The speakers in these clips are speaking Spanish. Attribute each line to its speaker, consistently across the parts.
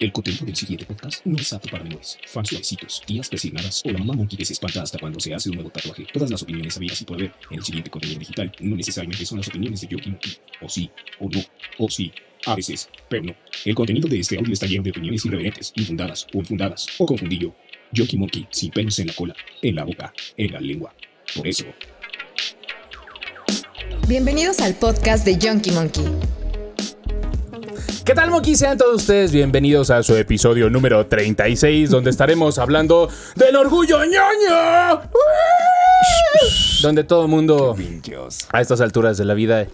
Speaker 1: El contenido del siguiente podcast no es apto para menores, fans suavecitos, tías resignadas o la mamá monkey que se espanta hasta cuando se hace un nuevo tatuaje. Todas las opiniones habidas y por haber en el siguiente contenido digital no necesariamente son las opiniones de Yoki Monkey. O sí, o no, o sí. A veces, pero no. El contenido de este audio está lleno de opiniones irreverentes, infundadas o infundadas, o confundillo. Yoki Monkey sin pelos en la cola, en la boca, en la lengua. Por eso,
Speaker 2: Bienvenidos al podcast de Junkie Monkey.
Speaker 3: ¿Qué tal, Moquis? Sean todos ustedes bienvenidos a su episodio número 36, donde estaremos hablando del orgullo ñoño. Donde todo mundo a estas alturas de la vida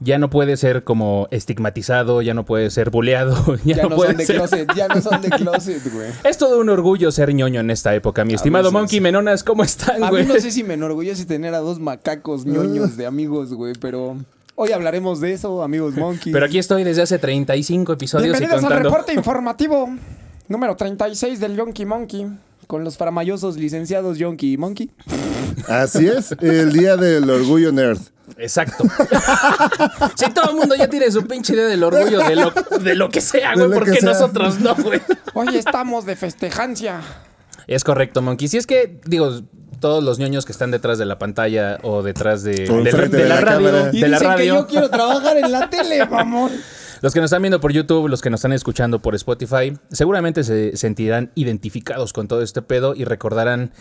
Speaker 3: ya no puede ser como estigmatizado, ya no puede ser buleado, ya,
Speaker 4: Ya
Speaker 3: no,
Speaker 4: no,
Speaker 3: puede
Speaker 4: son de
Speaker 3: ser.
Speaker 4: closet, ya no son de closet, güey.
Speaker 3: Es todo un orgullo ser ñoño en esta época, mi estimado
Speaker 4: veces.
Speaker 3: Monkey Menonas, ¿cómo están,
Speaker 4: A
Speaker 3: güey?
Speaker 4: mí no sé si me enorgullece tener a dos macacos ñoños de amigos, güey, pero hoy hablaremos de eso, amigos monkeys.
Speaker 3: Pero aquí estoy desde hace 35 episodios y
Speaker 4: Bienvenidos al
Speaker 3: contando.
Speaker 4: reporte informativo número 36 del Yonky Monkey con los faramayosos licenciados Yonky y Monkey.
Speaker 5: Así es, el día del orgullo nerd.
Speaker 3: Exacto. Si todo el mundo ya tiene su pinche idea del orgullo de lo, de lo que sea,
Speaker 5: De
Speaker 3: güey,
Speaker 5: lo que
Speaker 3: porque
Speaker 5: sea.
Speaker 3: nosotros no, güey.
Speaker 4: Hoy estamos de festejancia.
Speaker 3: Es correcto, Monkey. Si es que, digo, todos los ñoños que están detrás de la pantalla o detrás de,
Speaker 5: O
Speaker 3: de,
Speaker 5: enfrente
Speaker 3: de
Speaker 5: de
Speaker 3: la,
Speaker 5: la
Speaker 3: radio,
Speaker 5: cámara.
Speaker 4: Y
Speaker 3: de la
Speaker 4: dicen que
Speaker 3: radio.
Speaker 4: yo quiero trabajar en la tele, mamón.
Speaker 3: los que nos están viendo por YouTube, los que nos están escuchando por Spotify, seguramente se sentirán identificados con todo este pedo y recordarán.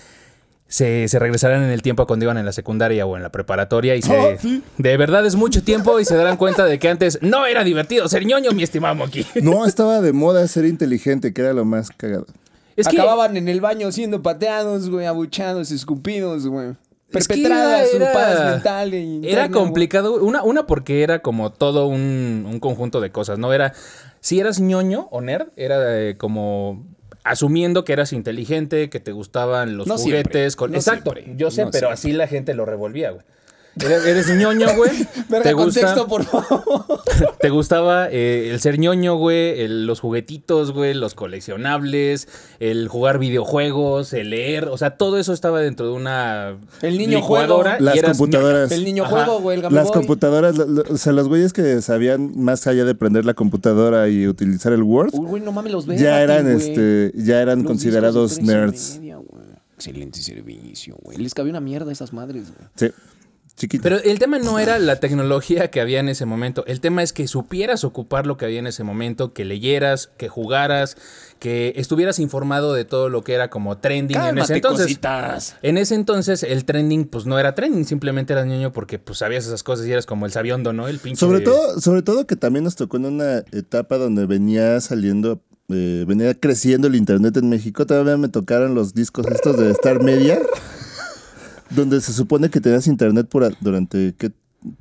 Speaker 3: Se, se regresarán en el tiempo a cuando iban en la secundaria o en la preparatoria y se...
Speaker 4: Ah, sí.
Speaker 3: De verdad es mucho tiempo y se darán cuenta de que antes no era divertido ser ñoño, mi estimado Monkey.
Speaker 5: No, estaba de moda ser inteligente, que era lo más cagado.
Speaker 3: Es que
Speaker 4: Acababan en el baño siendo pateados, güey, abuchados, escupidos, güey.
Speaker 3: es Pues que
Speaker 4: Perpetradas su paz mental. e
Speaker 3: Era
Speaker 4: interna, güey.
Speaker 3: complicado. Una, una porque era como todo un, un conjunto de cosas, ¿no? Era. Si eras ñoño o nerd, era eh, como. Asumiendo que eras inteligente, que te gustaban los
Speaker 4: No siempre,
Speaker 3: juguetes. con-
Speaker 4: no
Speaker 3: Exacto.
Speaker 4: siempre,
Speaker 3: yo sé,
Speaker 4: no
Speaker 3: pero
Speaker 4: siempre.
Speaker 3: así la gente lo revolvía, güey. Eres, eres ñoño, güey.
Speaker 4: Verga,
Speaker 3: te, gusta,
Speaker 4: contexto, por favor.
Speaker 3: te gustaba eh, el ser ñoño, güey. el- los juguetitos, güey. Los coleccionables. El jugar videojuegos. El leer. O sea, todo eso estaba dentro de una.
Speaker 4: El niño
Speaker 3: licuadora
Speaker 4: juego.
Speaker 3: y
Speaker 5: Las
Speaker 3: eras ñoño.
Speaker 5: computadoras.
Speaker 4: El niño
Speaker 3: Ajá.
Speaker 4: juego, güey, el Game
Speaker 5: Las
Speaker 4: Boy.
Speaker 5: computadoras, lo- lo- o sea, los güeyes que sabían más allá de prender la computadora y utilizar el Word,
Speaker 4: Uy, güey, no mames, los veo.
Speaker 5: ya eran, este, ya eran considerados nerds.
Speaker 4: Excelente servicio, güey. Les cabía una mierda a esas madres, güey.
Speaker 5: Sí, chiquito.
Speaker 3: Pero el tema no era la tecnología que había en ese momento. El tema es que supieras ocupar lo que había en ese momento, que leyeras, que jugaras, que estuvieras informado de todo lo que era como trending en ese
Speaker 4: Cálmate,
Speaker 3: entonces.
Speaker 4: cositas.
Speaker 3: En ese entonces el trending pues no era trending, simplemente eras niño porque pues sabías esas cosas y eras como el sabiondo, ¿no? El pinche
Speaker 5: Sobre todo, sobre todo que también nos tocó en una etapa donde venía saliendo, eh, venía creciendo el internet en México. Todavía me tocaron los discos estos de Star Media, donde se supone que tenías internet por a- durante ¿qué?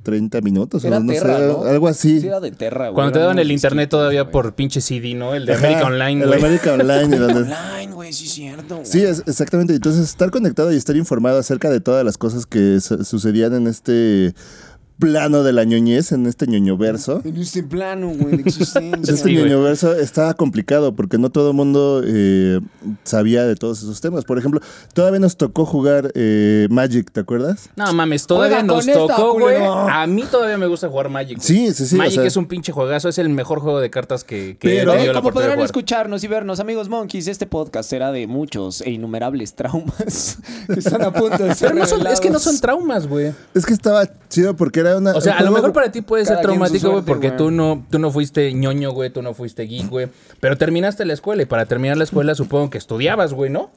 Speaker 5: 30 minutos, o
Speaker 4: Era
Speaker 5: no sé,
Speaker 4: Terra, ¿no?
Speaker 5: algo así.
Speaker 4: Sí, era de Terra, güey.
Speaker 3: Cuando te
Speaker 4: Era
Speaker 3: daban
Speaker 4: muy
Speaker 3: el internet
Speaker 4: distinto,
Speaker 3: todavía
Speaker 4: güey.
Speaker 3: por pinche CD, ¿no? El de
Speaker 5: Ajá,
Speaker 3: América Online,
Speaker 5: el
Speaker 3: güey.
Speaker 5: América Online, y donde-
Speaker 4: Online, güey, sí, es cierto. güey.
Speaker 5: Sí, es- exactamente. Entonces, estar conectado y estar informado acerca de todas las cosas que su- sucedían en este plano de la ñoñez, en este ñoño verso.
Speaker 4: En este plano, güey, de existencia.
Speaker 5: Este
Speaker 3: Sí, güey.
Speaker 5: universo estaba complicado porque no todo el mundo eh, sabía de todos esos temas. Por ejemplo, todavía nos tocó jugar eh, Magic, ¿te acuerdas?
Speaker 3: No mames, todavía
Speaker 4: Juega
Speaker 3: nos
Speaker 4: con esta,
Speaker 3: tocó, güey.
Speaker 4: culero.
Speaker 3: A mí todavía me gusta jugar Magic. güey.
Speaker 5: Sí, sí, sí, o
Speaker 3: Magic
Speaker 5: sea-
Speaker 3: es un pinche juegazo, es el mejor juego de cartas que, que
Speaker 5: Pero-
Speaker 3: he tenido la
Speaker 4: Como
Speaker 3: oportunidad de
Speaker 4: podrán
Speaker 3: jugar.
Speaker 4: escucharnos y vernos, amigos monkeys, este podcast será de muchos e innumerables traumas que están a punto de ser
Speaker 3: Pero no son- es que no son
Speaker 4: revelados.
Speaker 3: traumas, güey.
Speaker 5: Es que estaba chido porque era una.
Speaker 3: O sea,
Speaker 5: un
Speaker 3: a lo
Speaker 5: juego-
Speaker 3: mejor para ti puede ser
Speaker 4: cada quien su
Speaker 3: traumático, güey,
Speaker 4: suerte,
Speaker 3: porque
Speaker 4: güey.
Speaker 3: tú no, tú no fuiste ñoño, güey, tú no fuiste geek, güey. Pero terminaste la escuela y para terminar la escuela supongo que estudiabas, güey, ¿no?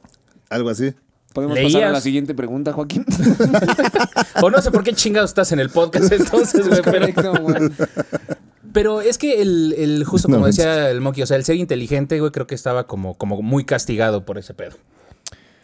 Speaker 5: Algo así.
Speaker 4: Podemos pasar
Speaker 3: Leías.
Speaker 4: a la siguiente pregunta, Joaquín.
Speaker 3: O no sé por qué chingados estás en el podcast entonces, güey.
Speaker 4: Es
Speaker 3: Pero,
Speaker 4: correcto, güey.
Speaker 3: pero es que el, el- justo
Speaker 5: No
Speaker 3: como
Speaker 5: manches.
Speaker 3: decía el Monkey, o sea, el ser inteligente, güey, creo que estaba como, como muy castigado por ese pedo.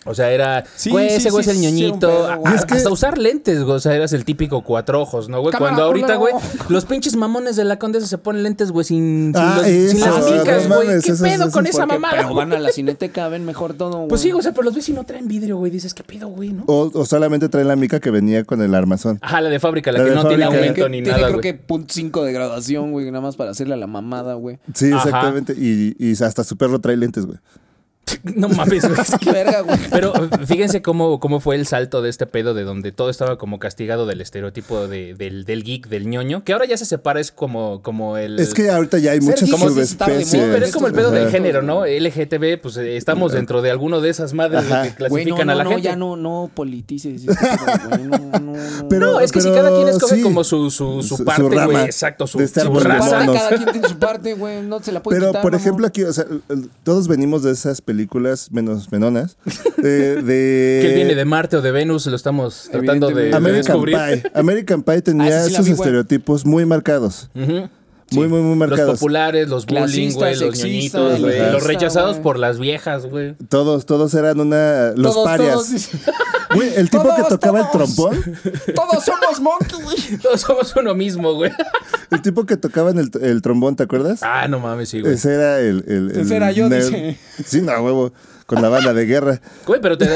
Speaker 3: O sea, era,
Speaker 4: Sí,
Speaker 3: güey,
Speaker 4: sí,
Speaker 3: ese güey
Speaker 4: sí,
Speaker 3: es el
Speaker 4: sí, era un
Speaker 3: ñoñito.
Speaker 4: pedo, güey.
Speaker 3: A-
Speaker 5: Y es que-
Speaker 3: Hasta usar lentes, güey. O sea, eras el típico cuatro ojos, ¿no, güey?
Speaker 4: Cámara,
Speaker 3: Cuando ahorita, güey,
Speaker 4: culero.
Speaker 3: los pinches mamones de la condesa se ponen lentes, güey, sin, sin,
Speaker 5: Ah,
Speaker 3: los- sin
Speaker 5: eso,
Speaker 3: las
Speaker 4: no
Speaker 3: micas, güey.
Speaker 5: mames,
Speaker 3: ¿Qué
Speaker 5: eso es-
Speaker 3: pedo
Speaker 5: eso
Speaker 3: con
Speaker 5: es
Speaker 3: esa
Speaker 5: porque-
Speaker 3: mamada?
Speaker 4: Pero
Speaker 3: güey?
Speaker 4: van a la cineteca, ven mejor todo, güey.
Speaker 3: Pues sí, o sea, pero los ves y no traen vidrio, güey. Dices, ¿qué pedo, güey, no?
Speaker 5: O, o solamente traen la mica que venía con el armazón.
Speaker 3: Ajá, la de fábrica, la,
Speaker 5: La
Speaker 3: que
Speaker 5: de
Speaker 3: no tiene
Speaker 5: fábrica.
Speaker 3: aumento
Speaker 4: Que
Speaker 3: ni
Speaker 4: tiene
Speaker 3: nada,
Speaker 4: creo
Speaker 3: güey.
Speaker 4: que punto cinco de graduación, güey, nada más para hacerle a la mamada, güey.
Speaker 5: Sí,
Speaker 3: Ajá.
Speaker 5: exactamente. Y, y hasta su perro trae lentes, güey.
Speaker 3: No mames, güey. es que-
Speaker 4: Verga, güey.
Speaker 3: Pero eh, fíjense cómo, cómo fue el salto de este pedo de donde todo estaba como castigado del estereotipo de- del, del geek, del ñoño, que ahora ya se separa, es como, como el...
Speaker 5: Es que ahorita ya hay
Speaker 4: Ser
Speaker 5: muchas
Speaker 4: geek
Speaker 3: como si
Speaker 4: está de moda,
Speaker 5: subespecies.
Speaker 3: No, pero es como el pedo del
Speaker 5: Ajá.
Speaker 3: género, ¿no? LGTB, pues eh, estamos dentro de alguno de esas madres
Speaker 5: Ajá.
Speaker 3: que
Speaker 6: Güey, no,
Speaker 3: clasifican
Speaker 6: no,
Speaker 3: a la
Speaker 6: no,
Speaker 3: gente.
Speaker 6: ya no, no politices. este pedo, güey, no, no, no.
Speaker 5: Pero-
Speaker 3: No, es que si
Speaker 5: pero
Speaker 3: cada quien escoge
Speaker 5: sí.
Speaker 3: como su, su, su
Speaker 5: Su- su
Speaker 3: parte, güey.
Speaker 5: rama
Speaker 3: Exacto, su,
Speaker 5: de este
Speaker 3: su
Speaker 5: árbol de
Speaker 3: raza.
Speaker 5: mono.
Speaker 4: Para
Speaker 5: Vámonos.
Speaker 4: cada quien tiene su parte, güey. No se la puede
Speaker 5: Pero,
Speaker 4: quitar,
Speaker 5: por
Speaker 4: mamón.
Speaker 5: ejemplo, aquí, o sea, el- el- todos venimos de esas películas menos menonas. eh, de.
Speaker 3: Que él viene de Marte o de Venus, lo estamos tratando de, de
Speaker 5: American
Speaker 3: descubrir.
Speaker 5: Pie. American Pie tenía
Speaker 4: Ah, esa sí la
Speaker 5: esos
Speaker 4: vi, güey.
Speaker 5: estereotipos muy marcados.
Speaker 3: Ujú.
Speaker 5: Muy, muy, muy
Speaker 3: Los
Speaker 5: marcados.
Speaker 3: populares, los bullying,
Speaker 4: Clasista,
Speaker 3: güey, los
Speaker 4: sexista,
Speaker 3: ñoñitos, güey,
Speaker 5: elitista,
Speaker 3: Los rechazados
Speaker 4: güey.
Speaker 3: por las viejas, güey.
Speaker 5: Todos, todos eran una. Los
Speaker 4: Todos,
Speaker 5: parias.
Speaker 4: todos dicen-
Speaker 5: Güey, el tipo que
Speaker 4: Todos,
Speaker 5: tocaba el
Speaker 4: todos.
Speaker 5: trombón.
Speaker 4: Todos somos monkey, güey.
Speaker 3: Todos somos uno mismo, güey.
Speaker 5: El tipo que tocaba en el, el trombón, ¿te acuerdas?
Speaker 3: Ah, no mames, sí, güey.
Speaker 5: Ese era el. el, el
Speaker 4: Ese era yo, dice.
Speaker 5: Sí, no, huevo. Con la banda de guerra.
Speaker 3: Güey, pero te... te-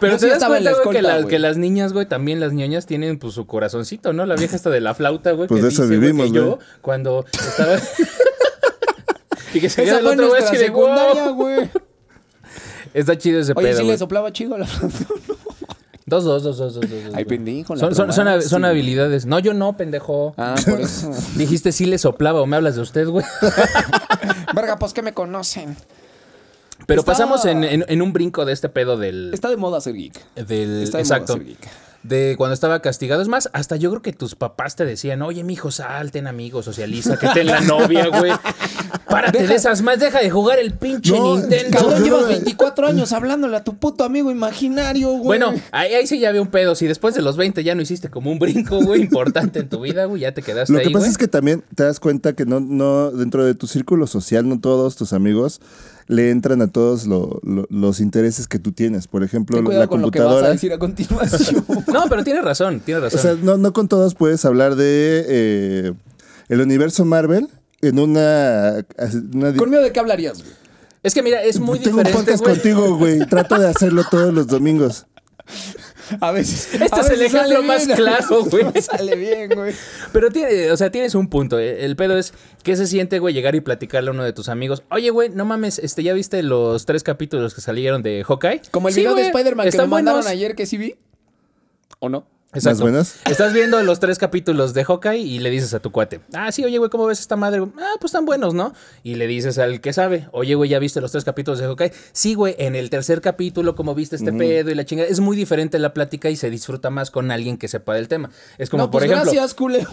Speaker 3: Pero
Speaker 4: Yo
Speaker 3: te
Speaker 4: sí
Speaker 3: das
Speaker 4: estaba en
Speaker 3: cuenta,
Speaker 4: la
Speaker 3: güey, que,
Speaker 4: escolta,
Speaker 3: la-
Speaker 4: güey.
Speaker 3: que las niñas, güey, también las niñas tienen pues su corazoncito, ¿no? La vieja esta de la flauta, güey.
Speaker 5: Pues
Speaker 3: que
Speaker 5: de eso
Speaker 3: dice, güey,
Speaker 5: vivimos,
Speaker 3: que yo,
Speaker 5: güey.
Speaker 3: cuando estaba... y que se queda
Speaker 4: Esa
Speaker 3: el
Speaker 4: fue
Speaker 3: otro güey así
Speaker 4: nuestra
Speaker 3: de,
Speaker 4: secundaria,
Speaker 3: wow.
Speaker 4: güey.
Speaker 3: Está chido ese
Speaker 4: Oye,
Speaker 3: pedo,
Speaker 4: sí
Speaker 3: güey.
Speaker 4: le soplaba chido a la
Speaker 3: Dos, dos, dos, dos, dos, dos, dos,
Speaker 4: Ay,
Speaker 3: güey.
Speaker 4: pendejo, la
Speaker 3: Son, son, son,
Speaker 4: probaste,
Speaker 3: son
Speaker 4: güey.
Speaker 3: habilidades. No, yo no, pendejo.
Speaker 4: Ah, por eso.
Speaker 3: Dijiste sí le soplaba o me hablas de usted, güey.
Speaker 4: Verga, pues que me conocen.
Speaker 3: Pero
Speaker 4: Está-
Speaker 3: pasamos en, en- en un brinco de este pedo del...
Speaker 4: Está de moda ser geek.
Speaker 3: del
Speaker 4: Está de
Speaker 3: exacto.
Speaker 4: moda ser geek.
Speaker 3: De cuando estaba castigado. Es más, hasta yo creo que tus papás te decían, oye, mijo, salten, amigos, socializa, que ten la novia, güey. Párate
Speaker 4: Deja-
Speaker 3: de esas más, deja de jugar el pinche
Speaker 5: No,
Speaker 3: Nintendo.
Speaker 4: Cabrón,
Speaker 5: Yo-
Speaker 4: llevas 24 años hablándole a tu puto amigo imaginario, güey.
Speaker 3: Bueno, ahí, ahí sí ya había un pedo. Si después de los 20 ya no hiciste como un brinco, güey, importante en tu vida, güey, ya te
Speaker 4: Pues
Speaker 3: quedaste
Speaker 5: Lo
Speaker 3: ahí,
Speaker 5: que pasa
Speaker 3: güey.
Speaker 5: es que también te das cuenta que no, no, dentro de tu círculo social, no todos tus amigos le entran a todos lo- lo- los intereses que tú tienes. Por ejemplo,
Speaker 4: Ten
Speaker 5: la
Speaker 4: cuidado con lo que vas a
Speaker 5: computadora.
Speaker 4: decir a continuación.
Speaker 3: No, pero tienes razón, tienes
Speaker 5: O
Speaker 3: razón.
Speaker 5: sea, no, no con todos puedes hablar de eh, el universo Marvel en una. una-
Speaker 4: ¿Conmigo de qué hablarías, güey?
Speaker 3: es que mira, es muy
Speaker 5: Tengo un
Speaker 3: diferente,
Speaker 5: podcast
Speaker 3: güey.
Speaker 5: contigo, güey. Trato de hacerlo todos los domingos.
Speaker 4: A veces.
Speaker 3: Este
Speaker 4: a
Speaker 3: es el
Speaker 4: veces sale
Speaker 3: ejemplo más
Speaker 4: bien, a
Speaker 3: claro,
Speaker 4: veces
Speaker 3: güey.
Speaker 4: no Sale bien, güey.
Speaker 3: Pero tiene, o sea, tienes un punto. eh. El pedo es qué se siente, güey, llegar y platicarle a uno de tus amigos. Oye, güey, no mames, este, ¿ya viste los tres capítulos que salieron de Hawkeye?
Speaker 4: Como el
Speaker 3: Sí,
Speaker 4: video de
Speaker 3: güey,
Speaker 4: Spider-Man que me
Speaker 3: están
Speaker 4: mandaron
Speaker 3: buenos".
Speaker 4: ayer que sí vi. ¿O no?
Speaker 3: Exacto.
Speaker 5: Más o menos.
Speaker 3: Estás viendo los tres capítulos de Hawkeye y le dices a tu cuate, ah, sí, oye, güey, ¿cómo ves esta madre? Ah, pues están buenos, ¿no? Y le dices al que sabe, oye, güey, ¿ya viste los tres capítulos de Hawkeye? Sí, güey, en el tercer capítulo, ¿cómo viste este pedo y la chingada? Es muy diferente la plática y se disfruta más con alguien que sepa del tema. Es como,
Speaker 4: no, pues
Speaker 3: por ejemplo,
Speaker 4: gracias, culero.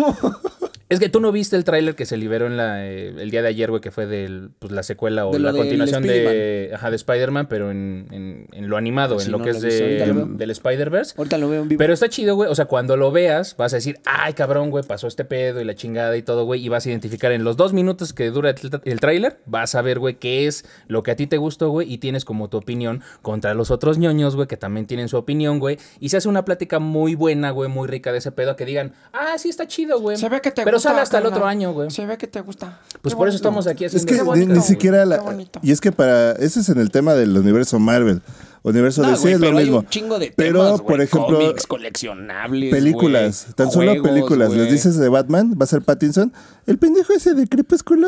Speaker 3: Es que tú no viste el tráiler que se liberó en la, eh, el día de ayer, güey, que fue del, pues, la secuela o
Speaker 4: De lo
Speaker 3: la
Speaker 4: del
Speaker 3: continuación de, ajá, de Spider-Man, pero en, en- en lo animado, en
Speaker 4: Sí,
Speaker 3: lo
Speaker 4: Pues no
Speaker 3: que
Speaker 4: lo
Speaker 3: es
Speaker 4: he visto
Speaker 3: de-
Speaker 4: ahorita, ¿no?
Speaker 3: del Spider-Verse.
Speaker 4: Ahorita lo veo en vivo.
Speaker 3: Pero está chido, güey. O sea, cuando lo veas, vas a decir, ay, cabrón, güey, pasó este pedo y la chingada y todo, güey. Y vas a identificar en los dos minutos que dura el, tra- el tráiler, vas a ver, güey, qué es lo que a ti te gustó, güey. Y tienes como tu opinión contra los otros ñoños, güey, que también tienen su opinión, güey. Y se hace una plática muy buena, güey, muy rica de ese pedo, que digan, ah, sí, está chido, güey.
Speaker 4: Se ve que te
Speaker 3: Pero
Speaker 4: gusta.
Speaker 3: sale hasta el otro
Speaker 4: carnal.
Speaker 3: año, güey.
Speaker 4: Se ve que te gusta.
Speaker 3: Pues
Speaker 4: Qué
Speaker 3: por eso
Speaker 4: bonito.
Speaker 3: estamos aquí haciendo
Speaker 5: Es que
Speaker 3: esto,
Speaker 5: ni,
Speaker 3: güey.
Speaker 5: ni siquiera
Speaker 4: qué
Speaker 5: la.
Speaker 4: bonito.
Speaker 5: Y es que para. Ese es en el tema del universo Marvel. Universo
Speaker 4: No,
Speaker 5: DC
Speaker 4: Ah, güey,
Speaker 5: es lo
Speaker 4: pero hay
Speaker 5: mismo.
Speaker 4: un chingo de
Speaker 5: pero,
Speaker 4: temas,
Speaker 5: por
Speaker 4: güey,
Speaker 5: ejemplo,
Speaker 4: cómics, coleccionables,
Speaker 5: películas.
Speaker 4: güey,
Speaker 5: tan solo
Speaker 4: juegos,
Speaker 5: películas.
Speaker 4: güey.
Speaker 5: Les dices de Batman, va a ser Pattinson. El pendejo ese de Crepúsculo.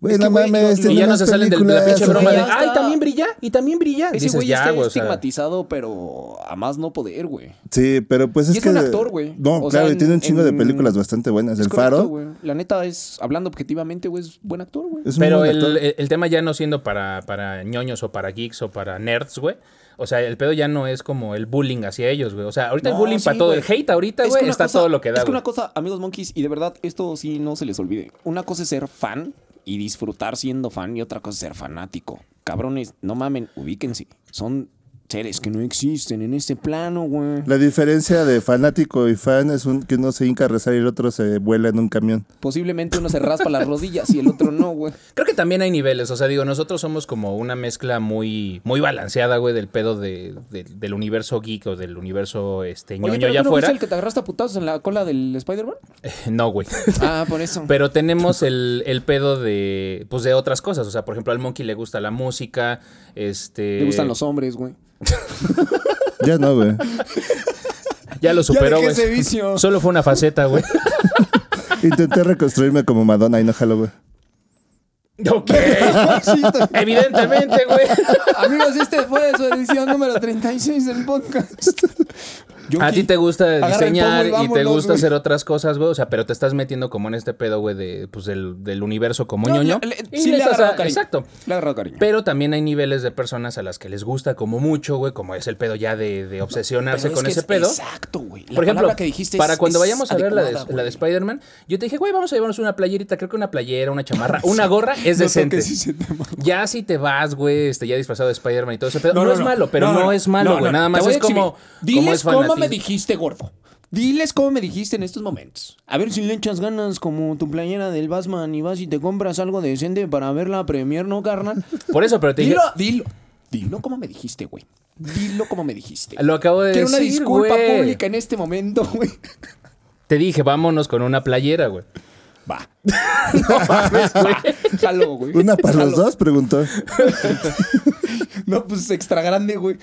Speaker 5: Güey,
Speaker 4: Es que,
Speaker 5: no
Speaker 4: güey,
Speaker 5: mames.
Speaker 4: lo-
Speaker 5: tiene
Speaker 3: Y ya no
Speaker 5: unas
Speaker 3: se salen de la
Speaker 5: películas,
Speaker 3: pinche
Speaker 5: ajá.
Speaker 3: broma de,
Speaker 4: ya está.
Speaker 3: ay, también brilla, y también brilla.
Speaker 4: Ese
Speaker 3: Dices,
Speaker 4: güey
Speaker 3: ya,
Speaker 4: está
Speaker 3: güey, o sea,
Speaker 4: estigmatizado, pero a más no poder, güey.
Speaker 5: Sí, pero pues es,
Speaker 4: Y es
Speaker 5: que.
Speaker 4: un actor, güey.
Speaker 5: No,
Speaker 4: O sea,
Speaker 5: claro, y
Speaker 4: en-
Speaker 5: tiene un chingo de
Speaker 4: en-
Speaker 5: películas bastante buenas.
Speaker 4: Es
Speaker 5: el
Speaker 4: correcto,
Speaker 5: Faro.
Speaker 4: güey. La neta es, hablando objetivamente, güey, es buen actor, güey.
Speaker 5: es un
Speaker 3: Pero
Speaker 5: buen
Speaker 3: el,
Speaker 5: actor.
Speaker 3: el- el tema ya no siendo para, para ñoños o para geeks o para nerds, güey. O sea, el pedo ya no es como el bullying hacia ellos, güey. O sea, ahorita el
Speaker 4: No,
Speaker 3: bullying
Speaker 4: sí,
Speaker 3: para todo.
Speaker 4: güey.
Speaker 3: El hate ahorita,
Speaker 4: Es que
Speaker 3: güey,
Speaker 4: una
Speaker 3: está
Speaker 4: cosa-
Speaker 3: todo lo que da,
Speaker 4: Es que una
Speaker 3: güey.
Speaker 4: cosa, amigos monkeys, y de verdad, esto sí no se les olvide. Una cosa es ser fan y disfrutar siendo fan, y otra cosa es ser fanático. Cabrones, no mamen, ubíquense. Son seres que no existen en este plano, güey.
Speaker 5: La diferencia de fanático y fan es un, que uno se hinca a rezar y el otro se vuela en un camión.
Speaker 4: Posiblemente uno se raspa las rodillas y el otro no, güey.
Speaker 3: Creo que también hay niveles. O sea, digo, nosotros somos como una mezcla muy, muy balanceada, güey, del pedo de, de- del universo geek o del universo este ñoño
Speaker 4: Oye, pero
Speaker 3: allá
Speaker 4: ¿tú no fuiste
Speaker 3: afuera.
Speaker 4: el que te agarraste a putazos en la cola del Spider-Man?
Speaker 3: No, güey.
Speaker 4: Ah, por eso.
Speaker 3: Pero tenemos el, el pedo de, pues, de otras cosas. O sea, por ejemplo, al Monkey le gusta la música, este...
Speaker 4: Le gustan los hombres, güey.
Speaker 5: Ya no, güey.
Speaker 3: Ya lo superó,
Speaker 4: dejé
Speaker 3: güey.
Speaker 4: ese vicio.
Speaker 3: Solo fue una faceta, güey.
Speaker 5: Intenté reconstruirme como Madonna y no jalo, güey.
Speaker 3: Ok. Evidentemente, güey.
Speaker 6: Amigos, este fue su edición número 36 del podcast.
Speaker 3: A ti te gusta
Speaker 6: Agarra el
Speaker 3: diseñar
Speaker 6: pomo y
Speaker 3: y, te
Speaker 6: vámonos,
Speaker 3: gusta
Speaker 6: güey.
Speaker 3: hacer otras cosas, güey. O sea, pero te estás metiendo como en este pedo, güey, de, pues, del, del universo como
Speaker 4: No,
Speaker 3: ñoño.
Speaker 4: le- le-
Speaker 3: Y
Speaker 4: sí le ha
Speaker 3: estás
Speaker 4: agarrado
Speaker 3: a-
Speaker 4: cariño.
Speaker 3: Exacto.
Speaker 4: Le he agarrado cariño.
Speaker 3: Pero también hay niveles de personas a las que les gusta como mucho, güey, como es el pedo ya de, de obsesionarse
Speaker 4: Pero es
Speaker 3: con
Speaker 4: que
Speaker 3: ese
Speaker 4: es-
Speaker 3: pedo.
Speaker 4: Exacto, güey. La
Speaker 3: Por ejemplo,
Speaker 4: palabra que dijiste
Speaker 3: para
Speaker 4: es-
Speaker 3: cuando
Speaker 4: es
Speaker 3: vayamos a ver la de,
Speaker 4: adecuada,
Speaker 3: la de
Speaker 4: güey.
Speaker 3: Spider-Man, yo te dije, güey, vamos a llevarnos una playerita, creo que una playera, una chamarra, una gorra es decente.
Speaker 4: toques ese tema.
Speaker 3: Ya si te vas, güey, este, ya disfrazado de Spider-Man y todo ese pedo, no, es malo, pero no, es malo,
Speaker 4: no,
Speaker 3: güey,
Speaker 4: no.
Speaker 3: nada
Speaker 4: Te
Speaker 3: más
Speaker 4: voy a
Speaker 3: es como,
Speaker 4: exhibir.
Speaker 3: como es
Speaker 4: Diles cómo me
Speaker 3: fanatismo.
Speaker 4: dijiste, gordo. Diles cómo me dijiste en estos momentos.
Speaker 6: A ver si le echas ganas como tu playera del Batman y vas y te compras algo decente para ver la premier, ¿no, carnal?
Speaker 3: Por eso, pero te dije,
Speaker 4: Dilo, dilo. Dilo cómo me dijiste, güey. Dilo cómo me dijiste.
Speaker 3: lo acabo de
Speaker 4: Quiero
Speaker 3: decir,
Speaker 4: una disculpa
Speaker 3: güey.
Speaker 4: pública en este momento, güey.
Speaker 3: Te dije, vámonos con una playera, güey.
Speaker 4: Va. no mames, güey. Jalo, güey.
Speaker 5: ¿Una para los
Speaker 4: Jalo.
Speaker 5: dos? Preguntó.
Speaker 4: No, pues extra grande, güey.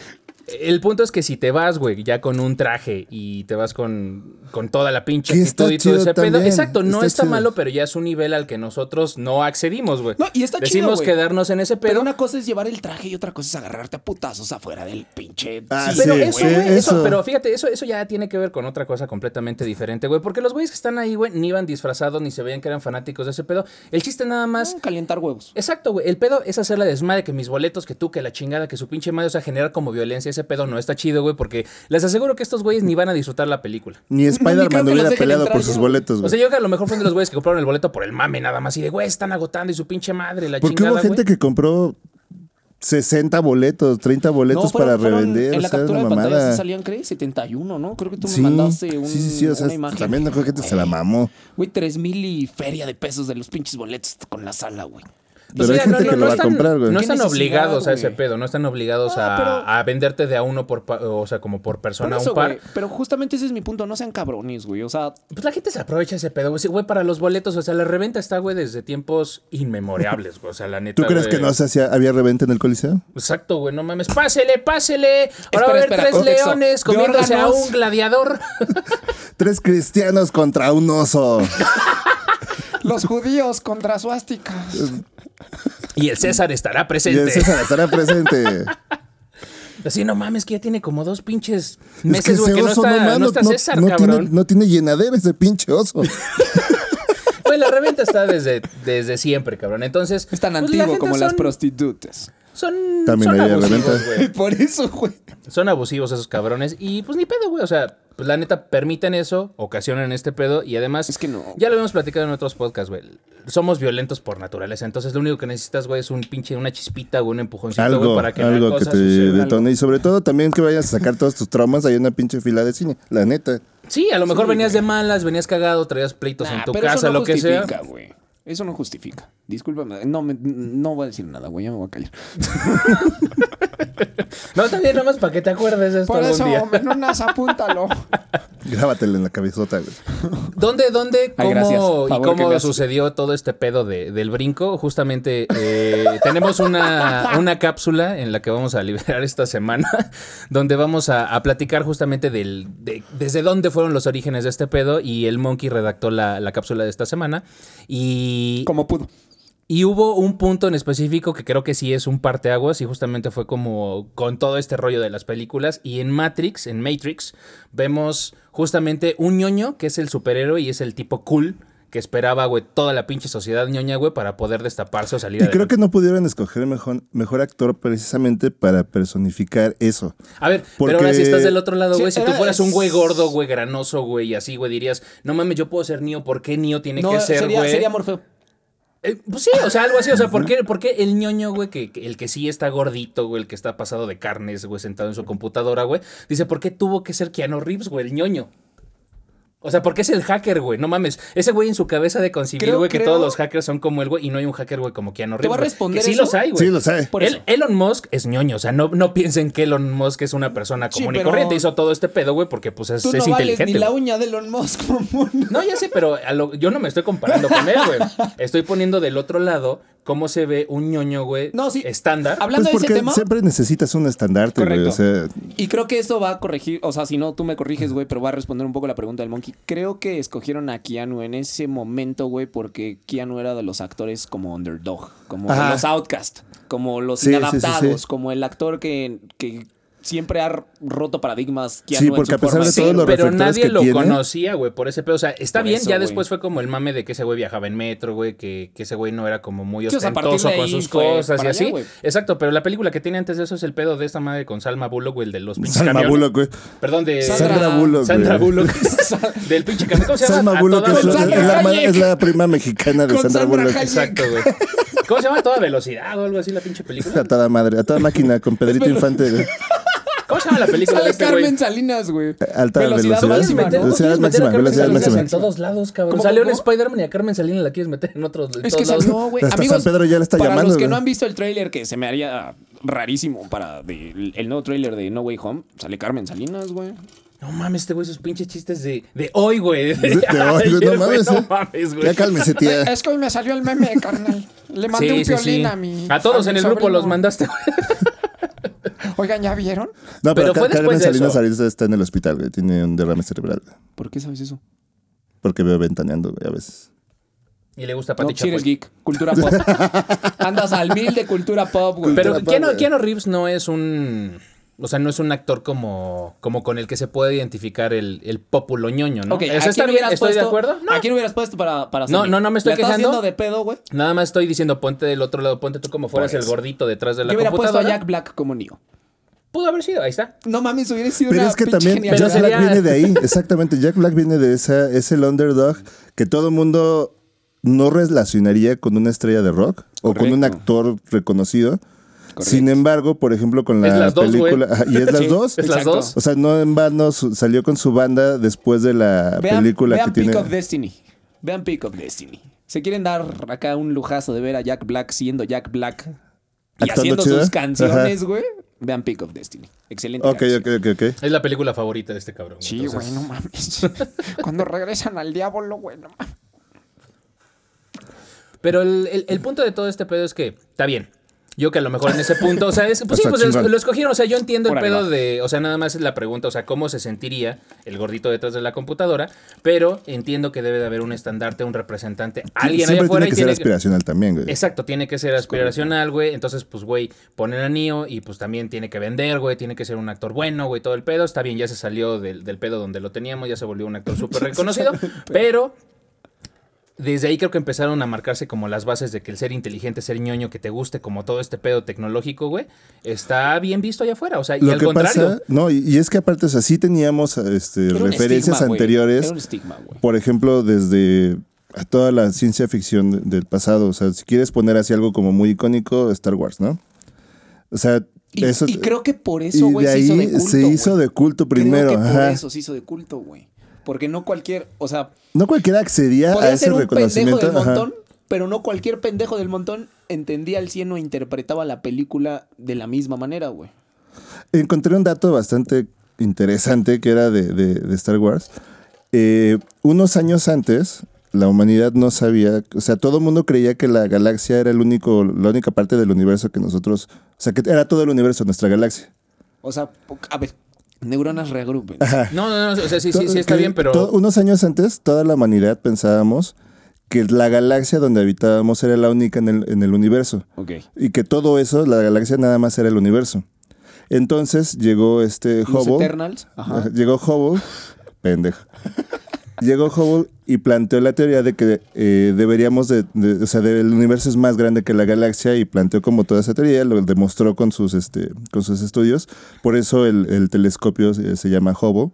Speaker 3: El punto es que si te vas, güey, ya con un traje y te vas con, con toda la pinche
Speaker 5: Que
Speaker 3: actitud
Speaker 5: está
Speaker 3: y todo
Speaker 5: chido
Speaker 3: ese pedo.
Speaker 5: también,
Speaker 3: Exacto, no está,
Speaker 5: está chido.
Speaker 3: malo, pero ya es un nivel al que nosotros no accedimos, güey.
Speaker 4: No, y está chido,
Speaker 3: Decimos
Speaker 4: güey.
Speaker 3: quedarnos en ese
Speaker 4: Pero,
Speaker 3: pedo.
Speaker 4: una cosa es llevar el traje y otra cosa es agarrarte a putazos afuera del pinche.
Speaker 5: Ah,
Speaker 4: Sí,
Speaker 3: Pero
Speaker 5: sí,
Speaker 3: eso, güey, eso,
Speaker 5: eso.
Speaker 3: pero fíjate, eso, eso ya tiene que ver con otra cosa completamente diferente, güey. Porque los güeyes que están ahí, güey, ni iban disfrazados, ni se veían que eran fanáticos de ese pedo. El chiste nada más
Speaker 4: Calentar huevos.
Speaker 3: Exacto, güey. El pedo es hacer la desmadre que mis boletos, que tú, que la chingada, que su pinche madre, o sea, generar como violencia. Ese pedo no está chido, güey, porque les aseguro que estos güeyes ni van a disfrutar la película.
Speaker 5: Ni
Speaker 4: creo
Speaker 5: Spider-Man
Speaker 4: que los
Speaker 5: hubiera
Speaker 4: dejen
Speaker 5: peleado
Speaker 4: entrar
Speaker 5: por
Speaker 4: ya,
Speaker 5: sus
Speaker 4: güey.
Speaker 5: boletos,
Speaker 3: O sea,
Speaker 5: pues, güey.
Speaker 3: yo creo que a lo mejor fueron de los güeyes que compraron el boleto por el mame nada más y de, güey, están agotando y su pinche madre, la
Speaker 5: Porque
Speaker 3: chingada.
Speaker 5: hubo gente
Speaker 3: güey.
Speaker 5: que compró 60 boletos, 30 boletos
Speaker 4: No, fueron-
Speaker 5: para
Speaker 4: fueron- En
Speaker 5: revender. o
Speaker 4: la
Speaker 5: sea, es
Speaker 4: captura
Speaker 5: una
Speaker 4: de pantalla
Speaker 5: mamada.
Speaker 4: sí salían, creo, 71, ¿no? Creo que tú
Speaker 5: Sí,
Speaker 4: me mandaste un,
Speaker 5: sí, sí, sí, o sea,
Speaker 4: una imagen.
Speaker 5: también la gente se la
Speaker 4: Güey,
Speaker 5: mamó.
Speaker 4: Güey, 3 mil y feria de pesos de los pinches boletos con la sala, güey.
Speaker 5: Pero
Speaker 3: O sea,
Speaker 5: hay gente que lo va a
Speaker 3: están-
Speaker 5: comprar, güey.
Speaker 3: Pues No
Speaker 4: Qué
Speaker 3: están
Speaker 4: necesidad,
Speaker 3: obligados a ese
Speaker 4: güey.
Speaker 3: pedo, no están obligados
Speaker 4: Ah,
Speaker 3: a,
Speaker 4: pero-
Speaker 3: a venderte de a uno por, pa- o sea, como por persona
Speaker 4: Por eso,
Speaker 3: un par.
Speaker 4: güey, Pero justamente ese es mi punto. No sean cabrones, güey. O sea,
Speaker 3: Pues la gente se aprovecha ese pedo, güey. Sí, güey, para los boletos, o sea, la reventa está, güey, desde tiempos inmemorables, güey. O sea, la neta.
Speaker 5: ¿Tú crees
Speaker 3: güey.
Speaker 5: que no se hacía, había reventa en el Coliseo?
Speaker 3: Exacto, güey, no mames. Pásele, pásele. Ahora va a
Speaker 4: Espera,
Speaker 3: haber
Speaker 4: espera,
Speaker 3: tres
Speaker 4: contexto.
Speaker 3: leones
Speaker 4: De
Speaker 3: comiéndose a
Speaker 4: órganos.
Speaker 3: un gladiador.
Speaker 5: Tres cristianos contra un oso.
Speaker 4: los judíos contra suásticas.
Speaker 3: Y el César estará
Speaker 5: y
Speaker 3: presente.
Speaker 5: el César estará presente.
Speaker 3: Así, no mames, que ya tiene como dos pinches
Speaker 5: es que
Speaker 3: meses, güey,
Speaker 5: ese
Speaker 3: que, no
Speaker 5: oso
Speaker 3: está,
Speaker 5: no,
Speaker 3: no
Speaker 5: mames,
Speaker 3: está
Speaker 5: no-
Speaker 3: César,
Speaker 5: no
Speaker 3: cabrón.
Speaker 5: tiene, no tiene llenadera ese pinche oso.
Speaker 3: Güey, la reventa está desde, desde siempre, cabrón. Entonces.
Speaker 4: Es tan
Speaker 3: pues, la
Speaker 4: antiguo
Speaker 3: gente
Speaker 4: como las
Speaker 3: son-
Speaker 4: prostitutas.
Speaker 3: Son,
Speaker 5: También
Speaker 3: son
Speaker 5: había
Speaker 3: abusivos,
Speaker 5: reventa.
Speaker 3: güey.
Speaker 4: Por eso, güey.
Speaker 3: Son abusivos esos cabrones. Y pues ni pedo, güey. O sea, pues la neta, permiten eso, ocasionan este pedo. Y además,
Speaker 4: Es que no.
Speaker 3: ya lo habíamos platicado en otros podcasts, güey. Somos violentos por naturaleza. Entonces, lo único que necesitas, güey, es un pinche, una chispita, güey, un empujoncito, güey,
Speaker 5: algo
Speaker 3: para que la
Speaker 5: algo que
Speaker 3: cosa
Speaker 5: te
Speaker 3: suceda.
Speaker 5: detone. Y sobre todo también que vayas a sacar todos tus traumas. Hay una pinche fila de cine. La neta.
Speaker 3: Sí, a lo mejor venías de malas, venías cagado, traías pleitos
Speaker 4: Nah,
Speaker 3: en tu
Speaker 4: pero eso
Speaker 3: casa,
Speaker 4: no
Speaker 3: lo que sea.
Speaker 4: justifica, güey. Eso no justifica. Discúlpame. No, me- no voy a decir nada, güey. Ya me voy a callar.
Speaker 3: No, también nada más para que te acuerdes de esto
Speaker 4: Por
Speaker 3: algún
Speaker 4: eso,
Speaker 3: día.
Speaker 4: menonas, apúntalo.
Speaker 5: Grábatela en la cabezota, güey.
Speaker 3: ¿Dónde, dónde,
Speaker 4: Ay, gracias.
Speaker 3: cómo y
Speaker 4: Favor que me
Speaker 3: cómo
Speaker 4: haces.
Speaker 3: sucedió todo este pedo de- del brinco? Justamente eh, tenemos una, una cápsula en la que vamos a liberar esta semana, donde vamos a, a platicar justamente del, de- desde dónde fueron los orígenes de este pedo y el Monkey redactó la, la cápsula de esta semana. Y,
Speaker 4: Como pudo.
Speaker 3: y hubo un punto en específico que creo que sí es un parteaguas y justamente fue como con todo este rollo de las películas. Y en Matrix, en Matrix, vemos justamente un ñoño que es el superhéroe y es el tipo cool que esperaba, güey, toda la pinche sociedad ñoña, güey, para poder destaparse o salir
Speaker 5: Y creo
Speaker 3: adelante.
Speaker 5: que no pudieron escoger mejor, mejor actor precisamente para personificar eso.
Speaker 3: A ver,
Speaker 5: Porque-
Speaker 3: pero ahora si estás del otro lado,
Speaker 4: Sí,
Speaker 3: güey, si tú
Speaker 4: era-
Speaker 3: fueras un güey gordo, güey, granoso, güey, y así, güey, dirías, no mames, yo puedo ser Neo, ¿por qué Neo tiene que ser,
Speaker 4: sería,
Speaker 3: güey?
Speaker 4: sería Morfeo.
Speaker 3: Eh, pues sí, o sea, algo así. O sea, ¿por qué, por qué el ñoño, güey, que, que- el que sí está gordito, güey, el que está pasado de carnes, güey, sentado en su computadora, güey, dice, ¿por qué tuvo que ser Keanu Reeves, güey, el ñoño? O sea, porque es el hacker, güey, no mames. Ese güey en su cabeza de concibir,
Speaker 4: Creo-
Speaker 3: güey, que
Speaker 4: creo-
Speaker 3: todos los hackers son como él, güey, y no hay un hacker, güey, como Keanu Reeves.
Speaker 4: voy a
Speaker 3: güey,
Speaker 4: responder
Speaker 3: que sí
Speaker 4: eso.
Speaker 3: los hay, güey.
Speaker 5: Sí, lo sé.
Speaker 4: Por
Speaker 3: El-
Speaker 4: eso.
Speaker 3: Elon Musk es ñoño, o sea, no, no piensen que Elon Musk es una persona
Speaker 4: Sí,
Speaker 3: común y
Speaker 4: pero-
Speaker 3: corriente. Hizo todo este pedo, güey, porque pues es,
Speaker 4: Tú
Speaker 3: es
Speaker 4: no vales
Speaker 3: inteligente.
Speaker 4: ni la
Speaker 3: güey.
Speaker 4: uña de Elon Musk, mamón.
Speaker 3: No, ya sé, pero a lo- yo no me estoy comparando con él, güey. Estoy poniendo del otro lado cómo se ve un ñoño, güey,
Speaker 4: No, sí.
Speaker 3: estándar.
Speaker 4: Hablando
Speaker 5: pues
Speaker 4: de ese
Speaker 5: porque
Speaker 4: tema.
Speaker 5: siempre necesitas un estandarte, güey.
Speaker 4: Correcto.
Speaker 5: O sea,
Speaker 4: Y creo que esto va a corregir, o sea, si no, tú me corriges, güey, pero va a responder un poco la pregunta del Monkey. Creo que escogieron a Keanu en ese momento, güey, porque Keanu era de los actores como underdog, como
Speaker 5: Ajá.
Speaker 4: los outcast, como los
Speaker 5: Sí, sí, sí,
Speaker 4: inadaptados,
Speaker 5: sí.
Speaker 4: como el actor que, que siempre ha roto paradigmas. Keanu
Speaker 5: Sí,
Speaker 4: en su
Speaker 5: porque a pesar
Speaker 4: forma
Speaker 5: de
Speaker 4: ser,
Speaker 5: todo lo
Speaker 4: güey.
Speaker 3: pero
Speaker 5: reflectores
Speaker 3: nadie
Speaker 5: que
Speaker 3: lo
Speaker 5: tiene.
Speaker 3: conocía, güey, por ese pedo. O sea, está
Speaker 4: Por
Speaker 3: bien,
Speaker 4: eso,
Speaker 3: ya
Speaker 4: güey.
Speaker 3: después fue como el mame de que ese güey viajaba en metro, güey, que, que ese güey no era como muy
Speaker 4: Sí, o sea, a partir de
Speaker 3: ostentoso con
Speaker 4: ahí
Speaker 3: sus
Speaker 4: fue
Speaker 3: cosas y
Speaker 4: para allá,
Speaker 3: así.
Speaker 4: güey.
Speaker 3: Exacto, pero la película que tiene antes de eso es el pedo de esta madre con Salma Bullock, güey, el de los pinches
Speaker 5: Salma
Speaker 3: camiones.
Speaker 5: Bullock, güey.
Speaker 3: Perdón, de
Speaker 4: Sandra-
Speaker 5: Sandra Bullock,
Speaker 3: Sandra
Speaker 5: güey.
Speaker 3: Bullock. del pinche camión. ¿Cómo se llama?
Speaker 5: Salma
Speaker 3: A
Speaker 5: Bullock
Speaker 3: toda
Speaker 5: es, la-
Speaker 3: velocidad.
Speaker 5: es la, ma-
Speaker 4: Hayek.
Speaker 5: es la prima mexicana de
Speaker 4: Con
Speaker 5: Sandra,
Speaker 4: Sandra
Speaker 5: Bullock.
Speaker 4: Hayek.
Speaker 3: Exacto, güey. ¿Cómo se llama? A toda velocidad o algo así la pinche
Speaker 5: A
Speaker 3: película.
Speaker 5: toda madre, a toda máquina, con Pedrito Infante. güey.
Speaker 3: ¿Cómo se llama la película de
Speaker 4: Sale
Speaker 3: este güey?
Speaker 4: Carmen Salinas, güey.
Speaker 5: Alta velocidad.
Speaker 3: ¿Quieres
Speaker 5: máxima,
Speaker 3: meter- quieres meter
Speaker 5: ¿no? Velocidad
Speaker 3: a
Speaker 5: máxima,
Speaker 3: Carmen
Speaker 5: velocidad
Speaker 3: Salinas
Speaker 5: máxima.
Speaker 3: en todos lados, cabrón.
Speaker 4: ¿Cómo,
Speaker 3: Salió en
Speaker 4: cómo?
Speaker 3: Spider-Man y a Carmen Salinas la quieres meter en otros en
Speaker 4: Es que
Speaker 3: todos lados.
Speaker 4: sal- no, güey.
Speaker 5: Hasta San
Speaker 4: Amigos,
Speaker 5: Pedro ya la está
Speaker 4: para
Speaker 5: llamando,
Speaker 4: los que
Speaker 5: güey.
Speaker 4: no han visto el tráiler, que se me haría rarísimo para de- el nuevo tráiler de No Way Home, sale Carmen Salinas, güey.
Speaker 3: No mames, este güey, esos pinches chistes de, de hoy, güey.
Speaker 5: De- de hoy,
Speaker 3: ayer,
Speaker 5: no
Speaker 3: güey,
Speaker 5: mames,
Speaker 3: no
Speaker 5: eh.
Speaker 3: mames, güey.
Speaker 5: Ya cálmese, tía.
Speaker 7: Es que hoy me salió el meme, carnal. Le mandé
Speaker 3: Sí,
Speaker 7: un
Speaker 3: sí,
Speaker 7: violín
Speaker 3: sí.
Speaker 7: a mi.
Speaker 3: A todos
Speaker 7: mi
Speaker 3: en el grupo
Speaker 7: sobrino.
Speaker 3: los mandaste, güey.
Speaker 7: Oigan, ¿ya vieron?
Speaker 5: No,
Speaker 3: Pero
Speaker 5: pero,
Speaker 3: fue
Speaker 5: Car- Carmen
Speaker 3: después de
Speaker 5: Salinas
Speaker 3: eso.
Speaker 5: ahorita está en el hospital, güey. Tiene un derrame cerebral.
Speaker 4: ¿Por qué sabes eso?
Speaker 5: Porque veo ventaneando, güey, a veces.
Speaker 3: Y le gusta
Speaker 4: No,
Speaker 3: Pati
Speaker 4: si eres
Speaker 3: Chapoy.
Speaker 4: geek, cultura pop. Andas al mil de cultura pop, güey.
Speaker 3: Pero
Speaker 5: Cultura pop,
Speaker 3: Keanu,
Speaker 5: güey.
Speaker 3: Keanu Reeves no es un... O sea, no es un actor como, como con el que se puede identificar el, el populo ñoño, ¿no?
Speaker 4: Ok,
Speaker 3: O sea,
Speaker 4: ¿a quién
Speaker 3: está bien,
Speaker 4: hubieras
Speaker 3: ¿estoy de
Speaker 4: puesto-
Speaker 3: acuerdo? No.
Speaker 4: ¿A quién hubieras puesto para, para
Speaker 3: No,
Speaker 4: Sony?
Speaker 3: no, no me estoy
Speaker 4: ¿La estás
Speaker 3: quejando.
Speaker 4: haciendo de pedo, güey?
Speaker 3: Nada más estoy diciendo ponte del otro lado, ponte tú como fueras
Speaker 4: Por
Speaker 3: el
Speaker 4: eso.
Speaker 3: gordito detrás de la
Speaker 4: Yo hubiera puesto a
Speaker 3: computadora.
Speaker 4: Jack Black como Neo.
Speaker 3: Pudo haber sido, ahí está.
Speaker 4: No mames, hubiera sido
Speaker 5: Pero
Speaker 4: una
Speaker 5: es que
Speaker 4: pinche
Speaker 5: también
Speaker 4: genialidad.
Speaker 5: Jack
Speaker 3: Pero
Speaker 5: Black
Speaker 3: sería-
Speaker 5: viene de ahí. Exactamente. Jack Black viene de esa. Es el underdog que todo mundo no relacionaría con una estrella de rock o con un
Speaker 4: Correcto.
Speaker 5: actor reconocido.
Speaker 4: Correcto.
Speaker 5: Sin embargo, por ejemplo, con la
Speaker 3: Es las dos, güey.
Speaker 5: película. Ajá, y es las
Speaker 4: Sí,
Speaker 5: dos.
Speaker 3: Es las
Speaker 4: Exacto.
Speaker 3: dos.
Speaker 5: O sea, no en vano su- salió con su banda después de la
Speaker 4: Vean,
Speaker 5: película
Speaker 4: vean
Speaker 5: que
Speaker 4: Peak
Speaker 5: tiene.
Speaker 4: of Destiny. Vean Peak of Destiny. Se quieren dar acá un lujazo de ver a Jack Black siendo Jack Black y
Speaker 5: Actuando
Speaker 4: haciendo
Speaker 5: chido.
Speaker 4: sus canciones, güey. Vean Peak of Destiny. Excelente.
Speaker 5: Ok,
Speaker 4: canción.
Speaker 5: ok, ok, ok.
Speaker 3: Es la película favorita de este cabrón.
Speaker 7: Sí, güey, no mames. Cuando regresan al diablo, güey, no mames.
Speaker 3: Pero el, el- el punto de todo este pedo es que está bien. Yo que a lo mejor en ese punto, o sea, es, pues sí,
Speaker 5: Está
Speaker 3: pues lo,
Speaker 5: chingón.
Speaker 3: lo escogieron, o sea, yo entiendo el
Speaker 4: Órale,
Speaker 3: pedo
Speaker 4: va.
Speaker 3: de, o sea, nada más es la pregunta, o sea, cómo se sentiría el gordito detrás de la computadora, pero entiendo que debe de haber un estandarte, un representante, alguien allá
Speaker 5: Siempre
Speaker 3: afuera
Speaker 5: tiene
Speaker 3: y
Speaker 5: que ser
Speaker 3: tiene que-
Speaker 5: aspiracional también, güey.
Speaker 3: Exacto, tiene que ser aspiracional, güey. Entonces, pues, güey, poner a Neo y pues también tiene que vender, güey. Tiene que ser un actor bueno, güey, todo el pedo. Está bien, ya se salió del, del pedo donde lo teníamos, ya se volvió un actor súper reconocido. pero desde ahí creo que empezaron a marcarse como las bases de que el ser inteligente, ser ñoño, que te guste, como todo este pedo tecnológico, güey, está bien visto allá afuera. O sea, y
Speaker 5: Lo
Speaker 3: al
Speaker 5: que
Speaker 3: contrario.
Speaker 5: pasa, no, y, y es que aparte, o sea, sí teníamos este,
Speaker 4: Era un
Speaker 5: referencias
Speaker 4: estigma, güey.
Speaker 5: anteriores,
Speaker 4: Era un estigma, güey.
Speaker 5: por ejemplo, desde a toda la ciencia ficción de- del pasado. O sea, si quieres poner así algo como muy icónico, Star Wars, ¿no? O sea,
Speaker 4: Y,
Speaker 5: eso.
Speaker 4: y creo que por
Speaker 5: y
Speaker 4: eso, güey,
Speaker 5: de
Speaker 4: se hizo de
Speaker 5: ahí
Speaker 4: culto.
Speaker 5: se hizo
Speaker 4: güey.
Speaker 5: de culto primero.
Speaker 4: Creo que por
Speaker 5: ajá.
Speaker 4: eso se hizo de culto, güey. Porque no cualquier, o sea,
Speaker 5: No cualquiera accedía a
Speaker 4: podía
Speaker 5: ese
Speaker 4: ser un pendejo
Speaker 5: reconocimiento.
Speaker 4: del
Speaker 5: ajá.
Speaker 4: montón, pero no cualquier pendejo del montón entendía al 100 o interpretaba la película de la misma manera, güey.
Speaker 5: encontré un dato bastante interesante que era de, de- de Star Wars. Eh, unos años antes, la humanidad no sabía, o sea, todo el mundo creía que la galaxia era el único, la única parte del universo que nosotros, o sea, que era todo el universo, nuestra galaxia.
Speaker 4: O sea, po- a ver, neuronas reagrupen.
Speaker 3: No, no, no, o sea, sí, sí, sí, está
Speaker 5: Ah. Que
Speaker 3: bien, pero.
Speaker 5: to- unos años antes, toda la humanidad pensábamos que la galaxia donde habitábamos era la única en el, en el universo.
Speaker 4: Ok.
Speaker 5: Y que todo eso, la galaxia nada más era el universo. Entonces llegó este
Speaker 4: Los
Speaker 5: Hubble.
Speaker 4: Eternals. Ajá.
Speaker 5: Ajá, Llegó Hubble, pendejo. Llegó Hubble y planteó la teoría de que eh, deberíamos de, de- o sea, de- el universo es más grande que la galaxia y planteó como toda esa teoría, lo demostró con sus, este, con sus estudios. Por eso el, el telescopio se, se llama Hubble,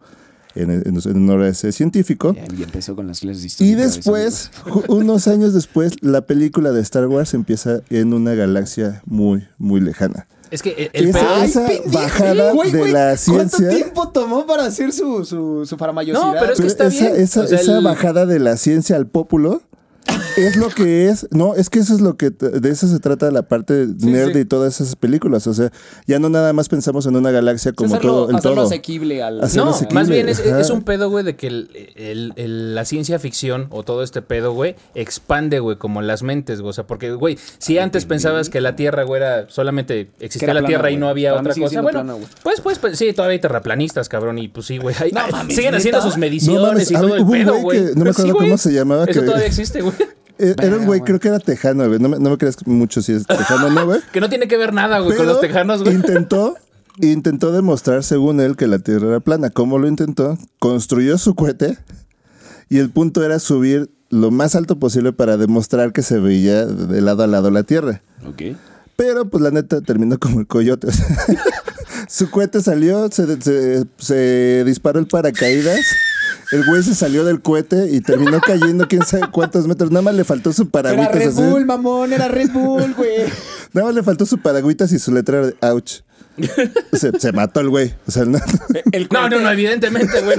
Speaker 5: en, en- en honor a ese científico.
Speaker 4: Ya, Y empezó con las clases de historia.
Speaker 5: Y
Speaker 4: otra vez,
Speaker 5: después, ju- unos años después, la película de Star Wars empieza en una galaxia muy, muy lejana.
Speaker 3: Es que el, el
Speaker 5: Esa-
Speaker 3: pedo.
Speaker 5: esa bajada
Speaker 4: Güey,
Speaker 5: de
Speaker 4: güey,
Speaker 5: la ciencia...
Speaker 4: ¿Cuánto tiempo tomó para hacer su, su, su faramayosidad?
Speaker 3: No, pero es que
Speaker 5: Pero
Speaker 3: está
Speaker 5: esa,
Speaker 3: bien.
Speaker 5: esa-
Speaker 3: O sea,
Speaker 5: esa
Speaker 3: el-
Speaker 5: bajada de la ciencia al pópulo es lo que es. No, es que eso es lo que. De eso se trata la parte nerd
Speaker 4: sí.
Speaker 5: y todas esas películas. O sea, ya no nada más pensamos en una galaxia como
Speaker 4: hacerlo,
Speaker 5: todo. En
Speaker 4: hacerlo
Speaker 5: todo.
Speaker 4: asequible al...
Speaker 5: Hacer-
Speaker 3: No,
Speaker 5: asequible,
Speaker 3: más bien es,
Speaker 5: ajá.
Speaker 3: es un pedo, güey, de que el- el- el- la ciencia ficción o todo este pedo, güey, expande, güey, como las mentes, güey. O sea, porque, güey, si antes pensabas que la Tierra, güey, era solamente existía
Speaker 4: Que era
Speaker 3: la Tierra
Speaker 4: plana,
Speaker 3: y no
Speaker 4: güey.
Speaker 3: había
Speaker 4: Para mí
Speaker 3: otra
Speaker 4: sigue
Speaker 3: cosa,
Speaker 4: siendo
Speaker 3: bueno,
Speaker 4: plana, güey.
Speaker 3: pues, pues, pues, sí, todavía hay terraplanistas, cabrón, y pues sí, güey. hay-
Speaker 4: No
Speaker 3: hay-
Speaker 4: mames,
Speaker 3: siguen haciendo
Speaker 4: ¿neta?
Speaker 3: sus mediciones
Speaker 5: No mames,
Speaker 3: y
Speaker 5: a mí
Speaker 3: todo el
Speaker 5: hubo un
Speaker 3: pedo,
Speaker 5: güey
Speaker 3: güey. Pues
Speaker 5: que- no me
Speaker 3: Sí,
Speaker 5: acuerdo
Speaker 3: güey.
Speaker 5: cómo se llamaba,
Speaker 3: Eso
Speaker 5: que-
Speaker 3: todavía existe, güey.
Speaker 5: Eh, Era un güey,
Speaker 4: güey.
Speaker 5: creo que era tejano, güey. No me, no me creas mucho si es tejano o no, güey.
Speaker 3: Que no tiene que ver nada, güey,
Speaker 5: Pero
Speaker 3: con los tejanos, güey.
Speaker 5: Intentó, intentó demostrar, según él, que la Tierra era plana. ¿Cómo lo intentó? Construyó su cohete y el punto era subir lo más alto posible para demostrar que se veía de lado a lado la Tierra.
Speaker 4: Ok.
Speaker 5: Pero pues la neta terminó como el coyote. o sea, su cohete salió, se, se- se disparó el paracaídas. El güey se salió del cohete y terminó cayendo quién sabe cuántos metros. Nada más le faltó su
Speaker 4: Era
Speaker 5: paraguitas.
Speaker 4: Red
Speaker 5: así.
Speaker 4: Bull, mamón, era Red Bull, güey.
Speaker 5: Nada más le faltó su paragüitas y su letra de ouch. Se, se mató el güey. O sea, no.
Speaker 4: El
Speaker 3: No, no, no, evidentemente, güey.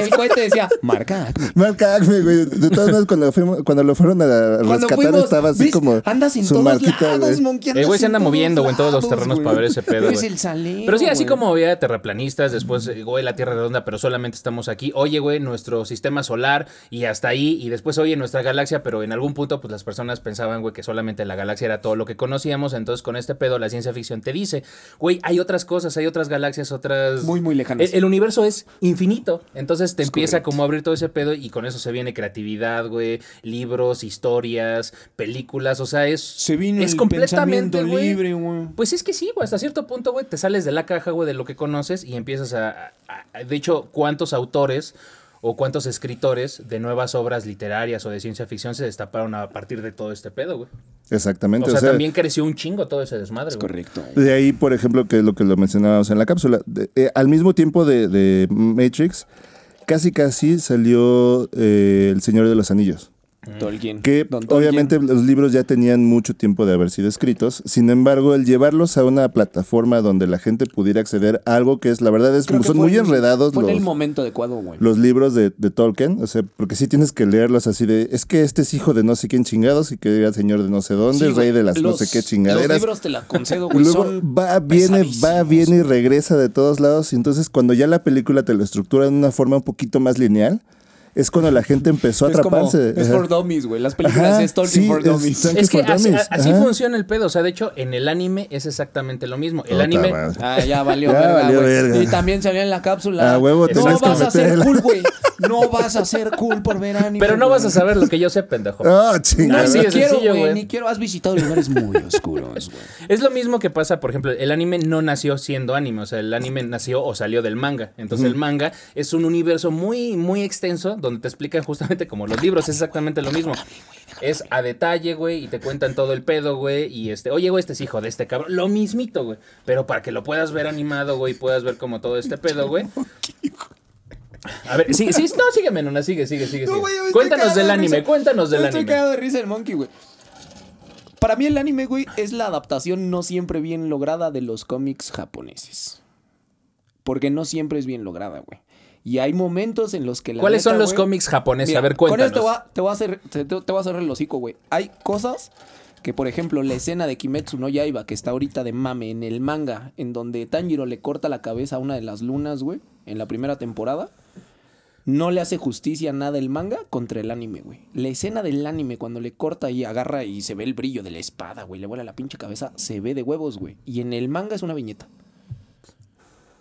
Speaker 4: El cohete decía, marca. Acme".
Speaker 5: Marca Acme, güey. De todas maneras, cuando, fuimos- cuando lo fueron a rescatar,
Speaker 4: fuimos,
Speaker 5: estaba así
Speaker 4: ¿ves?
Speaker 5: como.
Speaker 4: Andas en
Speaker 5: su
Speaker 4: todos
Speaker 5: marquita,
Speaker 4: lados,
Speaker 5: güey.
Speaker 4: monkey,
Speaker 3: El güey
Speaker 4: andas
Speaker 3: se anda
Speaker 4: en
Speaker 3: moviendo, güey, en todos los
Speaker 4: lados,
Speaker 3: terrenos
Speaker 4: güey.
Speaker 3: para ver ese pedo.
Speaker 4: Eres
Speaker 3: güey.
Speaker 4: el salero,
Speaker 3: Pero sí, así
Speaker 4: güey.
Speaker 3: como había terraplanistas, después, eh, güey, la Tierra redonda, pero solamente estamos aquí. Oye, güey, nuestro sistema solar y hasta ahí, y después, oye, nuestra galaxia, pero en algún punto, pues las personas pensaban, güey, que solamente la galaxia era todo lo que conocíamos. Entonces, con este pedo, la ciencia ficción te dice, güey, hay otras cosas, hay otras galaxias, otras.
Speaker 4: Muy, muy lejanas.
Speaker 3: El, el universo es infinito. Entonces, te empieza
Speaker 4: correcto.
Speaker 3: como a abrir todo ese pedo, y con eso se viene creatividad, güey, libros, historias, películas. O sea, es.
Speaker 6: Se vino
Speaker 3: es
Speaker 6: el
Speaker 3: completamente,
Speaker 6: pensamiento
Speaker 3: güey,
Speaker 6: libre, güey.
Speaker 3: pues es que sí, güey. Hasta cierto punto, güey, te sales de la caja, güey, de lo que conoces y empiezas a, a- a- De hecho, ¿cuántos autores o cuántos escritores de nuevas obras literarias o de ciencia ficción se destaparon a partir de todo este pedo, güey?
Speaker 5: Exactamente.
Speaker 3: O sea, también creció un chingo todo ese desmadre, güey.
Speaker 4: Correcto. eh,
Speaker 5: De ahí, por ejemplo, que es lo que lo mencionábamos en la cápsula. de- eh, al mismo tiempo de, de Matrix, casi casi salió eh, El Señor de los Anillos.
Speaker 4: Tolkien.
Speaker 5: Que
Speaker 4: Don Tolkien.
Speaker 5: obviamente los libros ya tenían mucho tiempo de haber sido escritos. Sin embargo, el llevarlos a una plataforma donde la gente pudiera acceder a algo que es, la verdad, es,
Speaker 4: Creo que
Speaker 5: son
Speaker 4: fue
Speaker 5: muy
Speaker 4: el-
Speaker 5: enredados
Speaker 4: Fue en el
Speaker 5: los,
Speaker 4: momento adecuado, güey.
Speaker 5: los libros de, de Tolkien. O sea, porque sí tienes que leerlos así de. Es que este es hijo de no sé quién chingados y que era señor de no sé dónde,
Speaker 4: Sí,
Speaker 5: rey de
Speaker 4: güey.
Speaker 5: las no
Speaker 4: Los-
Speaker 5: sé qué chingaderas.
Speaker 4: Los libros te la concedo,
Speaker 5: Y
Speaker 4: güey.
Speaker 5: luego
Speaker 4: son
Speaker 5: va, viene, va,
Speaker 4: pesadísimos.
Speaker 5: viene y regresa de todos lados. Y entonces, cuando ya la película te lo estructura de una forma un poquito más lineal, es cuando la gente empezó a
Speaker 4: Es como,
Speaker 5: atraparse.
Speaker 4: es
Speaker 5: Ajá.
Speaker 4: for dummies, güey. Las películas
Speaker 5: Ajá,
Speaker 4: es Tolkien
Speaker 5: sí,
Speaker 4: for
Speaker 5: es-
Speaker 4: dummies.
Speaker 5: son-
Speaker 3: Es que
Speaker 5: for
Speaker 3: así,
Speaker 5: Dummies,
Speaker 3: a- así
Speaker 5: ajá.
Speaker 3: funciona el pedo. O sea, de hecho, en el anime es exactamente lo mismo. El
Speaker 5: Puta
Speaker 3: anime.
Speaker 5: madre.
Speaker 4: Ah, ya valió
Speaker 5: Ya
Speaker 4: verga,
Speaker 5: valió
Speaker 4: güey.
Speaker 5: verga.
Speaker 4: Y también salió en la cápsula.
Speaker 5: A huevo,
Speaker 4: no
Speaker 5: tenías que
Speaker 4: vas a ser
Speaker 5: meterla.
Speaker 4: cool, güey. No vas a ser cool por ver anime.
Speaker 3: Pero no vas a
Speaker 4: güey.
Speaker 3: saber lo que yo sé, pendejo.
Speaker 5: Ah, chingada.
Speaker 3: Así
Speaker 4: ni
Speaker 3: es
Speaker 4: quiero,
Speaker 3: sencillo, güey.
Speaker 4: Ni quiero. Has visitado lugares muy oscuros, güey.
Speaker 3: Es lo mismo que pasa, por ejemplo, el anime no nació siendo anime, o sea, el anime nació o salió del manga. Entonces, el manga es un universo muy, muy extenso donde te explican justamente como los libros, es exactamente lo mismo. Es a detalle, güey, y te cuentan todo el pedo, güey, y este, oye, güey, este es hijo de este cabrón, lo mismito, güey. Pero para que lo puedas ver animado, güey, y puedas ver como todo este pedo, güey. A ver, sí, sí, no, sígueme, Nona, sigue, sigue, sigue, sigue.
Speaker 4: güey, yo me estoy
Speaker 3: Cuéntanos
Speaker 4: cagando
Speaker 3: del
Speaker 4: de
Speaker 3: anime,
Speaker 4: risa.
Speaker 3: cuéntanos del
Speaker 4: Yo Estoy
Speaker 3: anime.
Speaker 4: cagado de risa el monkey, güey. Para mí el anime, güey, es la adaptación no siempre bien lograda de los cómics japoneses. Porque no siempre es bien lograda, güey. Y hay momentos en los que la
Speaker 3: ¿Cuáles
Speaker 4: neta,
Speaker 3: son los
Speaker 4: güey,
Speaker 3: cómics japoneses?
Speaker 4: Mira,
Speaker 3: a ver,
Speaker 4: Con
Speaker 3: cuéntanos.
Speaker 4: esto te voy a- te voy a hacer, te, te voy a cerrar el hocico, güey. Hay cosas que, por ejemplo, la escena de Kimetsu no Yaiba, que está ahorita de mame en el manga, en donde Tanjiro le corta la cabeza a una de las lunas, güey, en la primera temporada. No le hace justicia nada el manga contra el anime, güey. La escena del anime cuando le corta y agarra y se ve el brillo de la espada, güey, le vuela la pinche cabeza, se ve de huevos, güey. Y en el manga es una viñeta.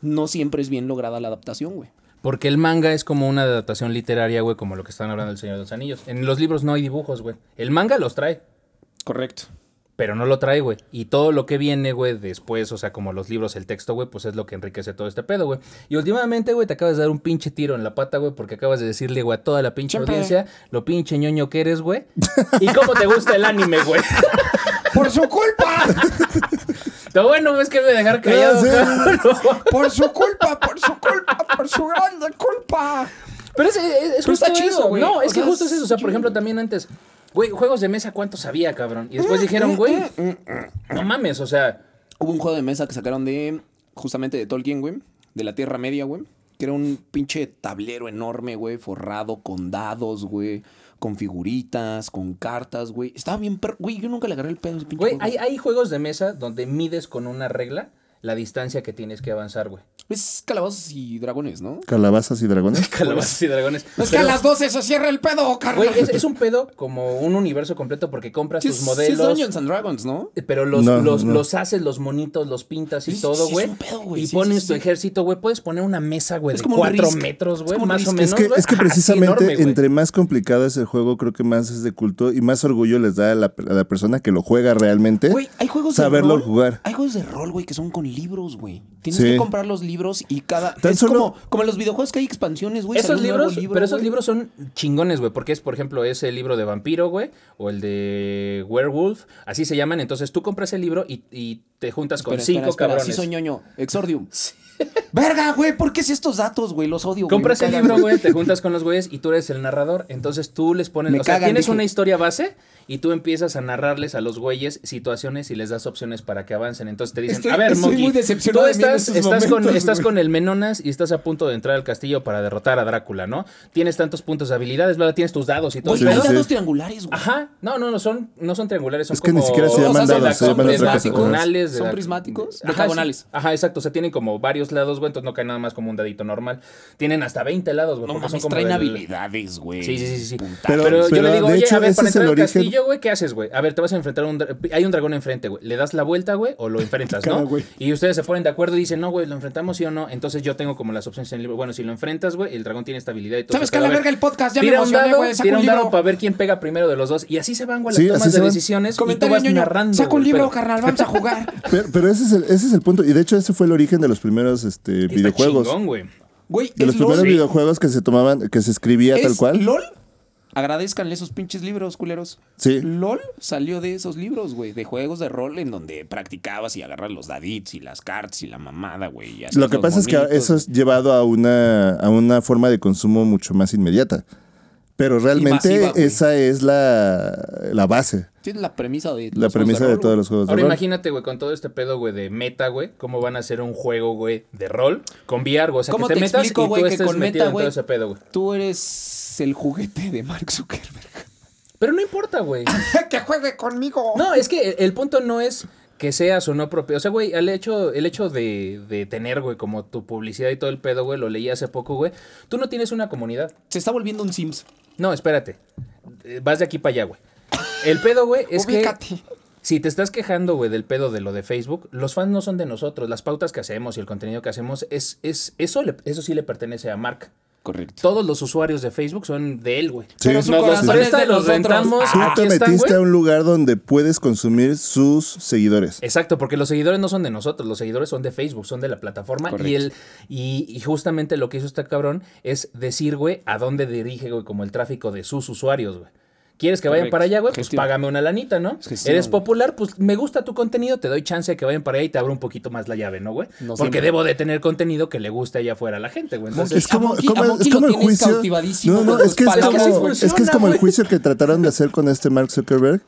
Speaker 4: No siempre es bien lograda la adaptación, güey.
Speaker 3: Porque el manga es como una adaptación literaria, güey, como lo que están hablando del Señor de los Anillos. En los libros no hay dibujos, güey. El manga los trae,
Speaker 4: Correcto.
Speaker 3: pero no lo trae, güey. Y todo lo que viene, güey, después, o sea, como los libros, el texto, güey, pues es lo que enriquece todo este pedo, güey. Y últimamente, güey, te acabas de dar un pinche tiro en la pata, güey, porque acabas de decirle, güey, a toda la pinche
Speaker 7: Siempre.
Speaker 3: audiencia lo pinche ñoño que eres, güey. ¿Y cómo te gusta el anime, güey?
Speaker 7: ¡Por su culpa!
Speaker 3: Lo bueno es que me dejar callado,
Speaker 4: Ah,
Speaker 5: sí.
Speaker 3: cabrón.
Speaker 7: ¡Por su culpa! ¡Por su culpa! ¡Por su grande culpa!
Speaker 3: Pero es, es, es
Speaker 4: Pero
Speaker 3: justo
Speaker 4: está chido,
Speaker 3: eso.
Speaker 4: güey.
Speaker 3: No, es
Speaker 4: O
Speaker 3: que
Speaker 4: sea,
Speaker 3: justo es
Speaker 4: es
Speaker 3: eso. O sea, por
Speaker 4: chido,
Speaker 3: ejemplo,
Speaker 4: güey.
Speaker 3: también antes, güey, juegos de mesa, ¿cuánto sabía, cabrón? Y
Speaker 4: Mm,
Speaker 3: después dijeron, güey, no mames, o sea,
Speaker 4: Hubo un juego de mesa que sacaron de. Justamente de Tolkien, güey. De la Tierra Media, güey. que era un pinche tablero enorme, güey, forrado con dados, güey, con figuritas, con cartas, güey. Estaba bien, perro. güey, yo nunca le agarré el pedo. a ese pinche
Speaker 3: Güey,
Speaker 4: juego.
Speaker 3: hay, hay juegos de mesa donde mides con una regla la distancia que tienes que avanzar, güey.
Speaker 4: Es calabazos y dragones, ¿no?
Speaker 5: Calabazas y dragones.
Speaker 3: Calabazas y dragones.
Speaker 5: Pues
Speaker 7: Es que a
Speaker 3: Pero,
Speaker 7: las 12 se cierra el pedo,
Speaker 3: Güey,
Speaker 7: carnal.
Speaker 3: es, es un pedo como un universo completo porque compras
Speaker 4: Sí es-
Speaker 3: tus
Speaker 4: sí es
Speaker 3: modelos.
Speaker 4: Dungeons and Dragons, ¿no?
Speaker 3: Pero los,
Speaker 5: No,
Speaker 3: los,
Speaker 5: no.
Speaker 3: los haces, los monitos, los pintas y
Speaker 4: Sí, sí,
Speaker 3: todo,
Speaker 4: es
Speaker 3: güey.
Speaker 4: un pedo, güey.
Speaker 3: y
Speaker 4: Sí,
Speaker 3: pones
Speaker 4: sí,
Speaker 3: tu
Speaker 4: sí.
Speaker 3: ejército, güey. Puedes poner una mesa, güey,
Speaker 4: Es
Speaker 3: de
Speaker 4: como un
Speaker 3: cuatro
Speaker 4: Risk.
Speaker 3: metros,
Speaker 4: Es
Speaker 3: güey.
Speaker 4: como un
Speaker 3: Más o
Speaker 4: Risk.
Speaker 3: menos.
Speaker 5: Es que,
Speaker 3: güey.
Speaker 5: es que
Speaker 3: Ajá, sí,
Speaker 5: precisamente
Speaker 3: enorme, güey.
Speaker 5: entre más complicado es el juego, creo que más es de culto y más orgullo les da a la, a la persona que lo juega realmente.
Speaker 4: Güey, hay juegos
Speaker 5: ¿Eh? saberlo
Speaker 4: de rol.
Speaker 5: jugar.
Speaker 4: Hay juegos de rol, güey, que son con libros, güey. Tienes
Speaker 5: Sí.
Speaker 4: que comprar los libros y cada.
Speaker 5: Tan
Speaker 4: es
Speaker 5: solo-
Speaker 4: como, como en los videojuegos que hay expansiones, güey.
Speaker 3: Esos
Speaker 4: salió un nuevo
Speaker 3: libros,
Speaker 4: libro,
Speaker 3: pero esos
Speaker 4: güey.
Speaker 3: libros son chingones, güey, porque es, por ejemplo, ese libro de vampiro, güey, o el de werewolf, así se llaman. Entonces tú compras el libro y, y te juntas con
Speaker 4: Espera,
Speaker 3: cinco
Speaker 4: espera, espera, Sí,
Speaker 3: cabrones.
Speaker 4: soy ñoño. Exordium. Verga, güey, ¿por qué es estos datos, güey? Los odio, güey.
Speaker 3: Compras
Speaker 4: Me
Speaker 3: el
Speaker 4: cagan,
Speaker 3: libro, güey, te juntas con los güeyes y tú eres el narrador. Entonces tú les pones.
Speaker 4: Me
Speaker 3: o sea,
Speaker 4: cagan,
Speaker 3: tienes
Speaker 4: dije.
Speaker 3: una historia base y tú empiezas a narrarles a los güeyes situaciones y les das opciones para que avancen. Entonces te dicen,
Speaker 7: Estoy-
Speaker 3: a ver,
Speaker 7: estoy
Speaker 3: Monkey,
Speaker 7: muy decepcionado
Speaker 3: tú
Speaker 7: de mí en
Speaker 3: estás,
Speaker 7: estos
Speaker 3: estás con,
Speaker 7: momentos,
Speaker 3: estás
Speaker 7: güey".
Speaker 3: con el Menonas y estás a punto de entrar al castillo para derrotar a Drácula, ¿no? Tienes tantos puntos de habilidades, bla, bla, tienes tus dados y todo.
Speaker 4: Güey,
Speaker 5: Sí,
Speaker 4: hay
Speaker 5: sí.
Speaker 4: dados triangulares, güey.
Speaker 3: Ajá, no, no, no son, no son triangulares, son
Speaker 5: Es que ni
Speaker 3: como-
Speaker 5: siquiera se llaman
Speaker 3: o sea,
Speaker 5: dados, se
Speaker 3: son
Speaker 5: llaman otra cosa,
Speaker 3: prismáticos,
Speaker 4: ¿Son
Speaker 3: de-
Speaker 4: prismáticos?
Speaker 3: Ajá,
Speaker 4: Hexagonales.
Speaker 3: sí. Ajá, exacto, o sea, tienen como varios lados, güey, entonces no cae nada más como un dadito normal. Tienen hasta 20 lados, güey,
Speaker 4: No
Speaker 3: porque son
Speaker 4: mames,
Speaker 3: como
Speaker 4: traen
Speaker 3: del-
Speaker 4: habilidades, güey.
Speaker 3: Sí, sí, sí, sí. Pero,
Speaker 5: Pero-
Speaker 3: yo
Speaker 5: pero
Speaker 3: le digo,
Speaker 5: de
Speaker 3: oye,
Speaker 5: hecho,
Speaker 3: a ver,
Speaker 5: ese
Speaker 3: para
Speaker 5: es el
Speaker 3: entrar al
Speaker 5: origen.
Speaker 3: castillo, güey, ¿qué haces, güey? A ver, te vas a enfrentar a un... dra- Hay un dragón enfrente, güey. ¿Le das la vuelta, güey? ¿O lo enfrentas, no? Y ustedes se ponen de acuerdo y dicen, no, güey, ¿lo enfrentamos sí o no? Entonces yo tengo como las opciones en el libro. Bueno, si lo enfrentas, güey, el dragón tiene esta habilidad y todo.
Speaker 7: ¿Sabes
Speaker 3: eso,
Speaker 7: qué?
Speaker 3: pero
Speaker 7: A la
Speaker 3: a ver,
Speaker 7: verga el podcast. Ya me
Speaker 3: tira un
Speaker 7: emocioné,
Speaker 3: dado,
Speaker 7: güey. Saca
Speaker 3: tira
Speaker 7: un
Speaker 3: un dado
Speaker 7: libro.
Speaker 3: para ver quién pega primero de los dos. Y así se van, güey, las
Speaker 5: Sí,
Speaker 3: tomas
Speaker 5: así se
Speaker 3: de
Speaker 5: van.
Speaker 3: decisiones y tú
Speaker 7: Comentario,
Speaker 3: vas
Speaker 7: ñoño.
Speaker 3: narrando.
Speaker 7: Saca un
Speaker 3: güey, pero-
Speaker 7: libro, carnal. Vamos a jugar.
Speaker 5: Pero, pero ese, es el, ese es el punto. Y de hecho, ese fue el origen de los primeros este,
Speaker 3: Está
Speaker 5: videojuegos.
Speaker 3: chingón, güey.
Speaker 4: Güey,
Speaker 5: De los
Speaker 4: es LOL.
Speaker 5: primeros
Speaker 4: Sí.
Speaker 5: videojuegos que se tomaban, que se escribía
Speaker 4: ¿Es
Speaker 5: tal cual.
Speaker 4: LOL? Agradezcanle esos pinches libros, culeros.
Speaker 5: Sí.
Speaker 4: LOL salió de esos libros, güey, de juegos de rol en donde practicabas y agarras los dadits y las cartas y la mamada, güey. y hacías
Speaker 5: Lo que
Speaker 4: los
Speaker 5: pasa es que
Speaker 4: monitos.
Speaker 5: eso es llevado a una, a una forma de consumo mucho más inmediata. Pero realmente
Speaker 4: masiva, güey.
Speaker 5: esa es la, la base,
Speaker 4: Sí, es la premisa de
Speaker 5: la
Speaker 4: los juegos
Speaker 5: premisa de
Speaker 4: rol,
Speaker 5: todos
Speaker 4: güey.
Speaker 5: los juegos de
Speaker 3: Ahora
Speaker 5: rol.
Speaker 3: imagínate, güey, con todo este pedo, güey, de meta, güey, cómo van a hacer un juego, güey, de rol con VR, güey. O sea,
Speaker 4: ¿Cómo
Speaker 3: que te,
Speaker 4: te
Speaker 3: metas y
Speaker 4: explico,
Speaker 3: tú
Speaker 4: güey, que
Speaker 3: estés
Speaker 4: con
Speaker 3: metido
Speaker 4: meta,
Speaker 3: en todo
Speaker 4: güey?
Speaker 3: ese pedo, güey.
Speaker 4: Tú eres el juguete de Mark Zuckerberg.
Speaker 3: Pero no importa, güey.
Speaker 7: Que juegue conmigo.
Speaker 3: No, es que el, el punto no es que seas o no propio. O sea, güey, el hecho, el hecho de, de tener, güey, como tu publicidad y todo el pedo, güey, lo leí hace poco, güey. Tú no tienes una comunidad.
Speaker 4: Se está volviendo un Sims.
Speaker 3: No, espérate. Eh, Vas de aquí para allá, güey. El pedo, güey, es que...
Speaker 7: Ubícate.
Speaker 3: Si te estás quejando, güey, del pedo de lo de Facebook, los fans no son de nosotros. Las pautas que hacemos y el contenido que hacemos, es, es, eso, le- eso sí le pertenece a Mark.
Speaker 4: Correcto.
Speaker 3: Todos los usuarios de Facebook son de él, güey.
Speaker 5: Sí, Pero su
Speaker 3: Nos los
Speaker 5: corazón es
Speaker 3: presta,
Speaker 7: de
Speaker 3: los
Speaker 7: nosotros.
Speaker 3: rentamos.
Speaker 5: Tú
Speaker 4: Ah,
Speaker 3: aquí
Speaker 5: te
Speaker 3: están,
Speaker 5: metiste
Speaker 3: güey.
Speaker 5: a un lugar donde puedes consumir sus seguidores.
Speaker 3: Exacto, porque los seguidores no son de nosotros, los seguidores son de Facebook, son de la plataforma. Y,
Speaker 4: Correcto.
Speaker 3: el, y, y justamente lo que hizo este cabrón es decir, güey, a dónde dirige, güey, como el tráfico de sus usuarios, güey. ¿Quieres que vayan
Speaker 4: Correcto.
Speaker 3: para allá, güey? Pues
Speaker 4: Gestión.
Speaker 3: págame una lanita, ¿no?
Speaker 4: Gestión,
Speaker 3: Eres
Speaker 4: güey.
Speaker 3: popular, pues me gusta tu contenido, te doy chance de que vayan para allá y te abro un poquito más la llave, ¿no, güey?
Speaker 4: No
Speaker 3: Porque
Speaker 4: siempre.
Speaker 3: debo de tener contenido que le guste allá afuera a la gente, güey. Entonces,
Speaker 5: es como,
Speaker 4: a Monkey-
Speaker 5: como-
Speaker 4: a
Speaker 5: es
Speaker 4: Monkey lo
Speaker 5: como el
Speaker 4: tienes
Speaker 5: juicio.
Speaker 4: cautivadísimo
Speaker 5: No, no,
Speaker 4: con
Speaker 5: es
Speaker 4: tus
Speaker 5: que es,
Speaker 4: palabras,
Speaker 5: como,
Speaker 3: güey.
Speaker 5: es que es como el
Speaker 3: Funciona,
Speaker 5: juicio que trataron de hacer con este Mark Zuckerberg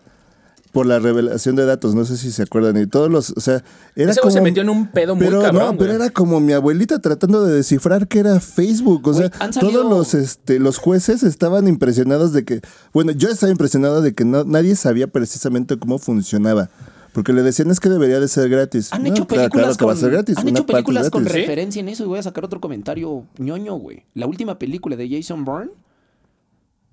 Speaker 5: por la revelación de datos. No sé si se acuerdan. Y todos los, o sea, era
Speaker 3: Ese güey
Speaker 5: como.
Speaker 3: se metió en un pedo muy
Speaker 5: pero,
Speaker 3: cabrón,
Speaker 5: No, pero
Speaker 3: güey.
Speaker 5: era como mi abuelita tratando de descifrar qué era Facebook. O sea,
Speaker 4: Güey, han salido-
Speaker 5: todos los, este, los jueces estaban impresionados de que. Bueno, yo estaba impresionado de que no, nadie sabía precisamente cómo funcionaba. Porque le decían es que debería de ser gratis.
Speaker 4: Han
Speaker 5: No,
Speaker 4: hecho
Speaker 5: claro,
Speaker 4: películas
Speaker 5: claro que
Speaker 4: con,
Speaker 5: va a ser gratis.
Speaker 4: han
Speaker 5: una
Speaker 4: hecho
Speaker 5: parte
Speaker 4: películas con
Speaker 5: gratis.
Speaker 3: ¿Sí?
Speaker 4: referencia en eso y voy a sacar otro comentario ñoño, güey. La última película de Jason Bourne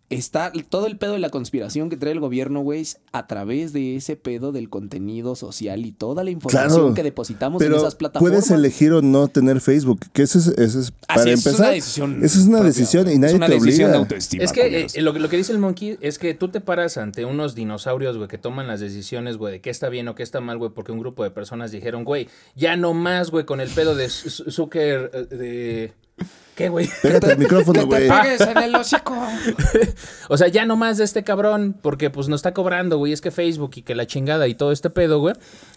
Speaker 4: está todo el pedo de la conspiración que trae el gobierno, güey, es a través de ese pedo del contenido social y toda la información
Speaker 5: Claro,
Speaker 4: que depositamos
Speaker 5: pero
Speaker 4: en esas plataformas.
Speaker 5: Puedes elegir o no tener Facebook, que eso es, eso es para
Speaker 4: es, es
Speaker 5: empezar.
Speaker 4: una decisión
Speaker 5: eso es una
Speaker 4: propia,
Speaker 5: decisión
Speaker 4: güey.
Speaker 5: y nadie
Speaker 4: es una
Speaker 5: te
Speaker 4: decisión
Speaker 5: obliga.
Speaker 4: de autoestima.
Speaker 3: Es que
Speaker 4: culeros.
Speaker 3: eh, lo, que- lo que dice el monkey es que tú te paras ante unos dinosaurios, güey, que toman las decisiones, güey, de qué está bien o qué está mal, güey, porque un grupo de personas dijeron, güey, ya no más, güey, con el pedo de Z- Zucker, eh, de... ¿Qué, güey?
Speaker 5: Pégate el micrófono,
Speaker 7: Que te
Speaker 5: güey.
Speaker 7: pegues en el hocico.
Speaker 3: O sea, ya no más de este cabrón, porque pues nos está cobrando, güey, es que Facebook y que la chingada y todo este pedo, güey,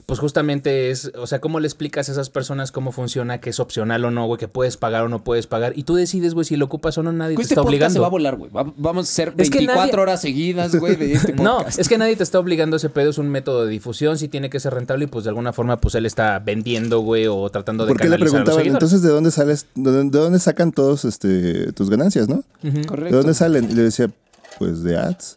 Speaker 3: pues justamente es, o sea, ¿cómo le explicas a esas personas cómo funciona, que es opcional o no, güey, que puedes pagar o no puedes pagar? Y tú decides, güey, si lo ocupas o no, nadie
Speaker 4: Güey,
Speaker 3: te
Speaker 4: este
Speaker 3: está
Speaker 4: podcast
Speaker 3: obligando.
Speaker 4: se va a volar, güey. Va- vamos a ser
Speaker 3: Es que
Speaker 4: 24
Speaker 3: nadie-
Speaker 4: horas seguidas, güey, de este
Speaker 3: No,
Speaker 4: podcast.
Speaker 3: es que nadie te está obligando a ese pedo, es un método de difusión, si tiene que ser rentable y pues de alguna forma pues él está vendiendo, güey, o tratando de
Speaker 5: ¿Por qué le
Speaker 3: canalizar a los
Speaker 5: preguntaban
Speaker 3: seguidores.
Speaker 5: entonces de dónde sales, de, dónde- de dónde sacas sacan todos este, tus ganancias, ¿no? ¿De
Speaker 4: Correcto.
Speaker 5: dónde salen? Y le decía, pues de ads.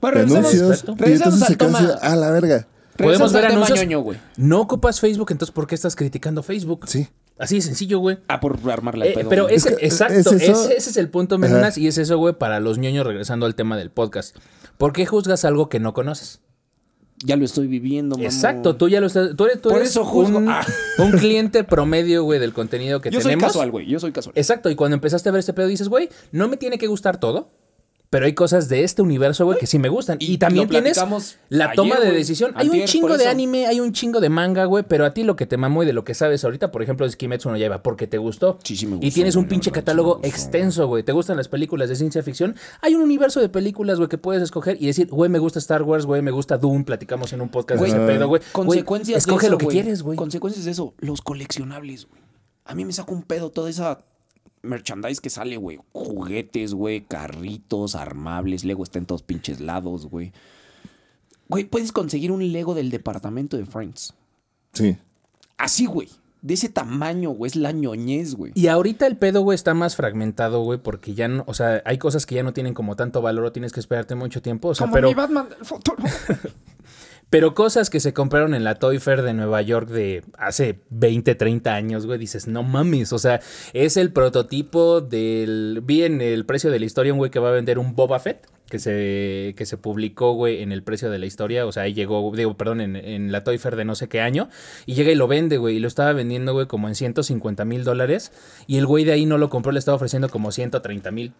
Speaker 4: Bueno,
Speaker 5: De
Speaker 4: regresamos,
Speaker 5: anuncios.
Speaker 3: Exacto.
Speaker 5: Y
Speaker 4: regresamos
Speaker 5: entonces se
Speaker 4: al
Speaker 5: quedan
Speaker 4: tema.
Speaker 5: así, ah, la verga.
Speaker 3: Podemos
Speaker 4: Regresamos al
Speaker 3: ver
Speaker 4: tema
Speaker 3: anuncios.
Speaker 4: ñoño, güey.
Speaker 3: No ocupas Facebook, entonces ¿por qué estás criticando Facebook?
Speaker 5: Sí.
Speaker 3: Así de sencillo, güey.
Speaker 4: Ah, por armarle
Speaker 3: Eh,
Speaker 4: el pedo.
Speaker 3: pero
Speaker 4: güey.
Speaker 3: ese,
Speaker 5: Es que,
Speaker 3: exacto,
Speaker 5: ¿es eso?
Speaker 3: ese, ese es el punto, Menas, y es eso, güey, para los ñoños regresando al tema del podcast. ¿Por qué juzgas algo que no conoces?
Speaker 4: ya lo estoy viviendo, mamón.
Speaker 3: Exacto, tú ya lo estás. Tú eres, tú
Speaker 4: Por
Speaker 3: eres
Speaker 4: eso juzgo.
Speaker 3: Un,
Speaker 4: Ah.
Speaker 3: un cliente promedio, güey, del contenido que
Speaker 4: Yo soy
Speaker 3: tenemos.
Speaker 4: casual, güey. Yo soy casual.
Speaker 3: Exacto, y cuando empezaste a ver este pedo dices, güey, no me tiene que gustar todo, pero hay cosas de este universo, güey, que sí me gustan. Y,
Speaker 4: Y
Speaker 3: también
Speaker 4: lo
Speaker 3: tienes
Speaker 4: platicamos
Speaker 3: la
Speaker 4: ayer,
Speaker 3: toma de
Speaker 4: güey,
Speaker 3: decisión. Hay un
Speaker 4: antier,
Speaker 3: chingo
Speaker 4: por
Speaker 3: de
Speaker 4: eso.
Speaker 3: anime, hay un chingo de manga, güey, pero a ti lo que te mamó y de lo que sabes ahorita, por ejemplo, es Kimetsu no lleva porque te gustó.
Speaker 4: Sí, sí me
Speaker 3: y
Speaker 4: gustó,
Speaker 3: tienes un
Speaker 4: güey, la
Speaker 3: pinche
Speaker 4: verdad, sí
Speaker 3: catálogo
Speaker 4: me gustó,
Speaker 3: extenso, güey. ¿Te gustan las películas de ciencia ficción? Hay un universo de películas, güey, que puedes escoger y decir, güey, me gusta Star Wars, güey, me gusta Doom, platicamos en un podcast
Speaker 4: Güey,
Speaker 3: de ese pedo, güey. Güey,
Speaker 4: Consecuencias de
Speaker 3: Escoge
Speaker 4: eso,
Speaker 3: lo que quieres, güey.
Speaker 4: Consecuencias de eso, los coleccionables, güey. A mí me saca un pedo toda esa merchandise que sale, güey. Juguetes, güey, carritos, armables, Lego está en todos pinches lados, güey. Güey, puedes conseguir un Lego del departamento de Friends.
Speaker 5: Sí.
Speaker 4: Así, güey. De ese tamaño, güey. Es la ñoñez, güey.
Speaker 3: Y ahorita el pedo, güey, está más fragmentado, güey, porque ya no, o sea, hay cosas que ya no tienen como tanto valor o tienes que esperarte mucho tiempo, o sea,
Speaker 7: Como
Speaker 3: pero,
Speaker 7: mi Batman del futuro.
Speaker 3: pero cosas que se compraron en la Toy Fair de Nueva York de hace 20, 30 años, güey, dices, no mames, o sea, es el prototipo del, vi en el precio de la historia un güey que va a vender un Boba Fett. Que se, que se publicó, güey, en el precio de la historia. O sea, ahí llegó, digo, perdón, en, en la Toy Fair de no sé qué año. Y llega y lo vende, güey. Y lo estaba vendiendo, güey, como en 150 mil dólares. Y el güey de ahí no lo compró, le estaba ofreciendo como 130 mil.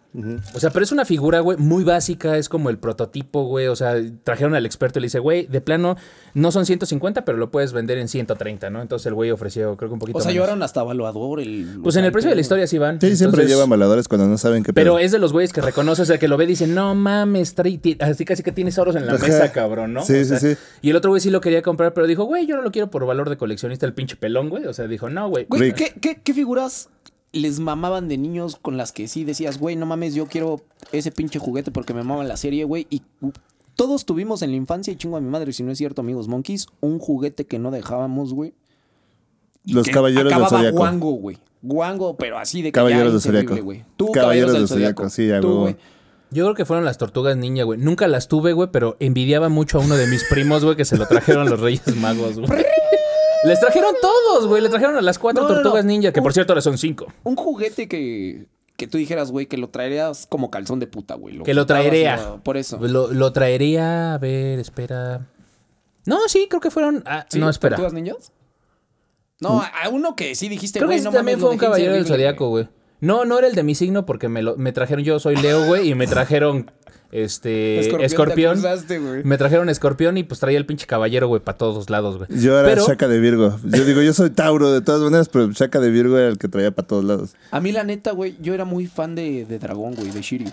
Speaker 3: O sea, pero es una figura, güey, muy básica. Es como el prototipo, güey. O sea, trajeron al experto y le dice, güey, de plano, no son 150, pero lo puedes vender en 130, ¿no? Entonces el güey ofreció, creo que un poquito
Speaker 4: O sea,
Speaker 3: menos.
Speaker 4: llevaron hasta evaluador el...
Speaker 3: Pues en el precio de la historia sí van.
Speaker 5: Sí, siempre
Speaker 3: Entonces-
Speaker 5: llevan maladores cuando no saben qué
Speaker 3: Pero
Speaker 5: pedo.
Speaker 3: es de los güeyes que reconoce, o sea, que lo ve y dice, no mames, trae- ti- así casi que tienes oros en la
Speaker 5: Ajá.
Speaker 3: mesa, cabrón, ¿no?
Speaker 5: Sí,
Speaker 3: O
Speaker 5: sí,
Speaker 3: sea,
Speaker 5: sí.
Speaker 3: Y el otro güey sí lo quería comprar, pero dijo, güey, yo no lo quiero por valor de coleccionista, el pinche pelón, güey. O sea, dijo, no, güey.
Speaker 4: Güey,
Speaker 5: Rick.
Speaker 4: ¿qué, qué, qué figuras les mamaban de niños con las que sí decías, güey, no mames, yo quiero ese pinche juguete porque me mama la serie, güey? Y todos tuvimos en la infancia, y chingo a mi madre, si no es cierto, amigos monkeys, un juguete que no dejábamos, güey. y
Speaker 5: Los
Speaker 4: que
Speaker 5: Caballeros del
Speaker 4: acababa
Speaker 5: Zodiaco.
Speaker 4: Guango, güey. Guango, pero así de que
Speaker 5: Caballeros
Speaker 4: ya
Speaker 5: del
Speaker 4: inservible,
Speaker 5: Zodiaco.
Speaker 4: güey. Tú,
Speaker 5: Caballeros
Speaker 4: Caballeros del
Speaker 5: del
Speaker 4: Zodiaco.
Speaker 5: Zodiaco, sí, ya,
Speaker 4: Tú,
Speaker 5: huevo.
Speaker 4: güey.
Speaker 3: Yo creo que fueron las tortugas ninja, güey. Nunca las tuve, güey, pero envidiaba mucho a uno de mis primos, güey, que se lo trajeron los Reyes Magos, güey. Les trajeron todos, güey. Le trajeron a las cuatro
Speaker 4: No, no, no.
Speaker 3: tortugas ninja, que por cierto ahora son cinco.
Speaker 4: Un juguete que, que tú dijeras, güey, que lo traerías como calzón de puta, güey.
Speaker 3: Que lo
Speaker 4: quitabas,
Speaker 3: traería.
Speaker 4: lo- Por eso.
Speaker 3: Lo, lo traería, a ver, espera. No, sí, creo que fueron. ah,
Speaker 4: ¿Sí?
Speaker 3: no, espera.
Speaker 4: ¿Tortugas ninjas? No, a- a uno que sí dijiste,
Speaker 3: Creo que
Speaker 4: güey,
Speaker 3: ese
Speaker 4: no
Speaker 3: también
Speaker 4: mames,
Speaker 3: fue
Speaker 4: lo
Speaker 3: un
Speaker 4: dejé
Speaker 3: caballero del
Speaker 4: inservible,
Speaker 3: zodiaco, güey. No, no era el de mi signo porque me, lo, me trajeron. Yo soy Leo, güey, y me trajeron. Este.
Speaker 4: Escorpión, te
Speaker 3: Escorpión.
Speaker 4: acusaste, güey.
Speaker 3: me trajeron escorpión y pues traía el pinche caballero, güey, para todos lados, güey.
Speaker 5: Yo era
Speaker 3: Pero-
Speaker 5: Shaka de Virgo. Yo digo, yo soy Tauro de todas maneras, pero Shaka de Virgo era el que traía para todos lados.
Speaker 4: A mí, la neta, güey, yo era muy fan de, de Dragón, güey, de Shiryu.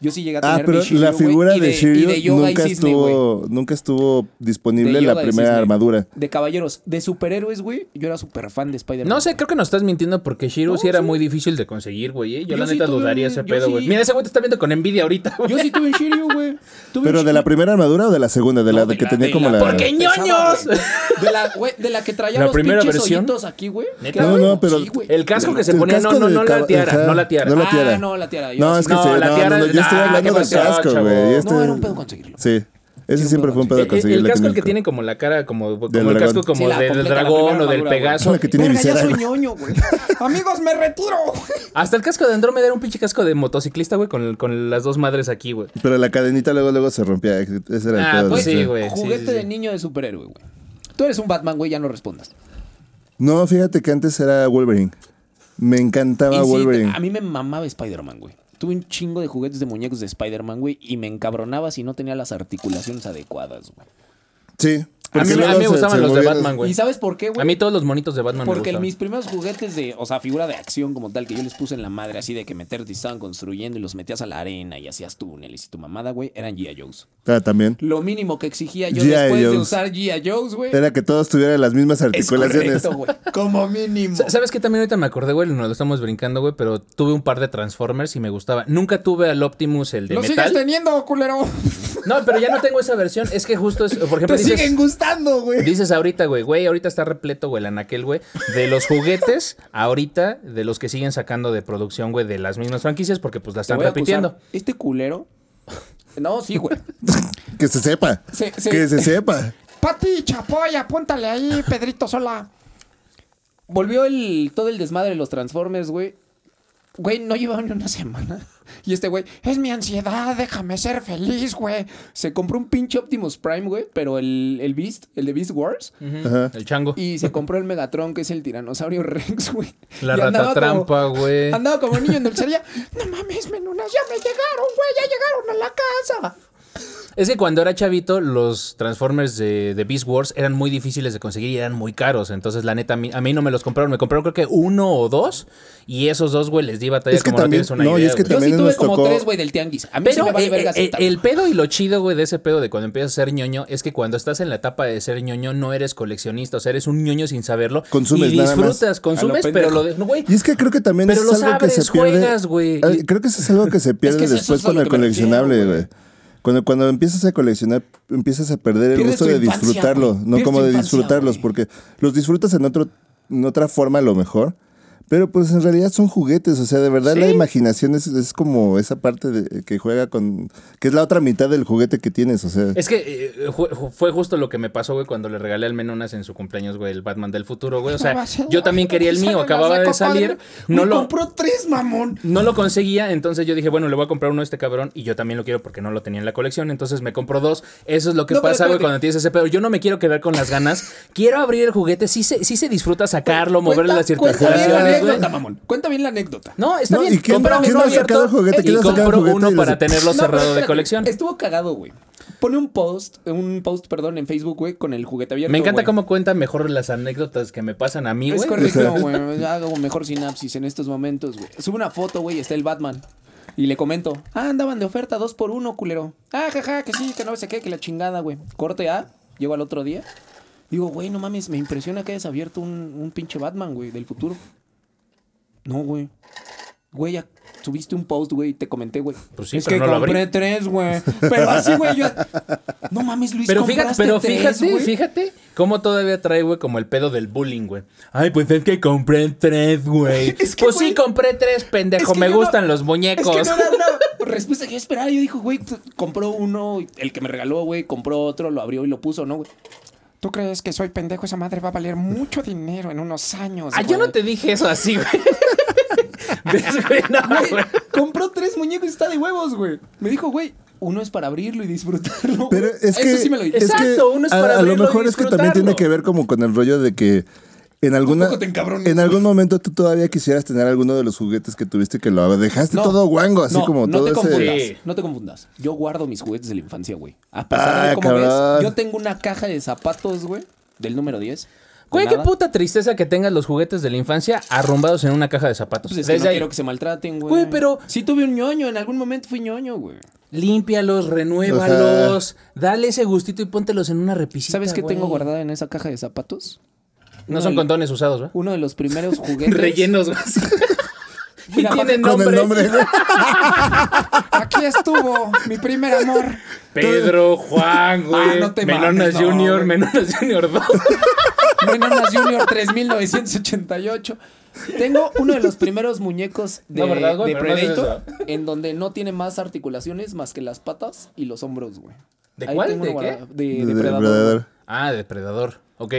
Speaker 4: Yo sí llegué a tener
Speaker 5: Ah,
Speaker 4: mi
Speaker 5: pero
Speaker 4: Shiryu,
Speaker 5: la
Speaker 4: güey,
Speaker 5: figura
Speaker 4: y
Speaker 5: de,
Speaker 4: y
Speaker 5: Shiryu
Speaker 4: de Yoga y
Speaker 5: nunca,
Speaker 4: Cisne, güey.
Speaker 5: estuvo, nunca estuvo disponible
Speaker 4: De
Speaker 5: la
Speaker 4: Yoga y
Speaker 5: primera
Speaker 4: Cisne.
Speaker 5: armadura.
Speaker 4: De caballeros. De superhéroes, güey, yo era súper fan de Spider-Man.
Speaker 3: No sé, creo que nos estás mintiendo porque Shiru
Speaker 4: No,
Speaker 3: sí era
Speaker 4: sí.
Speaker 3: muy difícil de conseguir, güey. ¿eh? Yo,
Speaker 4: Yo
Speaker 3: la
Speaker 4: sí
Speaker 3: neta
Speaker 4: tuve
Speaker 3: dudaría
Speaker 4: un-
Speaker 3: ese
Speaker 4: yo
Speaker 3: pedo, güey.
Speaker 4: sí-
Speaker 3: Mira, ese güey te está viendo con envidia ahorita, güey.
Speaker 4: Yo sí tuve un Shiryu, güey. Tuve
Speaker 5: Pero
Speaker 4: un
Speaker 5: de la
Speaker 4: Shiryu.
Speaker 5: primera armadura o de la segunda, de la
Speaker 4: No,
Speaker 5: de que tenía
Speaker 4: de
Speaker 5: como la.
Speaker 3: ¿Por qué
Speaker 4: pesada,
Speaker 3: ñoños?
Speaker 4: güey. De la, güey, de la que traía
Speaker 3: La
Speaker 4: los
Speaker 3: primera
Speaker 4: pinches
Speaker 3: versión.
Speaker 4: hoyitos aquí, güey.
Speaker 3: ¿Neta,
Speaker 5: No,
Speaker 3: güey?
Speaker 5: no, pero.
Speaker 4: Sí, güey.
Speaker 3: El casco que se
Speaker 5: el
Speaker 3: ponía, no,
Speaker 5: casco
Speaker 3: no,
Speaker 5: de
Speaker 3: no la
Speaker 5: caba-
Speaker 3: tiara,
Speaker 5: ajá.
Speaker 3: no la tiara.
Speaker 5: No la
Speaker 4: Ah,
Speaker 5: tiara.
Speaker 4: no, la tiara, yo
Speaker 5: No,
Speaker 4: sí.
Speaker 5: es que
Speaker 3: No,
Speaker 5: se.
Speaker 3: la
Speaker 5: No,
Speaker 3: tiara-
Speaker 5: no, no, yo estoy
Speaker 3: ah,
Speaker 5: hablando
Speaker 3: qué
Speaker 5: del
Speaker 3: pasó,
Speaker 5: casco,
Speaker 3: chavo.
Speaker 5: güey. Este-
Speaker 4: No, era un pedo conseguirlo.
Speaker 5: Sí. Ese
Speaker 4: un
Speaker 5: siempre fue un
Speaker 3: El-
Speaker 5: pedo
Speaker 3: el,
Speaker 5: conseguirlo. aquí
Speaker 3: casco
Speaker 5: en
Speaker 3: el que
Speaker 5: México.
Speaker 3: tiene como la cara, como, como el
Speaker 5: dragón.
Speaker 3: casco como
Speaker 4: Sí, la
Speaker 3: del
Speaker 4: completa, la
Speaker 3: dragón
Speaker 4: primera
Speaker 3: o del
Speaker 4: armadura, güey.
Speaker 3: Pegaso.
Speaker 5: La que tiene
Speaker 7: Verga, ya
Speaker 5: visera,
Speaker 7: soy
Speaker 5: güey.
Speaker 7: ñoño, güey. Amigos, me retiro.
Speaker 3: Hasta el casco de Andrómeda era un pinche casco de motociclista, güey, con, con las dos madres aquí, güey.
Speaker 5: Pero la cadenita luego, luego se rompía. Ese era el
Speaker 3: Ah,
Speaker 5: pedo.
Speaker 3: pues
Speaker 5: de-
Speaker 3: sí, güey.
Speaker 4: Juguete
Speaker 3: sí, sí,
Speaker 4: de
Speaker 3: sí.
Speaker 4: niño de superhéroe, güey. Tú eres un Batman, güey, ya no respondas.
Speaker 5: No, fíjate que antes era Wolverine. Me encantaba
Speaker 4: Y sí,
Speaker 5: Wolverine.
Speaker 4: a mí me mamaba Spider-Man, güey. Tuve un chingo de juguetes de muñecos de Spider-Man, güey, y me encabronaba si no tenía las articulaciones adecuadas, güey.
Speaker 5: Sí.
Speaker 3: A mí,
Speaker 5: porque
Speaker 3: a mí
Speaker 5: luego
Speaker 3: me
Speaker 5: se-
Speaker 3: gustaban
Speaker 5: se
Speaker 3: los de
Speaker 5: movían-
Speaker 3: Batman, Ah, güey.
Speaker 4: ¿Y sabes por qué, güey?
Speaker 3: A mí todos los monitos de Batman me
Speaker 4: Porque el-
Speaker 3: gustaban.
Speaker 4: mis primeros juguetes de, o sea, figura de acción como tal, que yo les puse en la madre, así de que meterte y estaban construyendo y los metías a la arena y hacías túneles y tu mamada, güey, eran G.I. Joe's.
Speaker 5: Ah, también.
Speaker 4: Lo mínimo que exigía yo
Speaker 5: G.I.
Speaker 4: después de
Speaker 5: Joes.
Speaker 4: usar G.I. Joe's, güey.
Speaker 5: Era que todos tuvieran las mismas
Speaker 4: Es
Speaker 5: articulaciones.
Speaker 4: correcto, güey. Como mínimo.
Speaker 3: Sa- ¿Sabes qué? También ahorita me acordé, güey, nos lo estamos brincando, güey, pero tuve un par de Transformers y me gustaba. Nunca tuve al Optimus, el de
Speaker 7: Lo sigues
Speaker 3: metal.
Speaker 7: teniendo, culero.
Speaker 3: No, pero ya no tengo esa versión. Es que justo es, por ejemplo,
Speaker 7: Te
Speaker 3: dices,
Speaker 7: siguen
Speaker 5: matando, güey.
Speaker 3: Dices ahorita, güey, güey, ahorita está repleto, güey, el anaquel, güey, de los juguetes, ahorita, de los que siguen sacando de producción, güey, de las mismas franquicias, porque pues la
Speaker 4: Te
Speaker 3: están
Speaker 4: voy a acusar.
Speaker 3: repitiendo.
Speaker 4: Este culero. No, sí, güey.
Speaker 5: Que se sepa.
Speaker 7: Sí, sí.
Speaker 5: Que se sepa.
Speaker 7: Pati Chapoy, apúntale ahí, Pedrito Sola.
Speaker 4: Volvió el, todo el desmadre de los Transformers, güey.
Speaker 7: Güey, no llevaba ni una semana. Y este güey, es mi ansiedad, déjame ser feliz, güey.
Speaker 4: Se compró un pinche Optimus Prime, güey, pero el, el Beast, el de Beast Wars.
Speaker 5: Ajá.
Speaker 3: El chango.
Speaker 4: Y se compró el Megatron, que es el tiranosaurio Rex, güey.
Speaker 3: La
Speaker 4: Y andaba
Speaker 3: ratatrampa,
Speaker 4: como-
Speaker 3: güey.
Speaker 4: Andaba como niño en dulcería.
Speaker 7: No mames, menunas, ya me llegaron, güey, ya llegaron a la casa.
Speaker 3: Es que cuando era chavito, los Transformers de, de Beast Wars eran muy difíciles de conseguir y eran muy caros. Entonces, la neta, a mí, a mí no me los compraron. Me compraron creo que uno o dos. Y esos dos, güey, les di batalla
Speaker 5: Es que
Speaker 3: como
Speaker 5: también-
Speaker 3: no tienes una
Speaker 5: no, y
Speaker 3: idea,
Speaker 5: es que
Speaker 3: güey.
Speaker 4: Yo sí
Speaker 5: También
Speaker 4: tuve
Speaker 5: nos
Speaker 4: como
Speaker 5: tocó-
Speaker 4: tres, güey, del tianguis. A mí se
Speaker 3: Pero
Speaker 4: me vale
Speaker 3: eh,
Speaker 4: verga
Speaker 3: eh,
Speaker 4: aceptarlo.
Speaker 3: el pedo y lo chido, güey, de ese pedo de cuando empiezas a ser ñoño es que cuando estás en la etapa de ser ñoño no eres coleccionista, o sea, eres un ñoño sin saberlo.
Speaker 5: Consumes
Speaker 3: y
Speaker 5: nada más.
Speaker 3: disfrutas, consumes,
Speaker 4: A lo
Speaker 3: pero
Speaker 4: pendejo.
Speaker 3: lo de, no, güey.
Speaker 5: Y es que creo que también
Speaker 3: Pero
Speaker 5: eso
Speaker 3: lo
Speaker 5: es algo que
Speaker 3: sabes,
Speaker 5: se pierde.
Speaker 3: juegas, güey.
Speaker 5: Ah,
Speaker 3: Y-
Speaker 5: Creo que eso es algo que se pierde
Speaker 4: eso es
Speaker 5: después
Speaker 4: a lo
Speaker 5: con el
Speaker 4: que me
Speaker 5: coleccionable,
Speaker 4: refiero,
Speaker 5: güey. Cuando, cuando empiezas a coleccionar, empiezas a perder el
Speaker 4: Pierdes
Speaker 5: gusto
Speaker 4: tu
Speaker 5: de
Speaker 4: infancia,
Speaker 5: disfrutarlo,
Speaker 4: güey.
Speaker 5: no
Speaker 4: Pierdes
Speaker 5: como
Speaker 4: tu
Speaker 5: de
Speaker 4: infancia,
Speaker 5: disfrutarlos,
Speaker 4: güey.
Speaker 5: porque los disfrutas en otro, en otra forma a lo mejor, pero pues en realidad son juguetes, o sea, de verdad la imaginación es, es como esa parte de, que juega con, que es la otra mitad del juguete que tienes, o sea,
Speaker 3: Es que eh, ju- ju- fue justo lo que me pasó, güey, cuando le regalé al Menonas en su cumpleaños, güey, el Batman del futuro, güey. O sea, yo también quería el mío, acababa de salir, no lo,
Speaker 7: compró tres, mamón.
Speaker 3: no lo conseguía, entonces yo dije, bueno, le voy a comprar uno a este cabrón y yo también lo quiero porque no lo tenía en la colección, entonces me compro dos. Eso es lo que
Speaker 4: No, pero
Speaker 3: pasa, güey,
Speaker 4: espérate.
Speaker 3: cuando tienes ese pedo. Yo no me quiero quedar con las ganas, quiero abrir el juguete, sí se, sí se disfruta sacarlo, moverle las
Speaker 4: Cuenta- Cuenta bien la
Speaker 3: circunstancias, güey.
Speaker 4: anécdota, mamón. Cuenta bien la anécdota.
Speaker 3: No, está
Speaker 5: No,
Speaker 3: bien.
Speaker 5: ¿y quién-
Speaker 3: compro
Speaker 5: quién
Speaker 3: uno
Speaker 5: no ha sacado
Speaker 3: abierto
Speaker 5: el juguete? ¿Quién
Speaker 3: y
Speaker 5: no ha sacado el
Speaker 3: compro
Speaker 5: juguete
Speaker 3: uno
Speaker 5: y lo
Speaker 3: para
Speaker 5: saca?
Speaker 3: tenerlo
Speaker 4: No, pero
Speaker 3: cerrado de
Speaker 4: espérate,
Speaker 3: colección.
Speaker 4: Estuvo cagado, güey. Pone un post, un post, perdón, en Facebook, güey, con el juguete abierto.
Speaker 3: Me encanta
Speaker 4: güey.
Speaker 3: cómo cuenta mejor las anécdotas que me pasan a mí,
Speaker 4: Es
Speaker 3: güey.
Speaker 4: correcto, güey. Ya Hago mejor sinapsis en estos momentos, güey. Sube una foto, güey, está el Batman. Y le comento, ah, andaban de oferta dos por uno, culero. Ah, jaja, que sí, que no sé qué, que la chingada, güey. Corte A, llego al otro día. Digo, güey, no mames, me impresiona que hayas abierto un, un pinche Batman, güey, del futuro. No, güey. Güey, ya subiste un post, güey, y te comenté, güey.
Speaker 3: Pues sí,
Speaker 4: es
Speaker 3: pero
Speaker 4: que
Speaker 3: no lo abrí.
Speaker 4: compré tres, güey. Pero así, güey, yo... No mames, Luis,
Speaker 3: Pero fíjate,
Speaker 4: Pues compraste
Speaker 3: pero
Speaker 4: tres,
Speaker 3: fíjate,
Speaker 4: güey.
Speaker 3: fíjate cómo todavía trae, güey, como el pedo del bullying, güey. Ay, pues es que compré tres, güey.
Speaker 4: Es que,
Speaker 3: pues
Speaker 4: güey,
Speaker 3: sí, compré tres, pendejo.
Speaker 4: es que
Speaker 3: me
Speaker 4: yo no-
Speaker 3: gustan los muñecos.
Speaker 4: Es que no era una respuesta que yo esperaba. Yo dijo, güey, t- compró uno, el que me regaló, güey, compró otro, lo abrió y lo puso, ¿no, güey?
Speaker 7: ¿Tú crees que soy pendejo? Esa madre va a valer mucho dinero en unos años.
Speaker 3: Ah, yo
Speaker 7: güey.
Speaker 3: no te dije eso así, güey. ¿Ves, güey? No, güey.
Speaker 4: Compró tres muñecos y está de huevos, güey. Me dijo, güey, uno es para abrirlo y disfrutarlo. güey.
Speaker 5: Pero es que,
Speaker 4: Eso sí me lo dijiste.
Speaker 5: es que
Speaker 3: Exacto, uno es
Speaker 5: a-
Speaker 3: para
Speaker 5: a, lo
Speaker 3: abrirlo y
Speaker 5: mejor es que también tiene
Speaker 3: disfrutarlo.
Speaker 5: que ver como con el rollo de que en alguna
Speaker 4: poco te encabrones,
Speaker 5: en algún momento tú todavía quisieras tener alguno de los juguetes que tuviste que lo dejaste
Speaker 4: No,
Speaker 5: todo guango, así
Speaker 4: no,
Speaker 5: como
Speaker 4: no
Speaker 5: todo
Speaker 4: te confundas,
Speaker 5: ese
Speaker 3: Sí.
Speaker 4: no te confundas. Yo guardo mis juguetes de la infancia, güey. A pesar de
Speaker 5: Ah,
Speaker 4: cómo
Speaker 5: cabrón.
Speaker 4: ves, yo tengo una caja de zapatos, güey, del número 10.
Speaker 3: Güey,
Speaker 4: de
Speaker 3: qué
Speaker 4: nada.
Speaker 3: puta tristeza que tengas los juguetes de la infancia arrumbados en una caja de zapatos.
Speaker 4: Pues es que
Speaker 3: Desde
Speaker 4: no
Speaker 3: ahí,
Speaker 4: quiero que se maltraten, güey.
Speaker 3: Güey, pero-
Speaker 4: Sí tuve un ñoño, en algún momento fui ñoño, güey.
Speaker 3: límpialos, renuévalos, dale ese gustito y póntelos en una repisita,
Speaker 4: ¿Sabes qué
Speaker 3: güey.
Speaker 4: tengo guardado en esa caja de zapatos?
Speaker 3: No son condones usados, ¿verdad?
Speaker 4: Uno de los primeros juguetes.
Speaker 3: Rellenos, güey. Y
Speaker 4: Mira,
Speaker 3: tienen
Speaker 5: con el nombre. güey.
Speaker 7: Aquí estuvo mi primer amor.
Speaker 3: Pedro, Juan, güey.
Speaker 4: Ah, no te
Speaker 3: Menonas
Speaker 4: mames, no,
Speaker 3: Junior,
Speaker 4: güey.
Speaker 3: Menonas Junior 2.
Speaker 4: Menonas Junior 3988. Tengo uno de los primeros muñecos de,
Speaker 3: No, ¿verdad, güey?
Speaker 4: de
Speaker 3: Pero no es
Speaker 4: Predator en donde no tiene más articulaciones más que las patas y los hombros, güey.
Speaker 3: ¿De
Speaker 4: Ahí
Speaker 3: cuál?
Speaker 4: tengo
Speaker 3: ¿De
Speaker 4: uno
Speaker 3: qué?
Speaker 4: guardado. De,
Speaker 5: De-
Speaker 4: de
Speaker 5: de
Speaker 4: Predator.
Speaker 5: Depredador.
Speaker 3: Ah, depredador. Ok.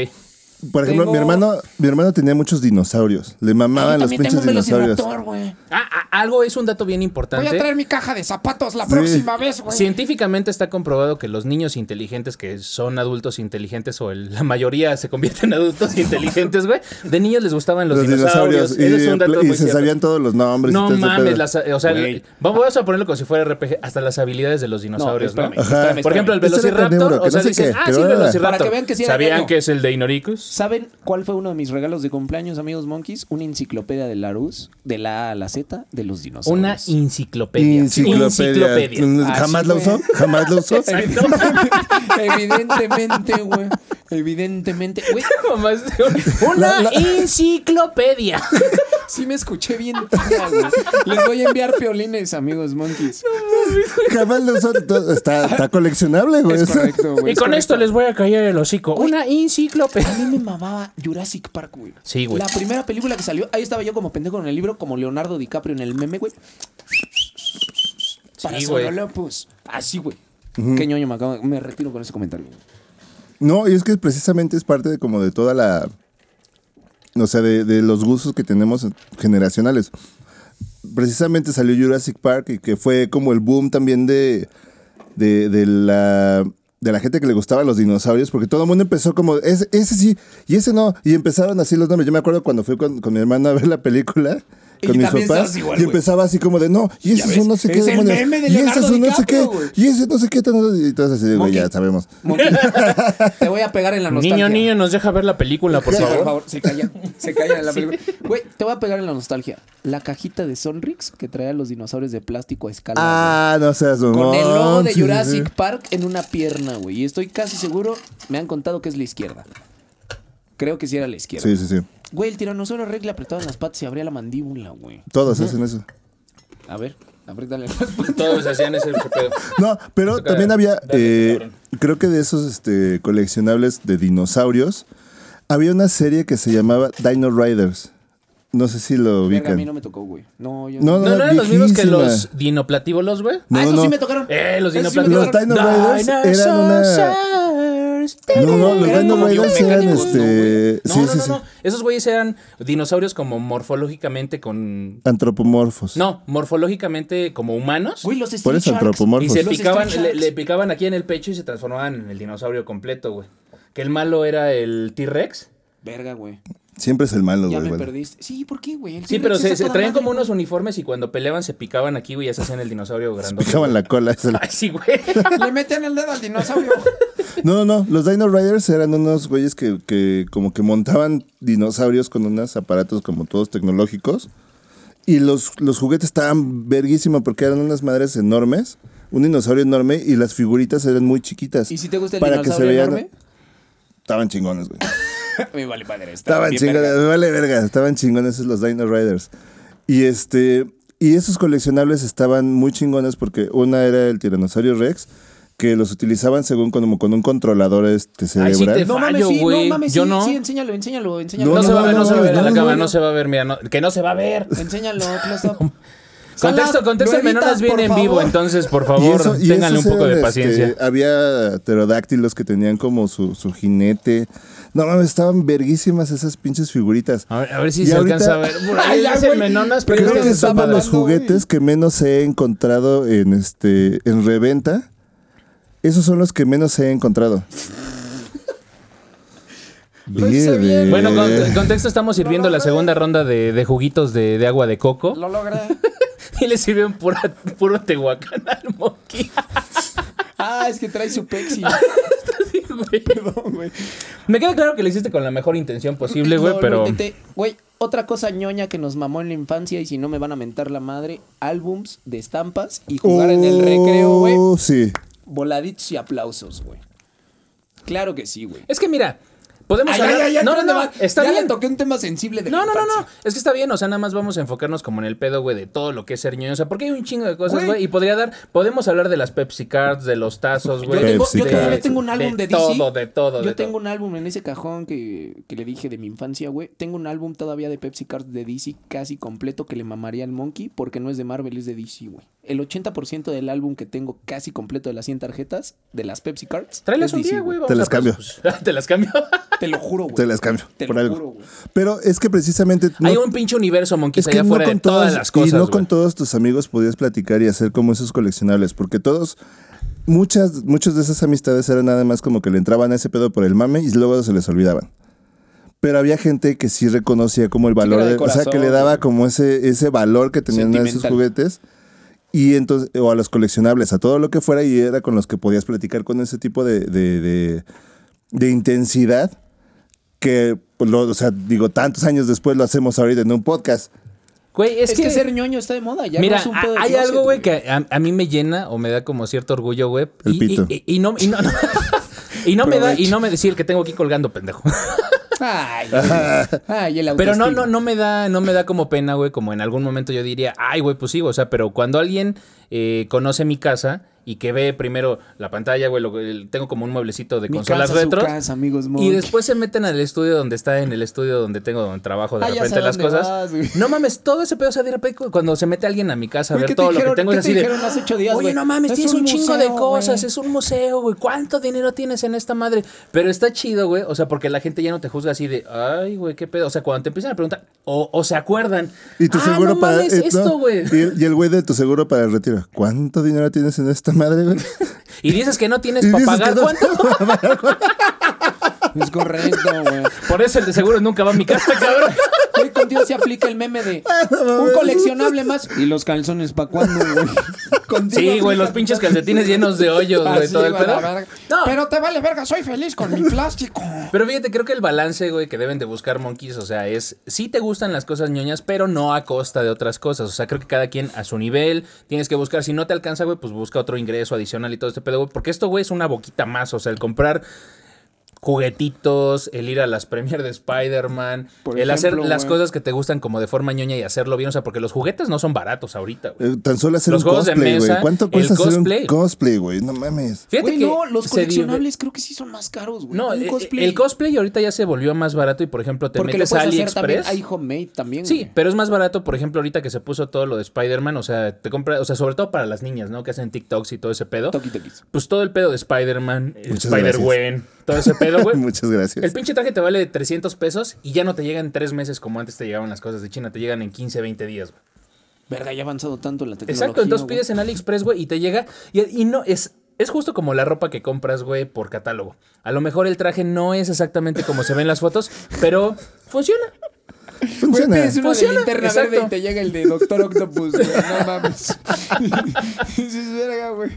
Speaker 5: Por ejemplo, mi
Speaker 4: Tengo-
Speaker 5: hermano, mi hermano tenía muchos dinosaurios. Le mamaban los pinches dinosaurios.
Speaker 7: velociraptor, güey.
Speaker 3: Ah, ah, algo es un dato bien
Speaker 7: Voy a
Speaker 3: importante.
Speaker 7: traer mi caja de zapatos la próxima vez, güey.
Speaker 3: Científicamente está comprobado que los niños inteligentes, que son adultos inteligentes, o el- la mayoría se convierten en adultos inteligentes, güey, de niños les gustaban los, dinosaurios. Ese es un dato
Speaker 5: y, y
Speaker 3: muy
Speaker 5: se
Speaker 3: cierto.
Speaker 5: sabían todos los nombres. y
Speaker 3: No
Speaker 5: todo ese
Speaker 3: mames,
Speaker 5: pedo.
Speaker 3: las, eh, o sea,
Speaker 4: Güey.
Speaker 3: vamos a ponerlo como si fuera RPG, hasta las habilidades de los dinosaurios, ¿no?
Speaker 4: espérame, espérame, espérame.
Speaker 3: Por ejemplo, el
Speaker 5: Ese era
Speaker 3: Velociraptor,
Speaker 5: carnívoro,
Speaker 3: o
Speaker 5: que
Speaker 3: sea,
Speaker 5: no sé
Speaker 3: dicen,
Speaker 5: qué,
Speaker 3: ah,
Speaker 5: que
Speaker 3: sí,
Speaker 5: no
Speaker 3: el
Speaker 5: era-
Speaker 3: Velociraptor.
Speaker 4: Para que vean que sí era
Speaker 3: ¿Sabían
Speaker 4: ñoño.
Speaker 3: que es el de Inoricus?
Speaker 4: ¿Saben cuál fue uno de mis regalos de cumpleaños, amigos monkeys? Una enciclopedia de Larus, de la A a la Z, de los
Speaker 3: Una
Speaker 4: dinosaurios.
Speaker 3: enciclopedia.
Speaker 5: Enciclopedia.
Speaker 3: Enciclopedia.
Speaker 5: Mm, Jamás
Speaker 4: Así,
Speaker 5: la
Speaker 4: güey.
Speaker 5: usó, jamás la usó.
Speaker 4: Evidentemente, güey. Evidentemente. Güey,
Speaker 3: Mamá, es de- Una
Speaker 5: La- la-
Speaker 3: enciclopedia.
Speaker 4: sí me escuché bien. tía, güey. Les voy a enviar piolines, amigos monkeys.
Speaker 5: Jamás lo usó. Entonces, Está, está coleccionable, güey.
Speaker 8: Es correcto, güey.
Speaker 5: Pues
Speaker 3: Y
Speaker 8: es
Speaker 3: con
Speaker 8: correcto.
Speaker 3: esto les voy a callar el hocico. Una enciclopedia.
Speaker 4: A mí me mamaba Jurassic Park, güey.
Speaker 3: Sí, güey.
Speaker 4: La primera película que salió, ahí estaba yo como pendejo en el libro, como Leonardo DiCaprio en el meme, güey. Para
Speaker 3: Sí, güey.
Speaker 4: Sonolopus. Así, güey. Qué ñoño me acabo. Me retiro con ese comentario.
Speaker 5: No, y es que precisamente es parte de como de toda la. O sea, de, de los gustos que tenemos generacionales. Precisamente salió Jurassic Park y que fue como el boom también de. de, de la. De la gente que le gustaban los dinosaurios, porque todo el mundo empezó como, ese, ese sí, y ese no, y empezaron así los nombres. Yo me acuerdo cuando fui con, con mi hermano a ver la película,
Speaker 4: Y
Speaker 5: con mis
Speaker 4: también
Speaker 5: papás,
Speaker 4: estabas igual,
Speaker 5: y
Speaker 4: güey.
Speaker 5: empezaba así como de, no, y ese es un no sé qué,
Speaker 4: es el
Speaker 5: demonios,
Speaker 4: meme de
Speaker 5: y ese es
Speaker 4: Leonardo
Speaker 5: un no sé qué,
Speaker 4: DiCaprio, güey.
Speaker 5: y ese no sé qué, tan- y todo así, de, güey,
Speaker 4: Monkey.
Speaker 5: ya sabemos.
Speaker 4: Monkey, Te voy a pegar en la nostalgia.
Speaker 3: Niño, niño, nos deja ver la película, por
Speaker 4: Sí, por
Speaker 3: favor.
Speaker 4: favor, se callan. Se callan en la película. Güey, te voy a pegar en la nostalgia. La cajita de Sonrix que traía los dinosaurios de plástico a escala. güey.
Speaker 5: Ah, no seas mamón.
Speaker 4: Con el logo de
Speaker 5: Sí, sí, sí.
Speaker 4: Jurassic Park en una pierna, güey. Y estoy casi seguro, me han contado que es la izquierda. Creo que sí era la izquierda.
Speaker 5: Sí, sí, sí.
Speaker 4: Güey, el tiranosaurio Rex le apretaba las patas y abría la mandíbula, güey.
Speaker 5: Todos hacen eso.
Speaker 4: A ver, apriétale las patas.
Speaker 3: Todos hacían ese pedo.
Speaker 5: No, pero también había, eh, creo que de esos este, coleccionables de dinosaurios, había una serie que se llamaba Dino Riders. No sé si lo
Speaker 4: Verga, a mí
Speaker 5: ubican.
Speaker 4: no me tocó, güey. No, yo
Speaker 5: No,
Speaker 3: No, no eran los mismos que
Speaker 5: viejísima.
Speaker 3: los dinoplatívolos, güey.
Speaker 4: Ah,
Speaker 5: no,
Speaker 4: esos sí
Speaker 5: no.
Speaker 4: me tocaron.
Speaker 3: Eh, los
Speaker 4: Esos sí me
Speaker 3: dinoplatívolos.
Speaker 5: Los
Speaker 4: tocaron.
Speaker 5: Dino Riders eran una... No, no, los
Speaker 3: Eran
Speaker 5: Dino
Speaker 3: como
Speaker 5: Riders eran
Speaker 3: biomecánicos,
Speaker 5: este...
Speaker 3: No,
Speaker 5: sí,
Speaker 3: no,
Speaker 5: sí,
Speaker 3: no,
Speaker 5: sí.
Speaker 3: no. Esos güeyes eran dinosaurios como morfológicamente con.
Speaker 5: Antropomorfos.
Speaker 3: No, morfológicamente como humanos.
Speaker 4: Güey, los
Speaker 5: Por
Speaker 4: Street
Speaker 5: eso
Speaker 4: Sharks.
Speaker 3: y
Speaker 5: antropomorfos.
Speaker 3: se
Speaker 4: Los
Speaker 3: picaban,
Speaker 4: Star
Speaker 3: le,
Speaker 4: Sharks.
Speaker 3: le picaban aquí en el pecho y se transformaban en el dinosaurio completo, güey. Que el malo era el T-Rex.
Speaker 4: Verga, güey.
Speaker 5: Pues Siempre es el malo,
Speaker 4: Ya
Speaker 5: güey.
Speaker 4: me
Speaker 5: vale.
Speaker 4: perdiste. Sí, ¿por qué, güey? El
Speaker 3: Sí,
Speaker 4: T-Rex
Speaker 3: pero
Speaker 4: está
Speaker 3: se, se
Speaker 4: toda
Speaker 3: traían
Speaker 4: madre,
Speaker 3: como
Speaker 4: güey.
Speaker 3: unos uniformes y cuando peleaban se picaban aquí, güey, y se hacían el dinosaurio grande.
Speaker 5: Picaban la cola. es el-
Speaker 3: Ay, sí, güey.
Speaker 4: Le meten el dedo al dinosaurio.
Speaker 5: No, no, no. Los Dino Riders eran unos güeyes que, que como que montaban dinosaurios con unos aparatos como todos tecnológicos. Y los, los juguetes estaban verguísimos porque eran unas madres enormes. Un dinosaurio enorme y las figuritas eran muy chiquitas.
Speaker 4: ¿Y si te gusta el
Speaker 5: Para que
Speaker 4: dinosaurio
Speaker 5: se vean-
Speaker 4: enorme?
Speaker 5: Estaban chingones, güey.
Speaker 4: Me vale padre.
Speaker 5: Estaban chingones, me vale verga. Estaban chingones esos los Dino Riders. Y este. Y esos coleccionables estaban muy chingones porque una era el Tiranosaurio Rex, que los utilizaban según como con un controlador este
Speaker 3: Ay, sí, te
Speaker 5: cerebral.
Speaker 4: No mames,
Speaker 3: Fallo,
Speaker 4: sí,
Speaker 3: güey.
Speaker 4: no mames,
Speaker 3: Yo
Speaker 4: sí,
Speaker 3: no.
Speaker 4: sí, enséñalo, enséñalo, enséñalo.
Speaker 3: No,
Speaker 5: No,
Speaker 3: se va a ver, no,
Speaker 5: no,
Speaker 3: se va a ver
Speaker 5: no,
Speaker 3: en la
Speaker 5: no,
Speaker 3: cámara,
Speaker 5: no.
Speaker 3: no se va a ver, mira, no- que no se va a ver.
Speaker 4: Enséñalo, close up.
Speaker 3: Contexto,
Speaker 4: Salas,
Speaker 3: contexto, el menor nos
Speaker 4: nuevitas,
Speaker 3: viene
Speaker 4: por
Speaker 3: en vivo,
Speaker 4: favor.
Speaker 3: entonces, por
Speaker 5: Y
Speaker 3: favor,
Speaker 5: eso- y
Speaker 3: ténganle un
Speaker 5: esos
Speaker 3: poco de
Speaker 5: eran, este,
Speaker 3: paciencia.
Speaker 5: había pterodáctilos que tenían como su, su jinete. No mames, estaban verguísimas esas pinches figuritas.
Speaker 3: A ver, a ver si
Speaker 5: Y
Speaker 3: se
Speaker 5: ahorita-
Speaker 3: alcanza a ver. Por ahí
Speaker 4: Ay, ya,
Speaker 3: dice
Speaker 4: güey.
Speaker 3: menonas, pero
Speaker 5: Creo
Speaker 3: creo
Speaker 5: que
Speaker 3: está
Speaker 5: son de
Speaker 3: padre.
Speaker 5: los juguetes que menos he encontrado en este en reventa. Esos son los que menos he encontrado. Verde.
Speaker 3: Bueno, con
Speaker 4: Eh.
Speaker 3: en contexto estamos sirviendo la segunda ronda de, de juguitos de, de agua de coco
Speaker 4: Lo logré.
Speaker 3: y le sirven pura, puro tehuacán al moqui.
Speaker 4: Ah, es que trae su pexi.
Speaker 3: Este Me queda claro que lo hiciste con la mejor intención posible, güey,
Speaker 4: No, lo
Speaker 3: pero...
Speaker 4: intenté. Güey, otra cosa ñoña que nos mamó en la infancia y si no me van a mentar la madre, álbums de estampas y jugar en el recreo, güey.
Speaker 5: Oh, Sí.
Speaker 4: Voladitos y aplausos, güey. Claro que sí, güey.
Speaker 3: Es que mira, podemos
Speaker 4: Ay,
Speaker 3: hablar...
Speaker 4: ay, ay,
Speaker 3: no, no,
Speaker 4: ¿dónde
Speaker 3: no,
Speaker 4: vas?
Speaker 3: está
Speaker 4: ya le
Speaker 3: bien.
Speaker 4: toqué un tema sensible de la
Speaker 3: No, no, no,
Speaker 4: infancia.
Speaker 3: no. Es que está bien, o sea, nada más vamos a enfocarnos como en el pedo, güey, de todo lo que es ser ñoño. O sea, porque hay un chingo de cosas,
Speaker 4: Güey.
Speaker 3: güey, y podría dar. Podemos hablar de las Pepsi Cards, de los tazos, güey.
Speaker 4: Yo tengo,
Speaker 5: Pepsi
Speaker 4: yo
Speaker 5: Cards.
Speaker 4: todavía tengo un álbum de, DC.
Speaker 3: Todo, de todo,
Speaker 4: Yo
Speaker 3: de
Speaker 4: tengo
Speaker 3: todo.
Speaker 4: un álbum en ese cajón que, que le dije de mi infancia, güey. Tengo un álbum todavía de Pepsi Cards de DC casi completo que le mamaría al Monkey porque no es de Marvel, es de DC, güey. El 80% del álbum que tengo casi completo de las 100 tarjetas de las Pepsi Cards.
Speaker 3: Tráelas
Speaker 4: es
Speaker 3: un
Speaker 4: DC,
Speaker 3: día, güey.
Speaker 5: Te
Speaker 3: vamos
Speaker 5: las
Speaker 3: a-
Speaker 5: cambio.
Speaker 3: Te las cambio.
Speaker 4: Te lo juro, güey.
Speaker 5: Te las cambio
Speaker 4: Te
Speaker 5: por
Speaker 4: lo
Speaker 5: algo.
Speaker 4: juro, güey.
Speaker 5: Pero es que precisamente no-
Speaker 3: Hay un pinche universo, monquis,
Speaker 5: Es que
Speaker 3: allá afuera de todas
Speaker 5: todos-
Speaker 3: las cosas.
Speaker 5: Y no
Speaker 3: güey.
Speaker 5: con todos tus amigos podías platicar y hacer como esos coleccionables, porque todos, muchas, muchas de esas amistades eran nada más como que le entraban a ese pedo por el mame y luego se les olvidaban. Pero había gente que sí reconocía como el valor
Speaker 4: era de
Speaker 5: de, o sea, que
Speaker 4: corazón,
Speaker 5: le daba
Speaker 4: güey.
Speaker 5: como ese, ese valor que tenían a esos
Speaker 4: Sentimental.
Speaker 5: juguetes. Y entonces, o a los coleccionables, a todo lo que fuera, y era con los que podías platicar con ese tipo de, de- de- de intensidad que, pues, lo- o sea, digo, tantos años después lo hacemos ahorita en un podcast.
Speaker 3: Güey, es,
Speaker 4: Es, que, ser ñoño está de moda. Ya
Speaker 3: Mira,
Speaker 4: no es un
Speaker 3: a-
Speaker 4: pedo de
Speaker 3: hay
Speaker 4: closet,
Speaker 3: algo, güey, que a, a mí me llena o me da como cierto orgullo, güey.
Speaker 5: El
Speaker 3: y,
Speaker 5: pito.
Speaker 3: Y, y- y no, y no, y no me da, y no me decir que tengo aquí colgando, pendejo.
Speaker 4: Ay, güey. Ay, el
Speaker 3: Pero no,
Speaker 4: autoestima.
Speaker 3: no, no me da, no me da como pena, güey, como en algún momento yo diría, ay, güey, pues sí, o sea, pero cuando alguien eh, conoce mi casa y que ve primero la pantalla, güey, lo- el- tengo como un mueblecito de
Speaker 4: Mi
Speaker 3: consolas
Speaker 4: casa, su
Speaker 3: retro.
Speaker 4: casa, amigos
Speaker 3: Y
Speaker 4: Monk.
Speaker 3: después se meten al estudio donde está, en el estudio donde tengo donde trabajo de
Speaker 4: Ah, ya sé
Speaker 3: repente las
Speaker 4: dónde
Speaker 3: cosas.
Speaker 4: vas, güey.
Speaker 3: no mames, todo ese pedo, o sea, de repente cu- cuando se mete alguien a mi casa a
Speaker 4: Güey,
Speaker 3: ver
Speaker 4: ¿qué te
Speaker 3: todo lo
Speaker 4: dijeron-
Speaker 3: que tengo
Speaker 4: qué
Speaker 3: es
Speaker 4: te
Speaker 3: así de.
Speaker 4: dijeron hace ocho días,
Speaker 3: Oye,
Speaker 4: güey?
Speaker 3: no mames,
Speaker 4: Es
Speaker 3: tienes
Speaker 4: un
Speaker 3: un, chingo de
Speaker 4: museo,
Speaker 3: cosas,
Speaker 4: güey".
Speaker 3: es un museo, güey. ¿Cuánto dinero tienes en esta madre? Pero está chido, güey. O sea, porque la gente ya no te juzga así de, ay, güey, qué pedo. O sea, cuando te empiezan a preguntar, o, o se acuerdan.
Speaker 5: Y tu
Speaker 3: "Ah,
Speaker 5: seguro
Speaker 3: no
Speaker 5: para.
Speaker 3: mames,
Speaker 5: eh, no,
Speaker 3: esto, güey.
Speaker 5: y, el- y el güey de tu seguro para el retiro. ¿Cuánto dinero tienes en esta madre, güey?
Speaker 3: Y dices que no tienes
Speaker 5: Y
Speaker 3: para
Speaker 5: dices
Speaker 3: pagar.
Speaker 5: que no-
Speaker 3: ¿Cuánto?
Speaker 4: Es correcto, güey.
Speaker 3: Por eso el de seguro nunca va a mi casa, cabrón.
Speaker 4: Hoy con Dios se aplica el meme de
Speaker 3: Ah,
Speaker 4: un coleccionable más.
Speaker 9: ¿Y los calzones para cuándo, güey?
Speaker 4: Contigo
Speaker 3: Sí, güey,
Speaker 4: aplica-
Speaker 3: los pinches calcetines llenos de hoyos, güey,
Speaker 4: Así,
Speaker 3: todo el
Speaker 4: güey,
Speaker 3: pedo.
Speaker 4: la verga.
Speaker 3: No,
Speaker 4: Pero te vale verga, soy feliz con mi plástico.
Speaker 3: Pero fíjate, creo que el balance, güey, que deben de buscar monkeys, o sea, es, sí te gustan las cosas ñoñas, pero no a costa de otras cosas. O sea, creo que cada quien a su nivel tienes que buscar. Si no te alcanza, güey, pues busca otro ingreso adicional y todo este pedo, güey. Porque esto, güey, es una boquita más. O sea, el comprar juguetitos, el ir a las premier de Spider-Man,
Speaker 4: Por
Speaker 3: el hacer
Speaker 4: ejemplo,
Speaker 3: las
Speaker 4: güey.
Speaker 3: cosas que te gustan como de forma ñoña y hacerlo bien. O sea, porque los juguetes no son baratos ahorita, güey.
Speaker 5: Eh, Tan solo hacer
Speaker 3: Los
Speaker 5: un
Speaker 3: juegos de
Speaker 5: cosplay, güey.
Speaker 3: mesa,
Speaker 5: ¿Cuánto
Speaker 3: el
Speaker 5: cuesta hacer
Speaker 3: cosplay.
Speaker 5: un cosplay, güey? No mames.
Speaker 3: Fíjate
Speaker 4: Güey, no, los
Speaker 3: se dio-
Speaker 4: coleccionables creo que sí son más caros, güey.
Speaker 3: No,
Speaker 4: Un
Speaker 3: eh, el cosplay ahorita ya se volvió más barato y, por ejemplo, te
Speaker 4: Porque lo
Speaker 3: metes a
Speaker 4: puedes hacer también.
Speaker 3: AliExpress.
Speaker 4: Hay homemade también.
Speaker 3: Sí,
Speaker 4: güey.
Speaker 3: pero es más barato, por ejemplo, ahorita que se puso todo lo de Spider-Man, o sea, te compra, o sea, sobre todo para las niñas, ¿no? Que hacen TikToks y todo ese pedo.
Speaker 4: Toki tokis.
Speaker 3: Pues todo el pedo de Spider-Man, el
Speaker 5: Eh, Muchas
Speaker 3: Spider-Gwen, todo ese pedo, güey.
Speaker 5: Muchas
Speaker 3: El
Speaker 5: gracias.
Speaker 3: pinche traje te vale 300 pesos y ya no te llegan en tres meses como antes te llegaban las cosas de China, te llegan en 15, 20 días, güey.
Speaker 4: Verga, ya ha avanzado tanto la tecnología.
Speaker 3: Exacto, entonces
Speaker 4: güey.
Speaker 3: pides en AliExpress, güey, y te llega. Y, y no, es, es justo como la ropa que compras, güey, por catálogo. A lo mejor el traje no es exactamente como se ven las fotos, pero funciona.
Speaker 4: Güey,
Speaker 5: Funciona.
Speaker 4: pides uno de
Speaker 3: Funciona,
Speaker 4: linterna
Speaker 3: exacto.
Speaker 4: verde y te llega el de Doctor Octopus, güey. No mames. Dices, verga, güey.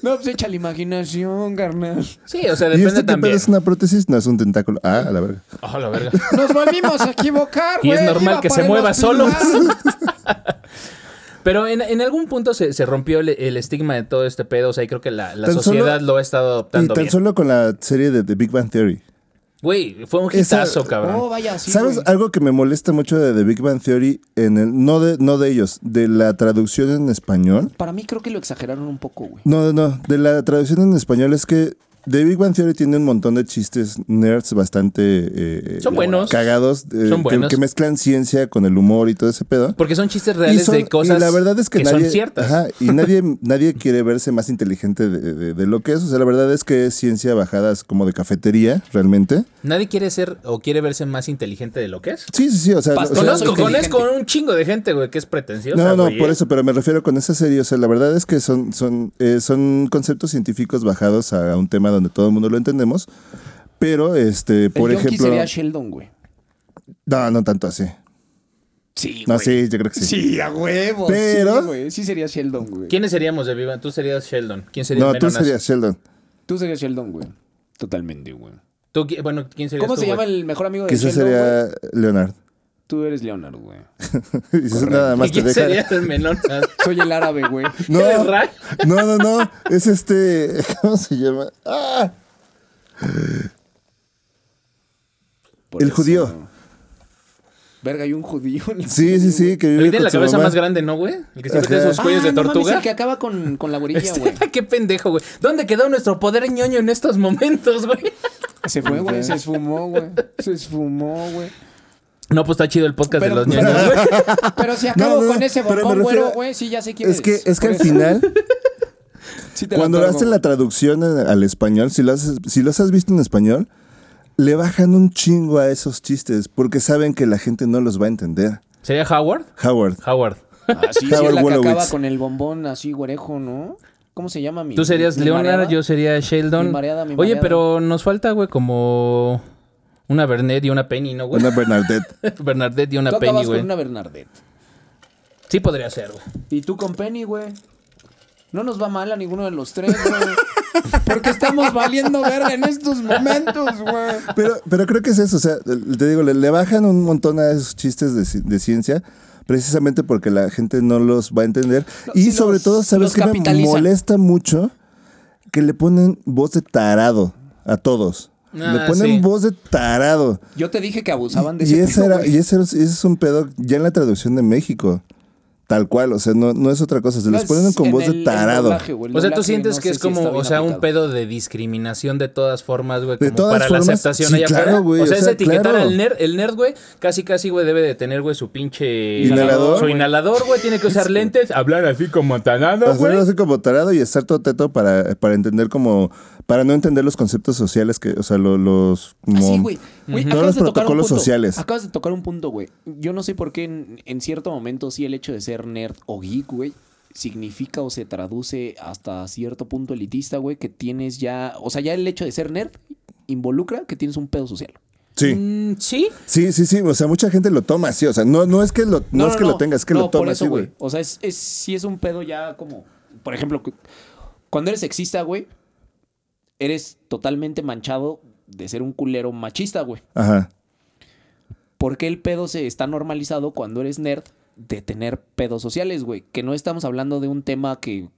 Speaker 4: No, pues echa la imaginación, carnal.
Speaker 3: Sí, o sea,
Speaker 5: ¿Y
Speaker 3: depende
Speaker 5: este que
Speaker 3: también.
Speaker 5: es una prótesis? No, es un tentáculo. Ah, a la verga.
Speaker 3: Oh, la verga.
Speaker 4: Nos volvimos a equivocar,
Speaker 3: Y
Speaker 4: güey.
Speaker 3: es normal
Speaker 4: iba
Speaker 3: que
Speaker 4: para
Speaker 3: se
Speaker 4: el
Speaker 3: mueva solo.
Speaker 4: hospital.
Speaker 3: Pero en, en algún punto se, se rompió el, el estigma de todo este pedo. O sea, y creo que la, la
Speaker 5: Tan
Speaker 3: sociedad
Speaker 5: solo-
Speaker 3: lo ha estado
Speaker 5: Y
Speaker 3: adoptando
Speaker 5: tan
Speaker 3: bien.
Speaker 5: solo con la serie de The Big Bang Theory.
Speaker 3: Güey, fue un
Speaker 5: Esa-
Speaker 3: hitazo, cabrón.
Speaker 4: Oh, vaya, sí,
Speaker 5: ¿Sabes
Speaker 4: güey.
Speaker 5: algo que me molesta mucho de The Big Bang Theory? En el, no, de, no de ellos, de la traducción en español.
Speaker 4: Para mí creo que lo exageraron un poco, güey.
Speaker 5: No, no, de la traducción en español es que The Big Bang Theory tiene un montón de chistes nerds bastante eh,
Speaker 3: Son
Speaker 5: eh,
Speaker 3: buenos.
Speaker 5: cagados, eh,
Speaker 3: Son
Speaker 5: que-
Speaker 3: buenos.
Speaker 5: Que, mezclan ciencia con el humor y todo ese pedo.
Speaker 3: Porque son chistes reales
Speaker 5: son-
Speaker 3: de cosas
Speaker 5: y la verdad es que, nadie,
Speaker 3: son ciertas.
Speaker 5: ajá, y nadie, nadie quiere verse más inteligente de, de- de lo que es. O sea, la verdad es que es ciencia bajada es como de cafetería, realmente.
Speaker 3: Nadie quiere ser o quiere verse más inteligente de lo que es.
Speaker 5: Sí, sí, sí. O sea,
Speaker 4: Pastor,
Speaker 5: o sea,
Speaker 3: Conozco,
Speaker 4: inteligente.
Speaker 3: conozco un chingo de gente, güey, que es pretenciosa.
Speaker 5: No, no,
Speaker 3: güey,
Speaker 5: por
Speaker 3: ¿eh?
Speaker 5: eso, pero me refiero con esa serie. O sea, la verdad es que son, son, eh, son conceptos científicos bajados a un tema donde todo el mundo lo entendemos. Pero, este, por
Speaker 4: el yonki
Speaker 5: ejemplo.
Speaker 4: sería Sheldon, güey.
Speaker 5: No, no tanto así.
Speaker 4: Sí,
Speaker 5: No,
Speaker 4: güey.
Speaker 5: sí, yo creo que sí.
Speaker 4: Sí, a huevo.
Speaker 5: Pero-
Speaker 4: Sí, güey. Sí sería Sheldon, güey.
Speaker 3: ¿Quiénes seríamos de Viva? Tú serías Sheldon. ¿Quién sería
Speaker 5: no, tú
Speaker 3: Menonas?
Speaker 5: serías Sheldon.
Speaker 4: Tú serías Sheldon, güey. Totalmente, güey.
Speaker 3: Tú, qui- bueno, ¿quién serías
Speaker 4: ¿Cómo
Speaker 3: tú,
Speaker 4: se llama
Speaker 3: güey?
Speaker 4: el mejor amigo de
Speaker 5: Quizás
Speaker 4: Sheldon, güey?
Speaker 5: sería Leonard.
Speaker 4: Tú eres Leonard, güey.
Speaker 5: Y si nada más
Speaker 3: ¿Y
Speaker 5: te
Speaker 3: ¿Quién
Speaker 5: deja.
Speaker 3: sería el Menonas?
Speaker 4: Soy el árabe, güey.
Speaker 5: No,
Speaker 3: ¿Eres Ray?
Speaker 5: no, no, no. Es este. ¿Cómo se llama? ¡Ah!
Speaker 4: Por
Speaker 5: El
Speaker 4: eso-
Speaker 5: judío.
Speaker 4: Verga, hay un judío. en la
Speaker 5: Sí, sí, sí. Que
Speaker 3: El que
Speaker 5: vive
Speaker 3: tiene
Speaker 5: con
Speaker 3: la
Speaker 5: su
Speaker 3: cabeza
Speaker 5: mamá.
Speaker 3: más grande, ¿no, güey? El que siempre tiene
Speaker 5: Ajá.
Speaker 3: sus cuellos de
Speaker 4: Ah, no mames,
Speaker 3: tortuga.
Speaker 4: el que acaba con, con la gorilla,
Speaker 3: Este,
Speaker 4: güey.
Speaker 3: qué pendejo, güey. ¿Dónde quedó nuestro poder ñoño en estos momentos, güey?
Speaker 4: Se fue, güey. Se esfumó, güey. Se esfumó, güey.
Speaker 3: No, pues está chido el podcast de
Speaker 4: Pero-
Speaker 3: los ñoños, güey.
Speaker 4: Pero si
Speaker 5: No,
Speaker 4: acabo
Speaker 5: no, no,
Speaker 4: con ese
Speaker 5: pero me
Speaker 4: bombón güero,
Speaker 5: refiero-
Speaker 4: güey, sí, ya sé quién
Speaker 5: Es que,
Speaker 4: eres.
Speaker 5: es que al
Speaker 4: Por eso.
Speaker 5: final.
Speaker 4: Sí te la
Speaker 5: Cuando
Speaker 4: otorgo,
Speaker 5: hacen la traducción en- al español, si las si las has visto en español, le bajan un chingo a esos chistes porque saben que la gente no los va a entender.
Speaker 3: ¿Sería Howard?
Speaker 5: Howard.
Speaker 3: Howard.
Speaker 4: Ah, sí, sí,
Speaker 5: Howard
Speaker 4: es la que acaba
Speaker 5: Wolowitz.
Speaker 4: con el bombón así güerejo, ¿no? ¿Cómo se llama mi?
Speaker 3: Tú serías
Speaker 4: mi
Speaker 3: Leonard,
Speaker 4: mareada?
Speaker 3: yo sería Sheldon.
Speaker 4: Mi mareada, mi
Speaker 3: Oye,
Speaker 4: mareada.
Speaker 3: pero nos falta, güey, como una Bernadette y una Penny, ¿no, güey?
Speaker 5: Una Bernadette.
Speaker 3: Bernadette y una
Speaker 4: Tú
Speaker 3: Penny,
Speaker 4: acabas
Speaker 3: güey.
Speaker 4: con una Bernadette.
Speaker 3: Sí podría ser, güey.
Speaker 4: Y tú con Penny, güey. No nos va mal a ninguno de los tres, güey. Porque estamos valiendo verga en estos momentos, güey.
Speaker 5: Pero, pero creo que es eso. O sea, te digo, le, le bajan un montón a esos chistes de, ci- de ciencia. Precisamente porque la gente no los va a entender. y
Speaker 4: sí
Speaker 5: sobre
Speaker 4: los-
Speaker 5: todo, ¿sabes
Speaker 4: los
Speaker 5: qué me
Speaker 4: capitalizan.
Speaker 5: molesta mucho? Que le ponen voz de tarado a todos.
Speaker 4: Ah,
Speaker 5: Le ponen
Speaker 3: sí.
Speaker 5: voz de tarado.
Speaker 4: Yo te dije que abusaban de
Speaker 5: Y,
Speaker 4: ese
Speaker 5: ese
Speaker 4: tipo,
Speaker 5: era,
Speaker 4: güey.
Speaker 5: y ese, era- ese es un pedo ya en la traducción de México. Tal cual, o sea, no, no es otra cosa. Se les
Speaker 4: No,
Speaker 5: ponen con
Speaker 4: en
Speaker 5: voz
Speaker 4: el-
Speaker 5: de
Speaker 4: el
Speaker 5: tarado.
Speaker 4: doblaje, güey, el
Speaker 3: O sea, tú
Speaker 4: doblaje
Speaker 3: sientes
Speaker 4: no
Speaker 3: que
Speaker 4: sé
Speaker 3: es
Speaker 4: si
Speaker 3: como,
Speaker 4: está bien
Speaker 3: o sea, un
Speaker 4: aplicado.
Speaker 3: pedo de discriminación de todas formas, güey,
Speaker 5: De
Speaker 3: como
Speaker 5: todas
Speaker 3: para
Speaker 5: formas,
Speaker 3: la aceptación
Speaker 5: sí,
Speaker 3: allá
Speaker 5: claro,
Speaker 3: afuera.
Speaker 5: güey,
Speaker 3: o sea,
Speaker 5: o
Speaker 3: es
Speaker 5: sea,
Speaker 3: etiquetar
Speaker 5: claro.
Speaker 3: al nerd, el nerd, güey, casi casi, güey, debe de tener, güey, su pinche
Speaker 5: Inhalador,
Speaker 3: su
Speaker 5: güey.
Speaker 3: inhalador, güey, tiene que usar lentes, hablar así como tanado,
Speaker 5: Hacerlo
Speaker 3: güey.
Speaker 5: así como tarado y estar todo teto para, para entender como... Para no entender los conceptos sociales que... O sea, lo- los...
Speaker 4: Así,
Speaker 5: como-
Speaker 4: Ah, güey. Güey, acabas
Speaker 5: Ujú. Todos los
Speaker 4: de tocar un
Speaker 5: protocolos
Speaker 4: punto.
Speaker 5: sociales.
Speaker 4: Acabas de tocar un punto, güey. Yo no sé por qué en, en cierto momento sí el hecho de ser nerd o geek, güey, significa o se traduce hasta cierto punto elitista, güey, que tienes ya... O sea, ya el hecho de ser nerd involucra que tienes un pedo social.
Speaker 5: Sí,
Speaker 3: Mm, sí.
Speaker 5: sí, sí, sí. O sea, mucha gente lo toma así. O sea, no, no es que lo, no, es que lo tengas, es que
Speaker 4: no,
Speaker 5: lo
Speaker 4: por
Speaker 5: toma
Speaker 4: eso,
Speaker 5: así, güey.
Speaker 4: O sea, es, es, sí es un pedo ya como... Por ejemplo, cu- cuando eres sexista, güey, eres totalmente manchado de ser un culero machista, güey.
Speaker 5: Ajá.
Speaker 4: ¿Por qué el pedo se está normalizado cuando eres nerd de tener pedos sociales, güey? Que no estamos hablando de un tema que,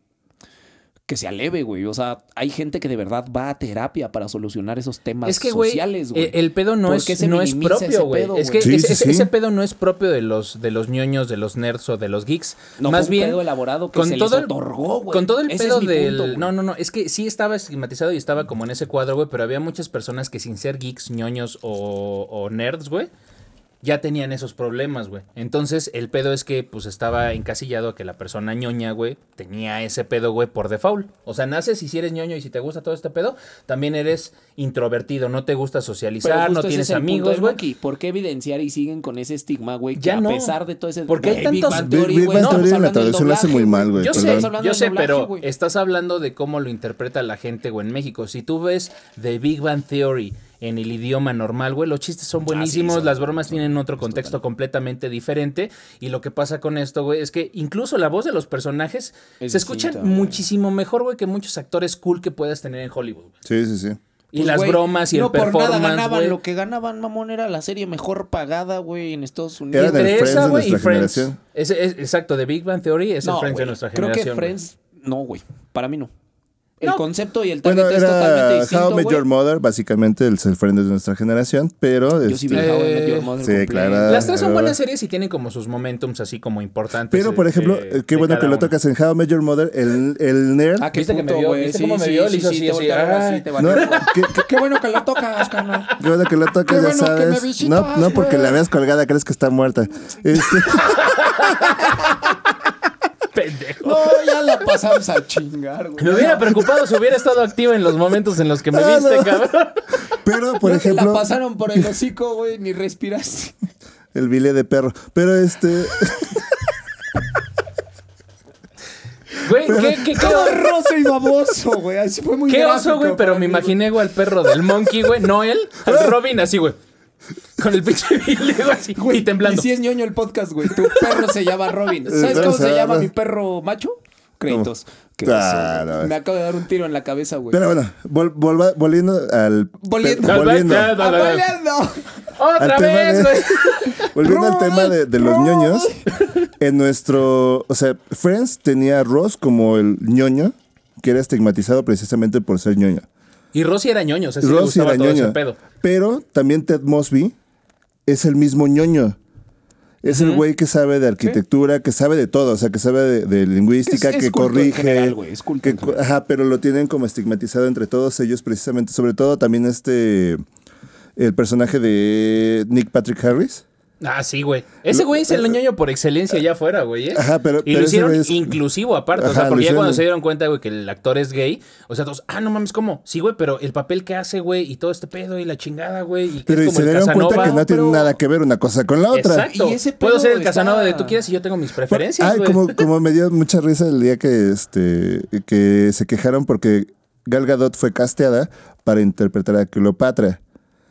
Speaker 4: que se aleve, güey. O sea, hay gente que de verdad va a terapia para solucionar esos temas
Speaker 3: Es que, güey,
Speaker 4: sociales, güey.
Speaker 3: el, el pedo no
Speaker 4: ¿Por
Speaker 3: es,
Speaker 4: qué se
Speaker 3: no es
Speaker 4: minimiza ese
Speaker 3: propio, güey.
Speaker 4: pedo,
Speaker 3: Es que
Speaker 5: güey? Sí,
Speaker 3: ese,
Speaker 5: sí,
Speaker 3: ese-
Speaker 5: sí.
Speaker 3: ese pedo no es propio de los, de los ñoños, de los nerds o de los geeks.
Speaker 4: No
Speaker 3: Más
Speaker 4: fue un
Speaker 3: bien,
Speaker 4: pedo elaborado que se les otorgó, güey.
Speaker 3: Con todo el
Speaker 4: Ese
Speaker 3: pedo
Speaker 4: es mi
Speaker 3: del...
Speaker 4: punto, güey.
Speaker 3: no, no, no. Es que sí estaba estigmatizado y estaba como en ese cuadro, güey, pero había muchas personas que sin ser geeks, ñoños o, o nerds, güey, ya tenían esos problemas, güey. Entonces, el pedo es que, pues, estaba encasillado a que la persona ñoña, güey, tenía ese pedo, güey, por default. O sea, naces y si eres ñoño y si te gusta todo este pedo, también eres introvertido, no te gusta
Speaker 4: Pero
Speaker 3: socializar,
Speaker 4: justo
Speaker 3: no
Speaker 4: ese
Speaker 3: tienes
Speaker 4: es el punto
Speaker 3: amigos,
Speaker 4: del
Speaker 3: güey.
Speaker 4: Monkey. ¿Por qué evidenciar y siguen con ese estigma, güey? Que
Speaker 3: Ya
Speaker 4: a
Speaker 3: no.
Speaker 4: pesar de todo ese...
Speaker 3: Porque hay
Speaker 4: Güey, Big
Speaker 3: tantos-
Speaker 4: Bang
Speaker 5: Big-
Speaker 4: Theory,
Speaker 5: Big
Speaker 4: güey,
Speaker 5: Bang
Speaker 4: no, estamos
Speaker 5: Theory en la
Speaker 4: hablando del
Speaker 5: traducción lo hace
Speaker 4: doblaje,
Speaker 5: muy mal, güey,
Speaker 3: Yo sé,
Speaker 5: perdón.
Speaker 4: Estamos pues hablando
Speaker 3: yo
Speaker 4: del
Speaker 3: sé,
Speaker 4: doblaje,
Speaker 3: pero
Speaker 4: güey.
Speaker 3: estás hablando de cómo lo interpreta la gente, güey, en México. Si tú ves The Big Bang Theory en el idioma normal, güey, los chistes son buenísimos, las bromas tienen otro contexto completamente diferente. Y lo que pasa con esto, güey, es que incluso la voz de los personajes
Speaker 4: Es
Speaker 3: se escuchan
Speaker 4: distinta, güey.
Speaker 3: muchísimo mejor, güey, que muchos actores cool que puedas tener en Hollywood. güey.
Speaker 5: Sí, sí, sí.
Speaker 3: Y
Speaker 4: Pues,
Speaker 3: las
Speaker 4: güey,
Speaker 3: bromas y
Speaker 4: no
Speaker 3: el performance,
Speaker 4: por nada ganaban.
Speaker 3: güey.
Speaker 4: Lo que ganaban, mamón, era la serie mejor pagada, güey, en Estados Unidos.
Speaker 5: Era
Speaker 3: Entre
Speaker 5: de Friends
Speaker 3: esa,
Speaker 5: de
Speaker 3: güey, y
Speaker 5: nuestra
Speaker 3: Friends.
Speaker 5: generación.
Speaker 3: Ese es- exacto, The Big Bang Theory es el Friends de
Speaker 4: güey,
Speaker 3: nuestra
Speaker 4: creo
Speaker 3: generación.
Speaker 4: que
Speaker 3: güey.
Speaker 4: Friends, no, güey, para mí no. El concepto y el target
Speaker 5: Bueno,
Speaker 4: es totalmente
Speaker 5: era
Speaker 4: distinto,
Speaker 5: How I Met
Speaker 4: güey.
Speaker 5: Your Mother, básicamente el self friend de nuestra generación, pero...
Speaker 4: Yo sí vi
Speaker 5: este,
Speaker 4: How I Met Your Mother
Speaker 5: sí,
Speaker 4: completo.
Speaker 5: claro.
Speaker 3: Las tres son
Speaker 5: Ah,
Speaker 3: buenas series y tienen como sus momentums así como importantes.
Speaker 5: Pero,
Speaker 3: de-
Speaker 5: por ejemplo,
Speaker 3: de-
Speaker 5: eh, qué
Speaker 3: de
Speaker 5: bueno
Speaker 3: cada
Speaker 5: que lo
Speaker 3: uno.
Speaker 5: tocas en How I Met Your Mother, el, el nerd...
Speaker 4: Ah, qué
Speaker 3: ¿Viste que me
Speaker 4: puto,
Speaker 3: vio?
Speaker 4: güey,
Speaker 3: ¿Viste
Speaker 4: sí,
Speaker 3: cómo me
Speaker 4: sí,
Speaker 3: vio? Le
Speaker 4: Sí,
Speaker 3: hizo
Speaker 4: sí,
Speaker 3: así,
Speaker 4: te
Speaker 3: así,
Speaker 4: voltearon
Speaker 3: ay.
Speaker 4: así, te
Speaker 5: No,
Speaker 4: valió.
Speaker 5: ¿qué-
Speaker 4: Qué bueno que lo tocas, carnal.
Speaker 5: Qué bueno que la tocas, ya sabes. no, no porque la veas colgada, crees que está muerta. Este,
Speaker 3: Pendejo.
Speaker 4: No, ya la pasamos a chingar, güey.
Speaker 3: Me hubiera preocupado si hubiera estado activa en los momentos en los que me viste, cabrón.
Speaker 5: pero, por
Speaker 4: No te
Speaker 5: ejemplo,
Speaker 4: la pasaron por el hocico, güey, ni respiraste.
Speaker 5: el bile de perro. Pero este.
Speaker 3: Güey, qué, qué, qué,
Speaker 4: Todo
Speaker 3: hor-
Speaker 4: rosa y baboso, güey. Así fue muy
Speaker 3: qué oso,
Speaker 4: gráfico
Speaker 3: güey, pero
Speaker 4: para
Speaker 3: me
Speaker 4: mí, güey.
Speaker 3: imaginé, güey, al perro del monkey, güey, no él,
Speaker 5: Ah.
Speaker 3: al Robin así, güey. Con el pinche bile, güey, así,
Speaker 4: Güey,
Speaker 3: y temblando.
Speaker 4: Y si es ñoño el podcast, güey. Tu perro se llama Robin. ¿Sabes
Speaker 5: perro
Speaker 4: cómo
Speaker 5: se
Speaker 4: se llama
Speaker 5: llama-
Speaker 4: mi perro macho? Créditos. ¿Qué pasó,
Speaker 5: Ah,
Speaker 4: güey?
Speaker 5: no, es-
Speaker 4: Me acabo de dar un tiro en la cabeza, güey.
Speaker 5: Pero bueno, vol- volva- volviendo al.
Speaker 4: Volviendo.
Speaker 5: pe- volviendo.
Speaker 3: Ah, va, va, va.
Speaker 4: ¡Apoyando!
Speaker 3: Otra
Speaker 5: al tema
Speaker 3: vez,
Speaker 5: de-
Speaker 3: güey.
Speaker 5: Volviendo al tema de, de los ñoños. En nuestro. O sea, Friends tenía a Ross como el ñoño, que era estigmatizado precisamente por ser ñoño.
Speaker 3: Y Rosy era ñoño, o sea, sí le
Speaker 5: Ross
Speaker 3: gustaba
Speaker 5: era
Speaker 3: todo ese
Speaker 5: ñoño.
Speaker 3: pedo.
Speaker 5: Pero también Ted Mosby es el mismo ñoño. Es el güey que sabe de arquitectura, que sabe de todo, o sea, que sabe de, de lingüística,
Speaker 4: Es- es
Speaker 5: que
Speaker 4: culto en
Speaker 5: corrige.
Speaker 4: general, güey, es culto
Speaker 5: que
Speaker 4: en
Speaker 5: co-
Speaker 4: general.
Speaker 5: ajá, pero lo tienen como estigmatizado entre todos ellos, precisamente. Sobre todo también este. El personaje de Nick Patrick Harris.
Speaker 3: Ah, sí, güey. Ese güey es el ñoño por excelencia allá afuera, güey. ¿eh?
Speaker 5: eh, Ajá, pero-
Speaker 3: Y
Speaker 5: pero
Speaker 3: lo
Speaker 5: ese
Speaker 3: hicieron
Speaker 5: güey es-
Speaker 3: inclusivo aparte. o
Speaker 5: Ajá,
Speaker 3: sea,
Speaker 5: lo
Speaker 3: porque ya
Speaker 5: hicieron-
Speaker 3: cuando se dieron cuenta, güey, que el actor es gay, o sea, todos, ah, no mames, ¿cómo? Sí, güey, pero el papel que hace, güey, y todo este pedo y la chingada, güey. Y que
Speaker 5: Pero
Speaker 3: es
Speaker 5: y
Speaker 3: como
Speaker 5: se
Speaker 3: el
Speaker 5: dieron
Speaker 3: Casanova.
Speaker 5: cuenta que no tiene
Speaker 4: pero-
Speaker 5: nada que ver una cosa con la otra.
Speaker 3: Exacto.
Speaker 4: Y ese
Speaker 3: Puedo
Speaker 4: pedo
Speaker 3: ser el
Speaker 4: está-
Speaker 3: Casanova de tú quieras y yo tengo mis preferencias,
Speaker 5: Ay,
Speaker 3: güey.
Speaker 5: como, como me dio mucha risa el día que este que se quejaron porque Gal Gadot fue casteada para interpretar a Cleopatra.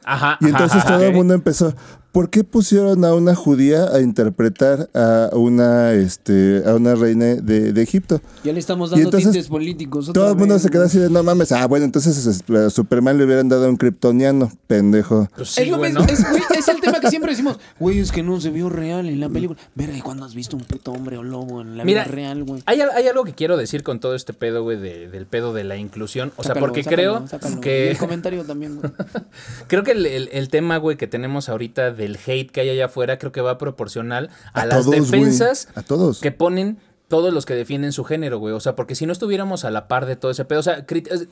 Speaker 3: Ajá.
Speaker 5: Y entonces
Speaker 3: ajá,
Speaker 5: todo
Speaker 3: ajá.
Speaker 5: el mundo empezó, ¿Por qué pusieron a una judía a interpretar a una, este, a una reina de, de Egipto?
Speaker 7: Ya le estamos
Speaker 5: Y
Speaker 7: dando
Speaker 5: entonces,
Speaker 7: tintes políticos. otra
Speaker 5: Todo el mundo
Speaker 7: vez,
Speaker 5: se quedó
Speaker 7: güey.
Speaker 5: así de, no mames, ah, bueno, entonces es- a Superman le hubieran dado a un kryptoniano, pendejo.
Speaker 3: Pues sí,
Speaker 7: Es, lo
Speaker 3: güey,
Speaker 7: mismo,
Speaker 3: ¿no?
Speaker 7: es, güey, es el tema que siempre decimos.
Speaker 6: Güey, es que no se vio real en la película. Verga, ¿y cuándo has visto un puto hombre o lobo en la
Speaker 3: Mira,
Speaker 6: vida real, güey?
Speaker 3: Hay, al- hay algo que quiero decir con todo este pedo, güey, de- del pedo de la inclusión. O sea,
Speaker 7: Sácalo,
Speaker 3: porque
Speaker 7: sácalo,
Speaker 3: creo
Speaker 7: sácalo. Y
Speaker 3: que
Speaker 7: el comentario también, güey.
Speaker 3: creo que el, el- el tema, güey, que tenemos ahorita del hate que hay allá afuera, creo que va proporcional a, las
Speaker 5: todos, güey,
Speaker 3: defensas
Speaker 5: A todos.
Speaker 3: que ponen todos los que defienden su género, güey. O sea, porque si no estuviéramos a la par de todo ese pedo, o sea, crit- es-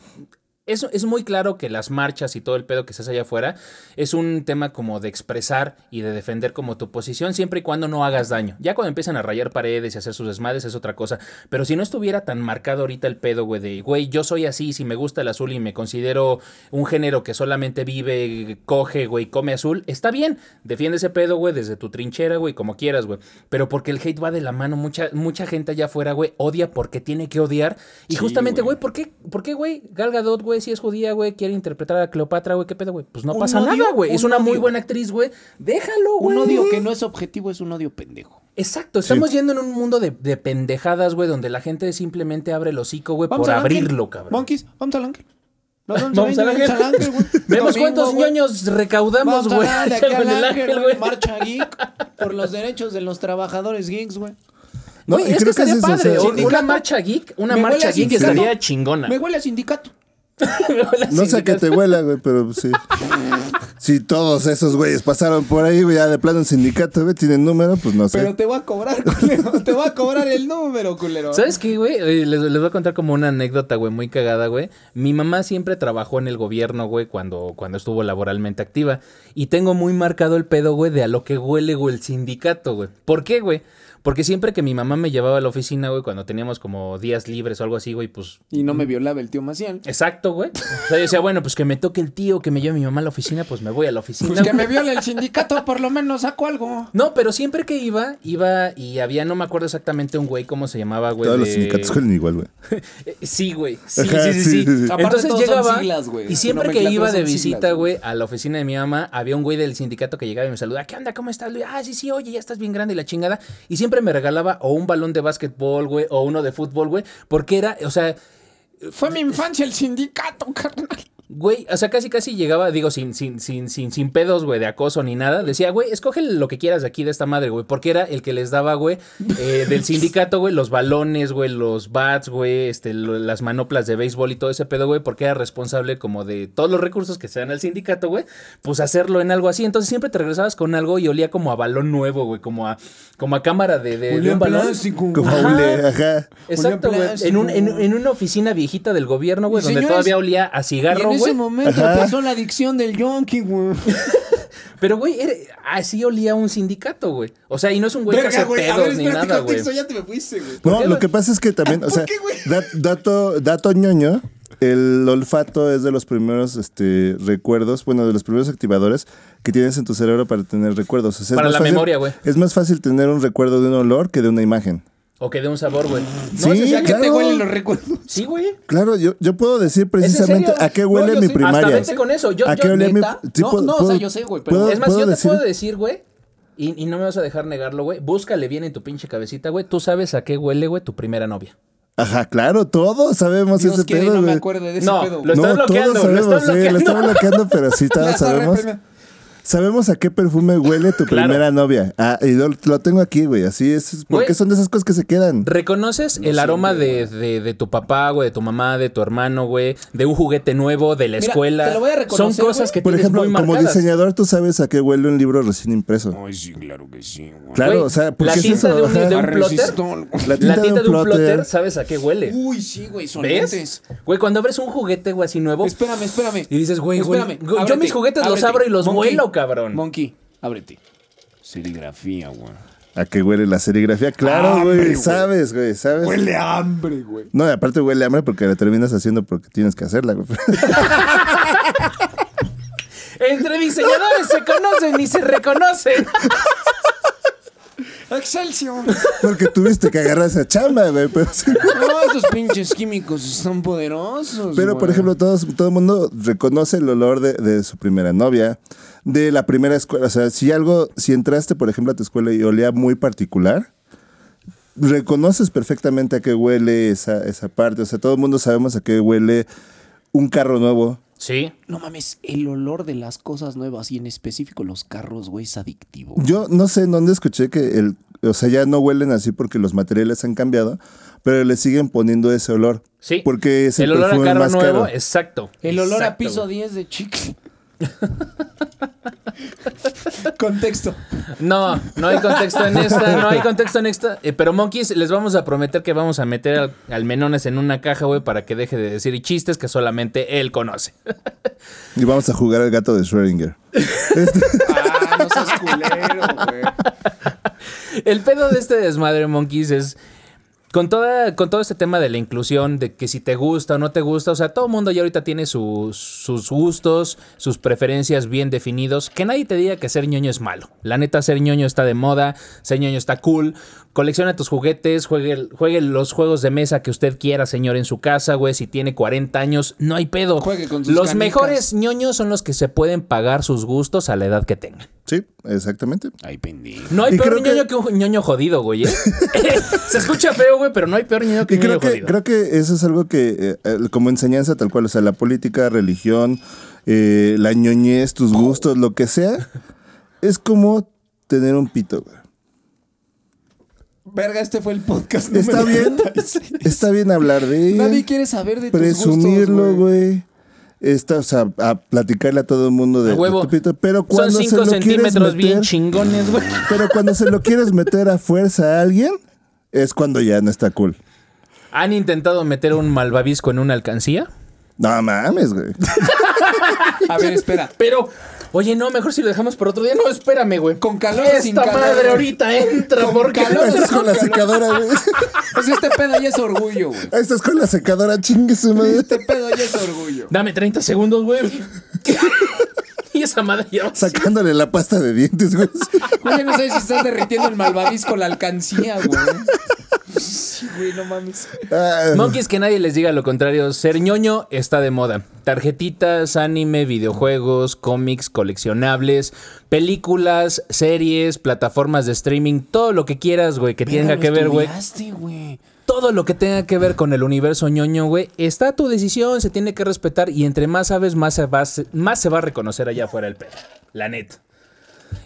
Speaker 3: es, es muy claro que las marchas y todo el pedo que se hace allá afuera es un tema como de expresar y de defender como tu posición siempre y cuando no hagas daño. Ya cuando empiezan a rayar paredes y hacer sus desmadres es otra cosa. Pero si no estuviera tan marcado ahorita el pedo, güey, de, güey, yo soy así, si me gusta el azul y me considero un género que solamente vive, coge, güey, come azul, está bien. Defiende ese pedo, güey, desde tu trinchera, güey, como quieras, güey. Pero porque el hate va de la mano, mucha, mucha gente allá afuera, güey, odia porque tiene que odiar. Y justamente, güey, ¿por qué, ¿por qué, güey? Gal Gadot, güey, si es judía, güey, quiere interpretar a Cleopatra, güey, ¿qué pedo, güey? Pues no
Speaker 7: Un
Speaker 3: pasa
Speaker 7: odio,
Speaker 3: nada, güey. Es
Speaker 7: un
Speaker 3: una muy
Speaker 7: odio.
Speaker 3: buena actriz, güey. Déjalo, güey.
Speaker 7: Un odio que no es objetivo es un odio pendejo.
Speaker 3: Exacto, estamos yendo en un mundo de, de pendejadas, güey, donde la gente simplemente abre el hocico, güey, por
Speaker 7: al ángel.
Speaker 3: abrirlo, cabrón.
Speaker 7: Monkeys, vamos al ángel. Nos vamos,
Speaker 3: Vamos
Speaker 7: a
Speaker 3: al
Speaker 7: venir,
Speaker 3: ángel.
Speaker 7: al ángel, güey.
Speaker 3: Vemos
Speaker 7: Domingo,
Speaker 3: cuántos
Speaker 7: güey.
Speaker 3: ñoños recaudamos,
Speaker 7: Vamos
Speaker 3: güey.
Speaker 7: a hablar de aquí
Speaker 3: con
Speaker 7: al
Speaker 3: el
Speaker 7: ángel,
Speaker 3: ángel,
Speaker 7: güey.
Speaker 3: güey.
Speaker 7: Marcha geek por los derechos de los trabajadores geeks, güey.
Speaker 5: No,
Speaker 3: Güey,
Speaker 5: y
Speaker 3: es que
Speaker 5: creo que
Speaker 3: estaría
Speaker 5: es eso, o
Speaker 3: padre.
Speaker 5: sea,
Speaker 3: o-
Speaker 7: sindicato.
Speaker 3: una marcha geek, una
Speaker 7: ¿eh? Me huele
Speaker 3: marcha
Speaker 7: a
Speaker 3: geek
Speaker 7: sindicato.
Speaker 3: estaría chingona.
Speaker 7: Me huele a sindicato.
Speaker 5: No sé a qué te huela, güey, pero sí. Si todos esos güeyes pasaron por ahí, güey, ya de plano en sindicato, güey, tienen número, pues no sé.
Speaker 7: Pero te voy a cobrar, culero. Te voy a cobrar el número, culero.
Speaker 3: ¿Sabes qué, güey? Eh, Les, les voy a contar como una anécdota, güey, muy cagada, güey. Mi mamá siempre trabajó en el gobierno, güey, cuando, cuando estuvo laboralmente activa. Y tengo muy marcado el pedo, güey, de a lo que huele, güey, el sindicato, güey. ¿Por qué, güey? Porque siempre que mi mamá me llevaba a la oficina, güey, cuando teníamos como días libres o algo así, güey, pues
Speaker 7: Y no me violaba el tío Maciel.
Speaker 3: Exacto, güey. O sea, yo decía, bueno, pues que me toque el tío, que me lleve mi mamá a la oficina, pues me voy a la oficina.
Speaker 7: Pues que
Speaker 3: güey.
Speaker 7: me viole el sindicato, por lo menos saco algo.
Speaker 3: No, pero siempre que iba, iba y había, no me acuerdo exactamente un güey, cómo se llamaba, güey.
Speaker 5: Todos los
Speaker 3: de-
Speaker 5: sindicatos huelen igual, güey.
Speaker 3: Eh, Sí, güey. Sí,
Speaker 5: Ajá,
Speaker 3: sí, sí,
Speaker 5: sí,
Speaker 3: sí.
Speaker 5: sí, sí.
Speaker 7: Aparte,
Speaker 3: Entonces
Speaker 7: todos son
Speaker 3: llegaba
Speaker 7: siglas, güey.
Speaker 3: y siempre que
Speaker 7: Nomenclatura
Speaker 3: iba de
Speaker 7: son
Speaker 3: visita,
Speaker 7: siglas, güey.
Speaker 3: güey, a la oficina de mi mamá, había un güey del sindicato que llegaba y me saludaba. ¿Qué onda? ¿Cómo estás? Luis? Ah, sí, sí, oye, ya estás bien grande y la chingada. Y siempre me regalaba o un balón de básquetbol, güey, o uno de fútbol, güey, porque era, o sea,
Speaker 7: Fue mi infancia el sindicato, carnal.
Speaker 3: Güey, o sea, casi casi llegaba, digo, sin, sin, sin, sin, sin pedos, güey, de acoso ni nada. Decía, güey, escoge lo que quieras de aquí de esta madre, güey. Porque era el que les daba, güey, eh, del sindicato, güey, los balones, güey, los bats, güey, este, lo- las manoplas de béisbol y todo ese pedo, güey, porque era responsable como de todos los recursos que se dan al sindicato, güey, pues hacerlo en algo así. Entonces siempre te regresabas con algo y olía como a balón nuevo, güey, como a, como a cámara de, de- de un balón.
Speaker 5: Como
Speaker 3: Ajá.
Speaker 5: hule, ajá.
Speaker 3: Exacto,
Speaker 7: Olía
Speaker 3: güey. En, un- en, en una oficina viejita del gobierno, güey,
Speaker 7: Y
Speaker 3: donde
Speaker 7: señores,
Speaker 3: todavía olía a
Speaker 7: Y en
Speaker 3: cigarro,
Speaker 7: ese
Speaker 3: güey.
Speaker 7: momento pasó la adicción del yonki, güey.
Speaker 3: Pero, güey, era- así olía un sindicato, güey. O sea, y no es un güey que hace pedos ni nada, güey.
Speaker 7: ya te me fuiste, güey.
Speaker 5: No, lo que pasa es que también, o sea, dat- dato, dato ñoño, el olfato es de los primeros este, recuerdos, bueno, de los primeros activadores que tienes en tu cerebro para tener recuerdos. O sea, es
Speaker 3: Para
Speaker 5: más
Speaker 3: la
Speaker 5: fácil-
Speaker 3: memoria, güey.
Speaker 5: Es más fácil tener un recuerdo de un olor que de una imagen.
Speaker 3: O que de un sabor, güey.
Speaker 5: Sí,
Speaker 3: No, es en serio.
Speaker 5: claro.
Speaker 7: Te huelen los recuerdos.
Speaker 3: Sí, güey.
Speaker 5: Claro, yo, yo puedo decir precisamente
Speaker 3: serio?
Speaker 5: a qué
Speaker 3: No,
Speaker 5: huele
Speaker 3: yo
Speaker 5: mi
Speaker 3: sí.
Speaker 5: primaria.
Speaker 3: Hasta vete con eso. Yo-
Speaker 5: ¿A
Speaker 3: yo,
Speaker 5: qué huele mi
Speaker 3: ¿neta?
Speaker 5: sí,
Speaker 7: No,
Speaker 5: puedo-
Speaker 7: no, o sea,
Speaker 5: puedo-
Speaker 7: yo sé, güey, pero-
Speaker 5: puedo-
Speaker 3: es más,
Speaker 5: puedo
Speaker 3: yo
Speaker 5: decir-
Speaker 3: te puedo decir, güey. Y, y no me vas a dejar negarlo, güey. Búscale bien en tu pinche cabecita, güey. Tú sabes a qué huele, güey, tu primera novia.
Speaker 5: Ah,
Speaker 4: Uh,
Speaker 5: de la primera escuela. O sea, si algo, si entraste, por ejemplo, a tu escuela y olía muy particular, reconoces perfectamente a qué huele esa, esa parte. O sea, todo el mundo sabemos a qué huele un carro nuevo.
Speaker 3: Sí.
Speaker 4: No mames, el olor de las cosas nuevas y en específico los carros, güey, es adictivo.
Speaker 5: Yo no sé en dónde escuché que el, o sea, ya no huelen así porque los materiales han cambiado, pero le siguen poniendo ese olor.
Speaker 3: Sí.
Speaker 5: Porque es el,
Speaker 3: el olor a
Speaker 5: perfume
Speaker 3: carro
Speaker 5: más
Speaker 3: nuevo,
Speaker 5: caro.
Speaker 3: exacto.
Speaker 4: El olor a
Speaker 3: Exacto,
Speaker 4: piso
Speaker 3: güey.
Speaker 4: 10 de chicle. Contexto.
Speaker 3: No, no hay contexto en esta, no hay contexto en esta. Eh, pero Monkeys, les vamos a prometer que vamos a meter al, al Menones en una caja, güey, para que deje de decir chistes que solamente él conoce.
Speaker 5: Y vamos a jugar al gato de Schrödinger.
Speaker 4: Ah, no seas culero, güey.
Speaker 3: El pedo de este desmadre, Monkeys, es con, toda, con todo este tema de la inclusión, de que si te gusta o no te gusta, o sea, todo el mundo ya ahorita tiene sus, sus gustos, sus preferencias bien definidos. Que nadie te diga que ser ñoño es malo. La neta, ser ñoño está de moda, ser ñoño está cool. Colecciona tus juguetes, juegue, juegue los juegos de mesa que usted quiera, señor, en su casa, güey. Si tiene 40 años, no hay pedo.
Speaker 4: Juegue con sus
Speaker 3: los
Speaker 4: canicas.
Speaker 3: mejores ñoños son los que se pueden pagar sus gustos a la edad que tengan.
Speaker 5: Sí, exactamente.
Speaker 1: Ay, pendejo.
Speaker 3: No hay
Speaker 5: Y
Speaker 3: peor
Speaker 5: creo que-
Speaker 3: ñoño que... un ñoño jodido, güey. ¿eh? Se escucha feo, güey, pero no hay peor ñoño que
Speaker 5: Y
Speaker 3: un ñoño
Speaker 5: creo que,
Speaker 3: jodido.
Speaker 5: creo que eso es algo que, eh, eh, como enseñanza tal cual, o sea, la política, religión, eh, la ñoñez, tus gustos, lo que sea, es como tener un pito, güey.
Speaker 4: Verga, este fue el podcast. número
Speaker 5: Está bien,
Speaker 4: 36.
Speaker 5: está bien hablar de ella,
Speaker 4: Nadie quiere saber de tus
Speaker 5: presumirlo,
Speaker 4: gustos,
Speaker 5: güey. Está, o sea, a platicarle a todo el mundo de,
Speaker 3: A
Speaker 5: de
Speaker 3: huevo.
Speaker 5: tu pito, pero
Speaker 3: Son
Speaker 5: cuando se
Speaker 3: 5
Speaker 5: lo quieres
Speaker 3: centímetros bien
Speaker 5: meter,
Speaker 3: chingones, güey.
Speaker 5: pero cuando se lo quieres meter a fuerza a alguien, es cuando ya no está cool.
Speaker 3: ¿Han intentado meter un malvavisco en una alcancía?
Speaker 5: No mames, güey.
Speaker 4: A ver, espera.
Speaker 3: Pero, oye, no, mejor si lo dejamos por otro día. No, espérame, güey.
Speaker 4: Con calor o
Speaker 3: Esta
Speaker 4: sin calor.
Speaker 3: madre ahorita entra,
Speaker 4: Con
Speaker 3: porque
Speaker 4: calor.
Speaker 5: Estás con la secadora, güey.
Speaker 4: Pues este pedo ya es orgullo, güey.
Speaker 5: Ahí Estás con la secadora, chingue su madre.
Speaker 4: Este pedo ya es orgullo.
Speaker 3: Dame 30 segundos, güey. y esa madre ya va a ser-
Speaker 5: Sacándole la pasta de dientes, güey.
Speaker 4: Güey, ya no sé si estás derritiendo el malvavisco, la alcancía, güey. Sí, güey, no mames.
Speaker 5: Ah,
Speaker 3: Monkeys, que nadie les diga lo contrario. Ser ñoño está de moda. Tarjetitas, anime, videojuegos, cómics, coleccionables, películas, series, plataformas de streaming, todo lo que quieras, güey, que tenga que ver, güey.
Speaker 4: Estudiaste, güey.
Speaker 3: Todo lo que tenga que ver con el universo ñoño, güey, está a tu decisión, se tiene que respetar y entre más sabes, más se va, más se va a reconocer allá afuera el pedo. La neta.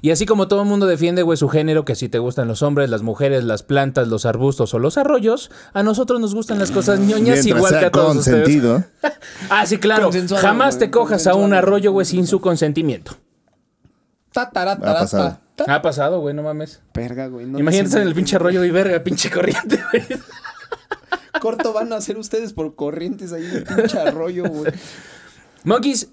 Speaker 3: Y así como todo el mundo defiende, güey, su género, que si te gustan los hombres, las mujeres, las plantas, los arbustos o los arroyos, a nosotros nos gustan las cosas ñoñas
Speaker 5: mientras
Speaker 3: igual que a
Speaker 5: sea
Speaker 3: todos ustedes.
Speaker 5: consentido.
Speaker 3: Ah, sí, claro.
Speaker 4: Consensuado,
Speaker 3: Jamás
Speaker 4: güey,
Speaker 3: te cojas a un
Speaker 4: consensuado.
Speaker 3: arroyo, güey, sin su consentimiento.
Speaker 4: Ta, tara,
Speaker 5: Ha
Speaker 4: tara,
Speaker 5: pasado.
Speaker 4: ta.
Speaker 3: Ha pasado, güey, no mames.
Speaker 4: Verga, güey. no
Speaker 3: Imagínate
Speaker 4: sé,
Speaker 3: en el
Speaker 4: güey.
Speaker 3: pinche arroyo y verga, pinche corriente, güey.
Speaker 4: Corto van a hacer ustedes por corrientes ahí de pinche arroyo, güey.
Speaker 3: Monkeys,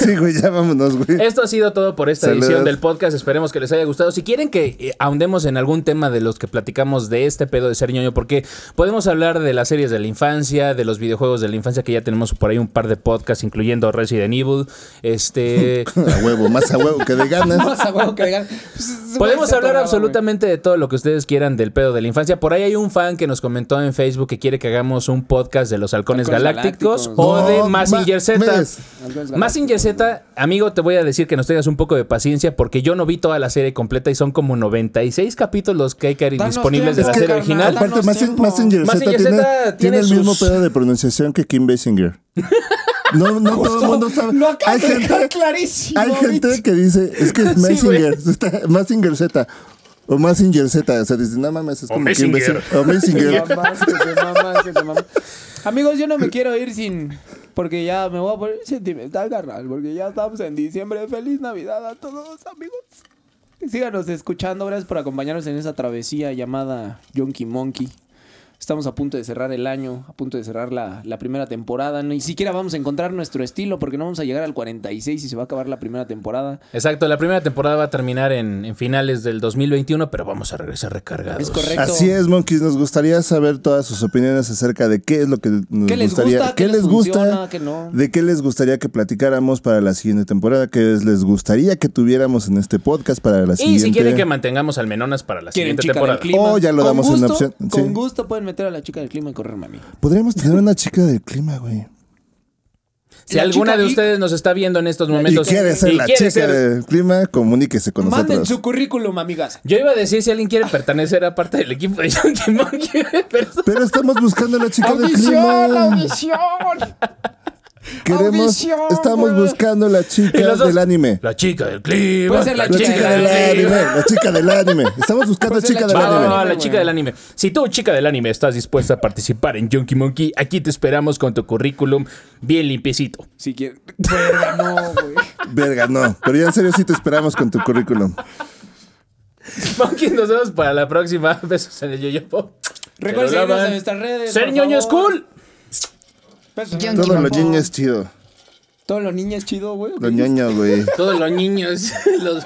Speaker 5: Sí, güey, ya vámonos, güey.
Speaker 3: esto ha sido todo por esta
Speaker 5: Saludos.
Speaker 3: edición del podcast. Esperemos que les haya gustado. Si quieren que eh, ahondemos en algún tema de los que platicamos de este pedo de ser ñoño, porque podemos hablar de las series de la infancia, de los videojuegos de la infancia, que ya tenemos por ahí un par de podcasts, incluyendo Resident Evil. Este.
Speaker 5: A huevo, más a huevo que de ganas.
Speaker 4: Más a huevo que digan. Pues, es-
Speaker 3: Podemos
Speaker 4: este
Speaker 3: hablar
Speaker 4: programa,
Speaker 3: absolutamente de todo lo que ustedes quieran del pedo de la infancia. Por ahí hay un fan que nos comentó en Facebook que quiere que hagamos un podcast de los halcones
Speaker 4: Halcones
Speaker 3: galácticos,
Speaker 4: galácticos.
Speaker 3: o de
Speaker 5: No
Speaker 3: Massinger Z.
Speaker 5: mames.
Speaker 4: güey. Algo es ganar.
Speaker 3: Massinger Z, amigo, te voy a decir que nos tengas un poco de paciencia porque yo no vi toda la serie completa y son como 96 capítulos que hay que
Speaker 4: Danos
Speaker 3: disponibles de la
Speaker 4: tiempo,
Speaker 3: serie
Speaker 4: carnal.
Speaker 3: original.
Speaker 4: Danos
Speaker 5: Aparte, Massin-
Speaker 4: tiempo.
Speaker 5: Massinger Z
Speaker 3: Massinger
Speaker 5: tiene,
Speaker 3: Z tiene
Speaker 5: tiene, el
Speaker 3: sus-
Speaker 5: mismo pedo de pronunciación que Kim Basinger. No, no todo el mundo sabe.
Speaker 4: Lo acabas
Speaker 5: Hay
Speaker 4: de dejar
Speaker 5: gente,
Speaker 4: clarísimo.
Speaker 5: hay
Speaker 4: güey.
Speaker 5: gente que dice, es que es Massinger, está- Massinger Z. O Massinger Z. O sea, dice, no mames, es como Kim Basinger. O Massinger.
Speaker 4: Te mamaste, te mamaste, te mamaste. Amigos, yo no me quiero ir sin. Porque ya me voy a poner sentimental, carnal. Porque ya estamos en diciembre. Feliz Navidad a todos, amigos. Síganos escuchando. Gracias por acompañarnos en esa travesía llamada Yonky Monkey. Estamos a punto de cerrar el año, a punto de cerrar la, la primera temporada. Ni siquiera vamos a encontrar nuestro estilo porque no vamos a llegar al 46 y se va a acabar la primera temporada.
Speaker 3: Exacto, la primera temporada va a terminar en, en finales del 2021, pero vamos a regresar recargados.
Speaker 4: Es correcto.
Speaker 5: Así es, Monkeys. Nos gustaría saber todas sus opiniones acerca de qué es lo que nos
Speaker 4: ¿Qué les
Speaker 5: gustaría.
Speaker 4: gusta?
Speaker 5: ¿Qué
Speaker 4: ¿Qué
Speaker 5: les
Speaker 4: les
Speaker 5: gusta?
Speaker 4: funciona? ¿Qué no?
Speaker 5: ¿De qué les gustaría que platicáramos para la siguiente temporada? ¿Qué es- les gustaría que tuviéramos en este podcast para la
Speaker 3: Y
Speaker 5: siguiente?
Speaker 3: si quieren que mantengamos al Menonas para la
Speaker 4: ¿Quieren
Speaker 3: siguiente
Speaker 4: chica del
Speaker 3: temporada.
Speaker 4: clima?
Speaker 5: Oh, ya lo
Speaker 4: Con
Speaker 5: damos en
Speaker 4: gusto,
Speaker 5: opción, sí.
Speaker 4: Con gusto pueden meter a la chica del clima y correrme a mí.
Speaker 5: Podríamos tener una chica del clima, güey.
Speaker 3: Si alguna de ustedes nos está viendo en estos
Speaker 5: Y
Speaker 3: momentos
Speaker 5: quiere ser
Speaker 3: y
Speaker 5: la
Speaker 3: quiere
Speaker 5: chica
Speaker 3: ser-
Speaker 5: del clima, comuníquese con
Speaker 7: Manden
Speaker 5: nosotros.
Speaker 7: su currículum, amigas.
Speaker 3: Yo iba a decir si alguien quiere pertenecer a parte del equipo de Yankee Monkey, pero
Speaker 5: Pero estamos buscando a la chica del clima. Queremos,
Speaker 7: Audición,
Speaker 5: estamos
Speaker 7: güey.
Speaker 5: buscando a la
Speaker 3: Y
Speaker 5: chica
Speaker 3: los dos-
Speaker 5: del anime.
Speaker 3: La chica del clima.
Speaker 7: Puede ser la
Speaker 5: La chica del anime, la chica del anime. Estamos buscando a la
Speaker 7: Pues es la
Speaker 5: chica del
Speaker 3: Va, va,
Speaker 5: anime.
Speaker 3: va, la chica del anime. Si tú, chica del anime, estás dispuesta a participar en Junkie Monkey, aquí te esperamos con tu currículum bien limpiecito.
Speaker 4: Si quieren.
Speaker 7: Verga, no, güey.
Speaker 5: Verga, no. Pero ya en serio sí te esperamos con tu currículum.
Speaker 3: Monkey, nos vemos para la próxima. Besos en el yoyopo.
Speaker 7: Recuerden
Speaker 3: Se lo
Speaker 7: seguirnos
Speaker 3: lavan.
Speaker 7: en nuestras redes.
Speaker 3: Ser
Speaker 7: por
Speaker 3: ñoño es
Speaker 7: favor.
Speaker 3: cool.
Speaker 7: Besos.
Speaker 2: Yonki
Speaker 5: Todo lo
Speaker 2: Monkey.
Speaker 5: ñoño es chido.
Speaker 7: Todos los niños chido, güey.
Speaker 5: Lo ñoño, güey.
Speaker 3: Todos los niños. los-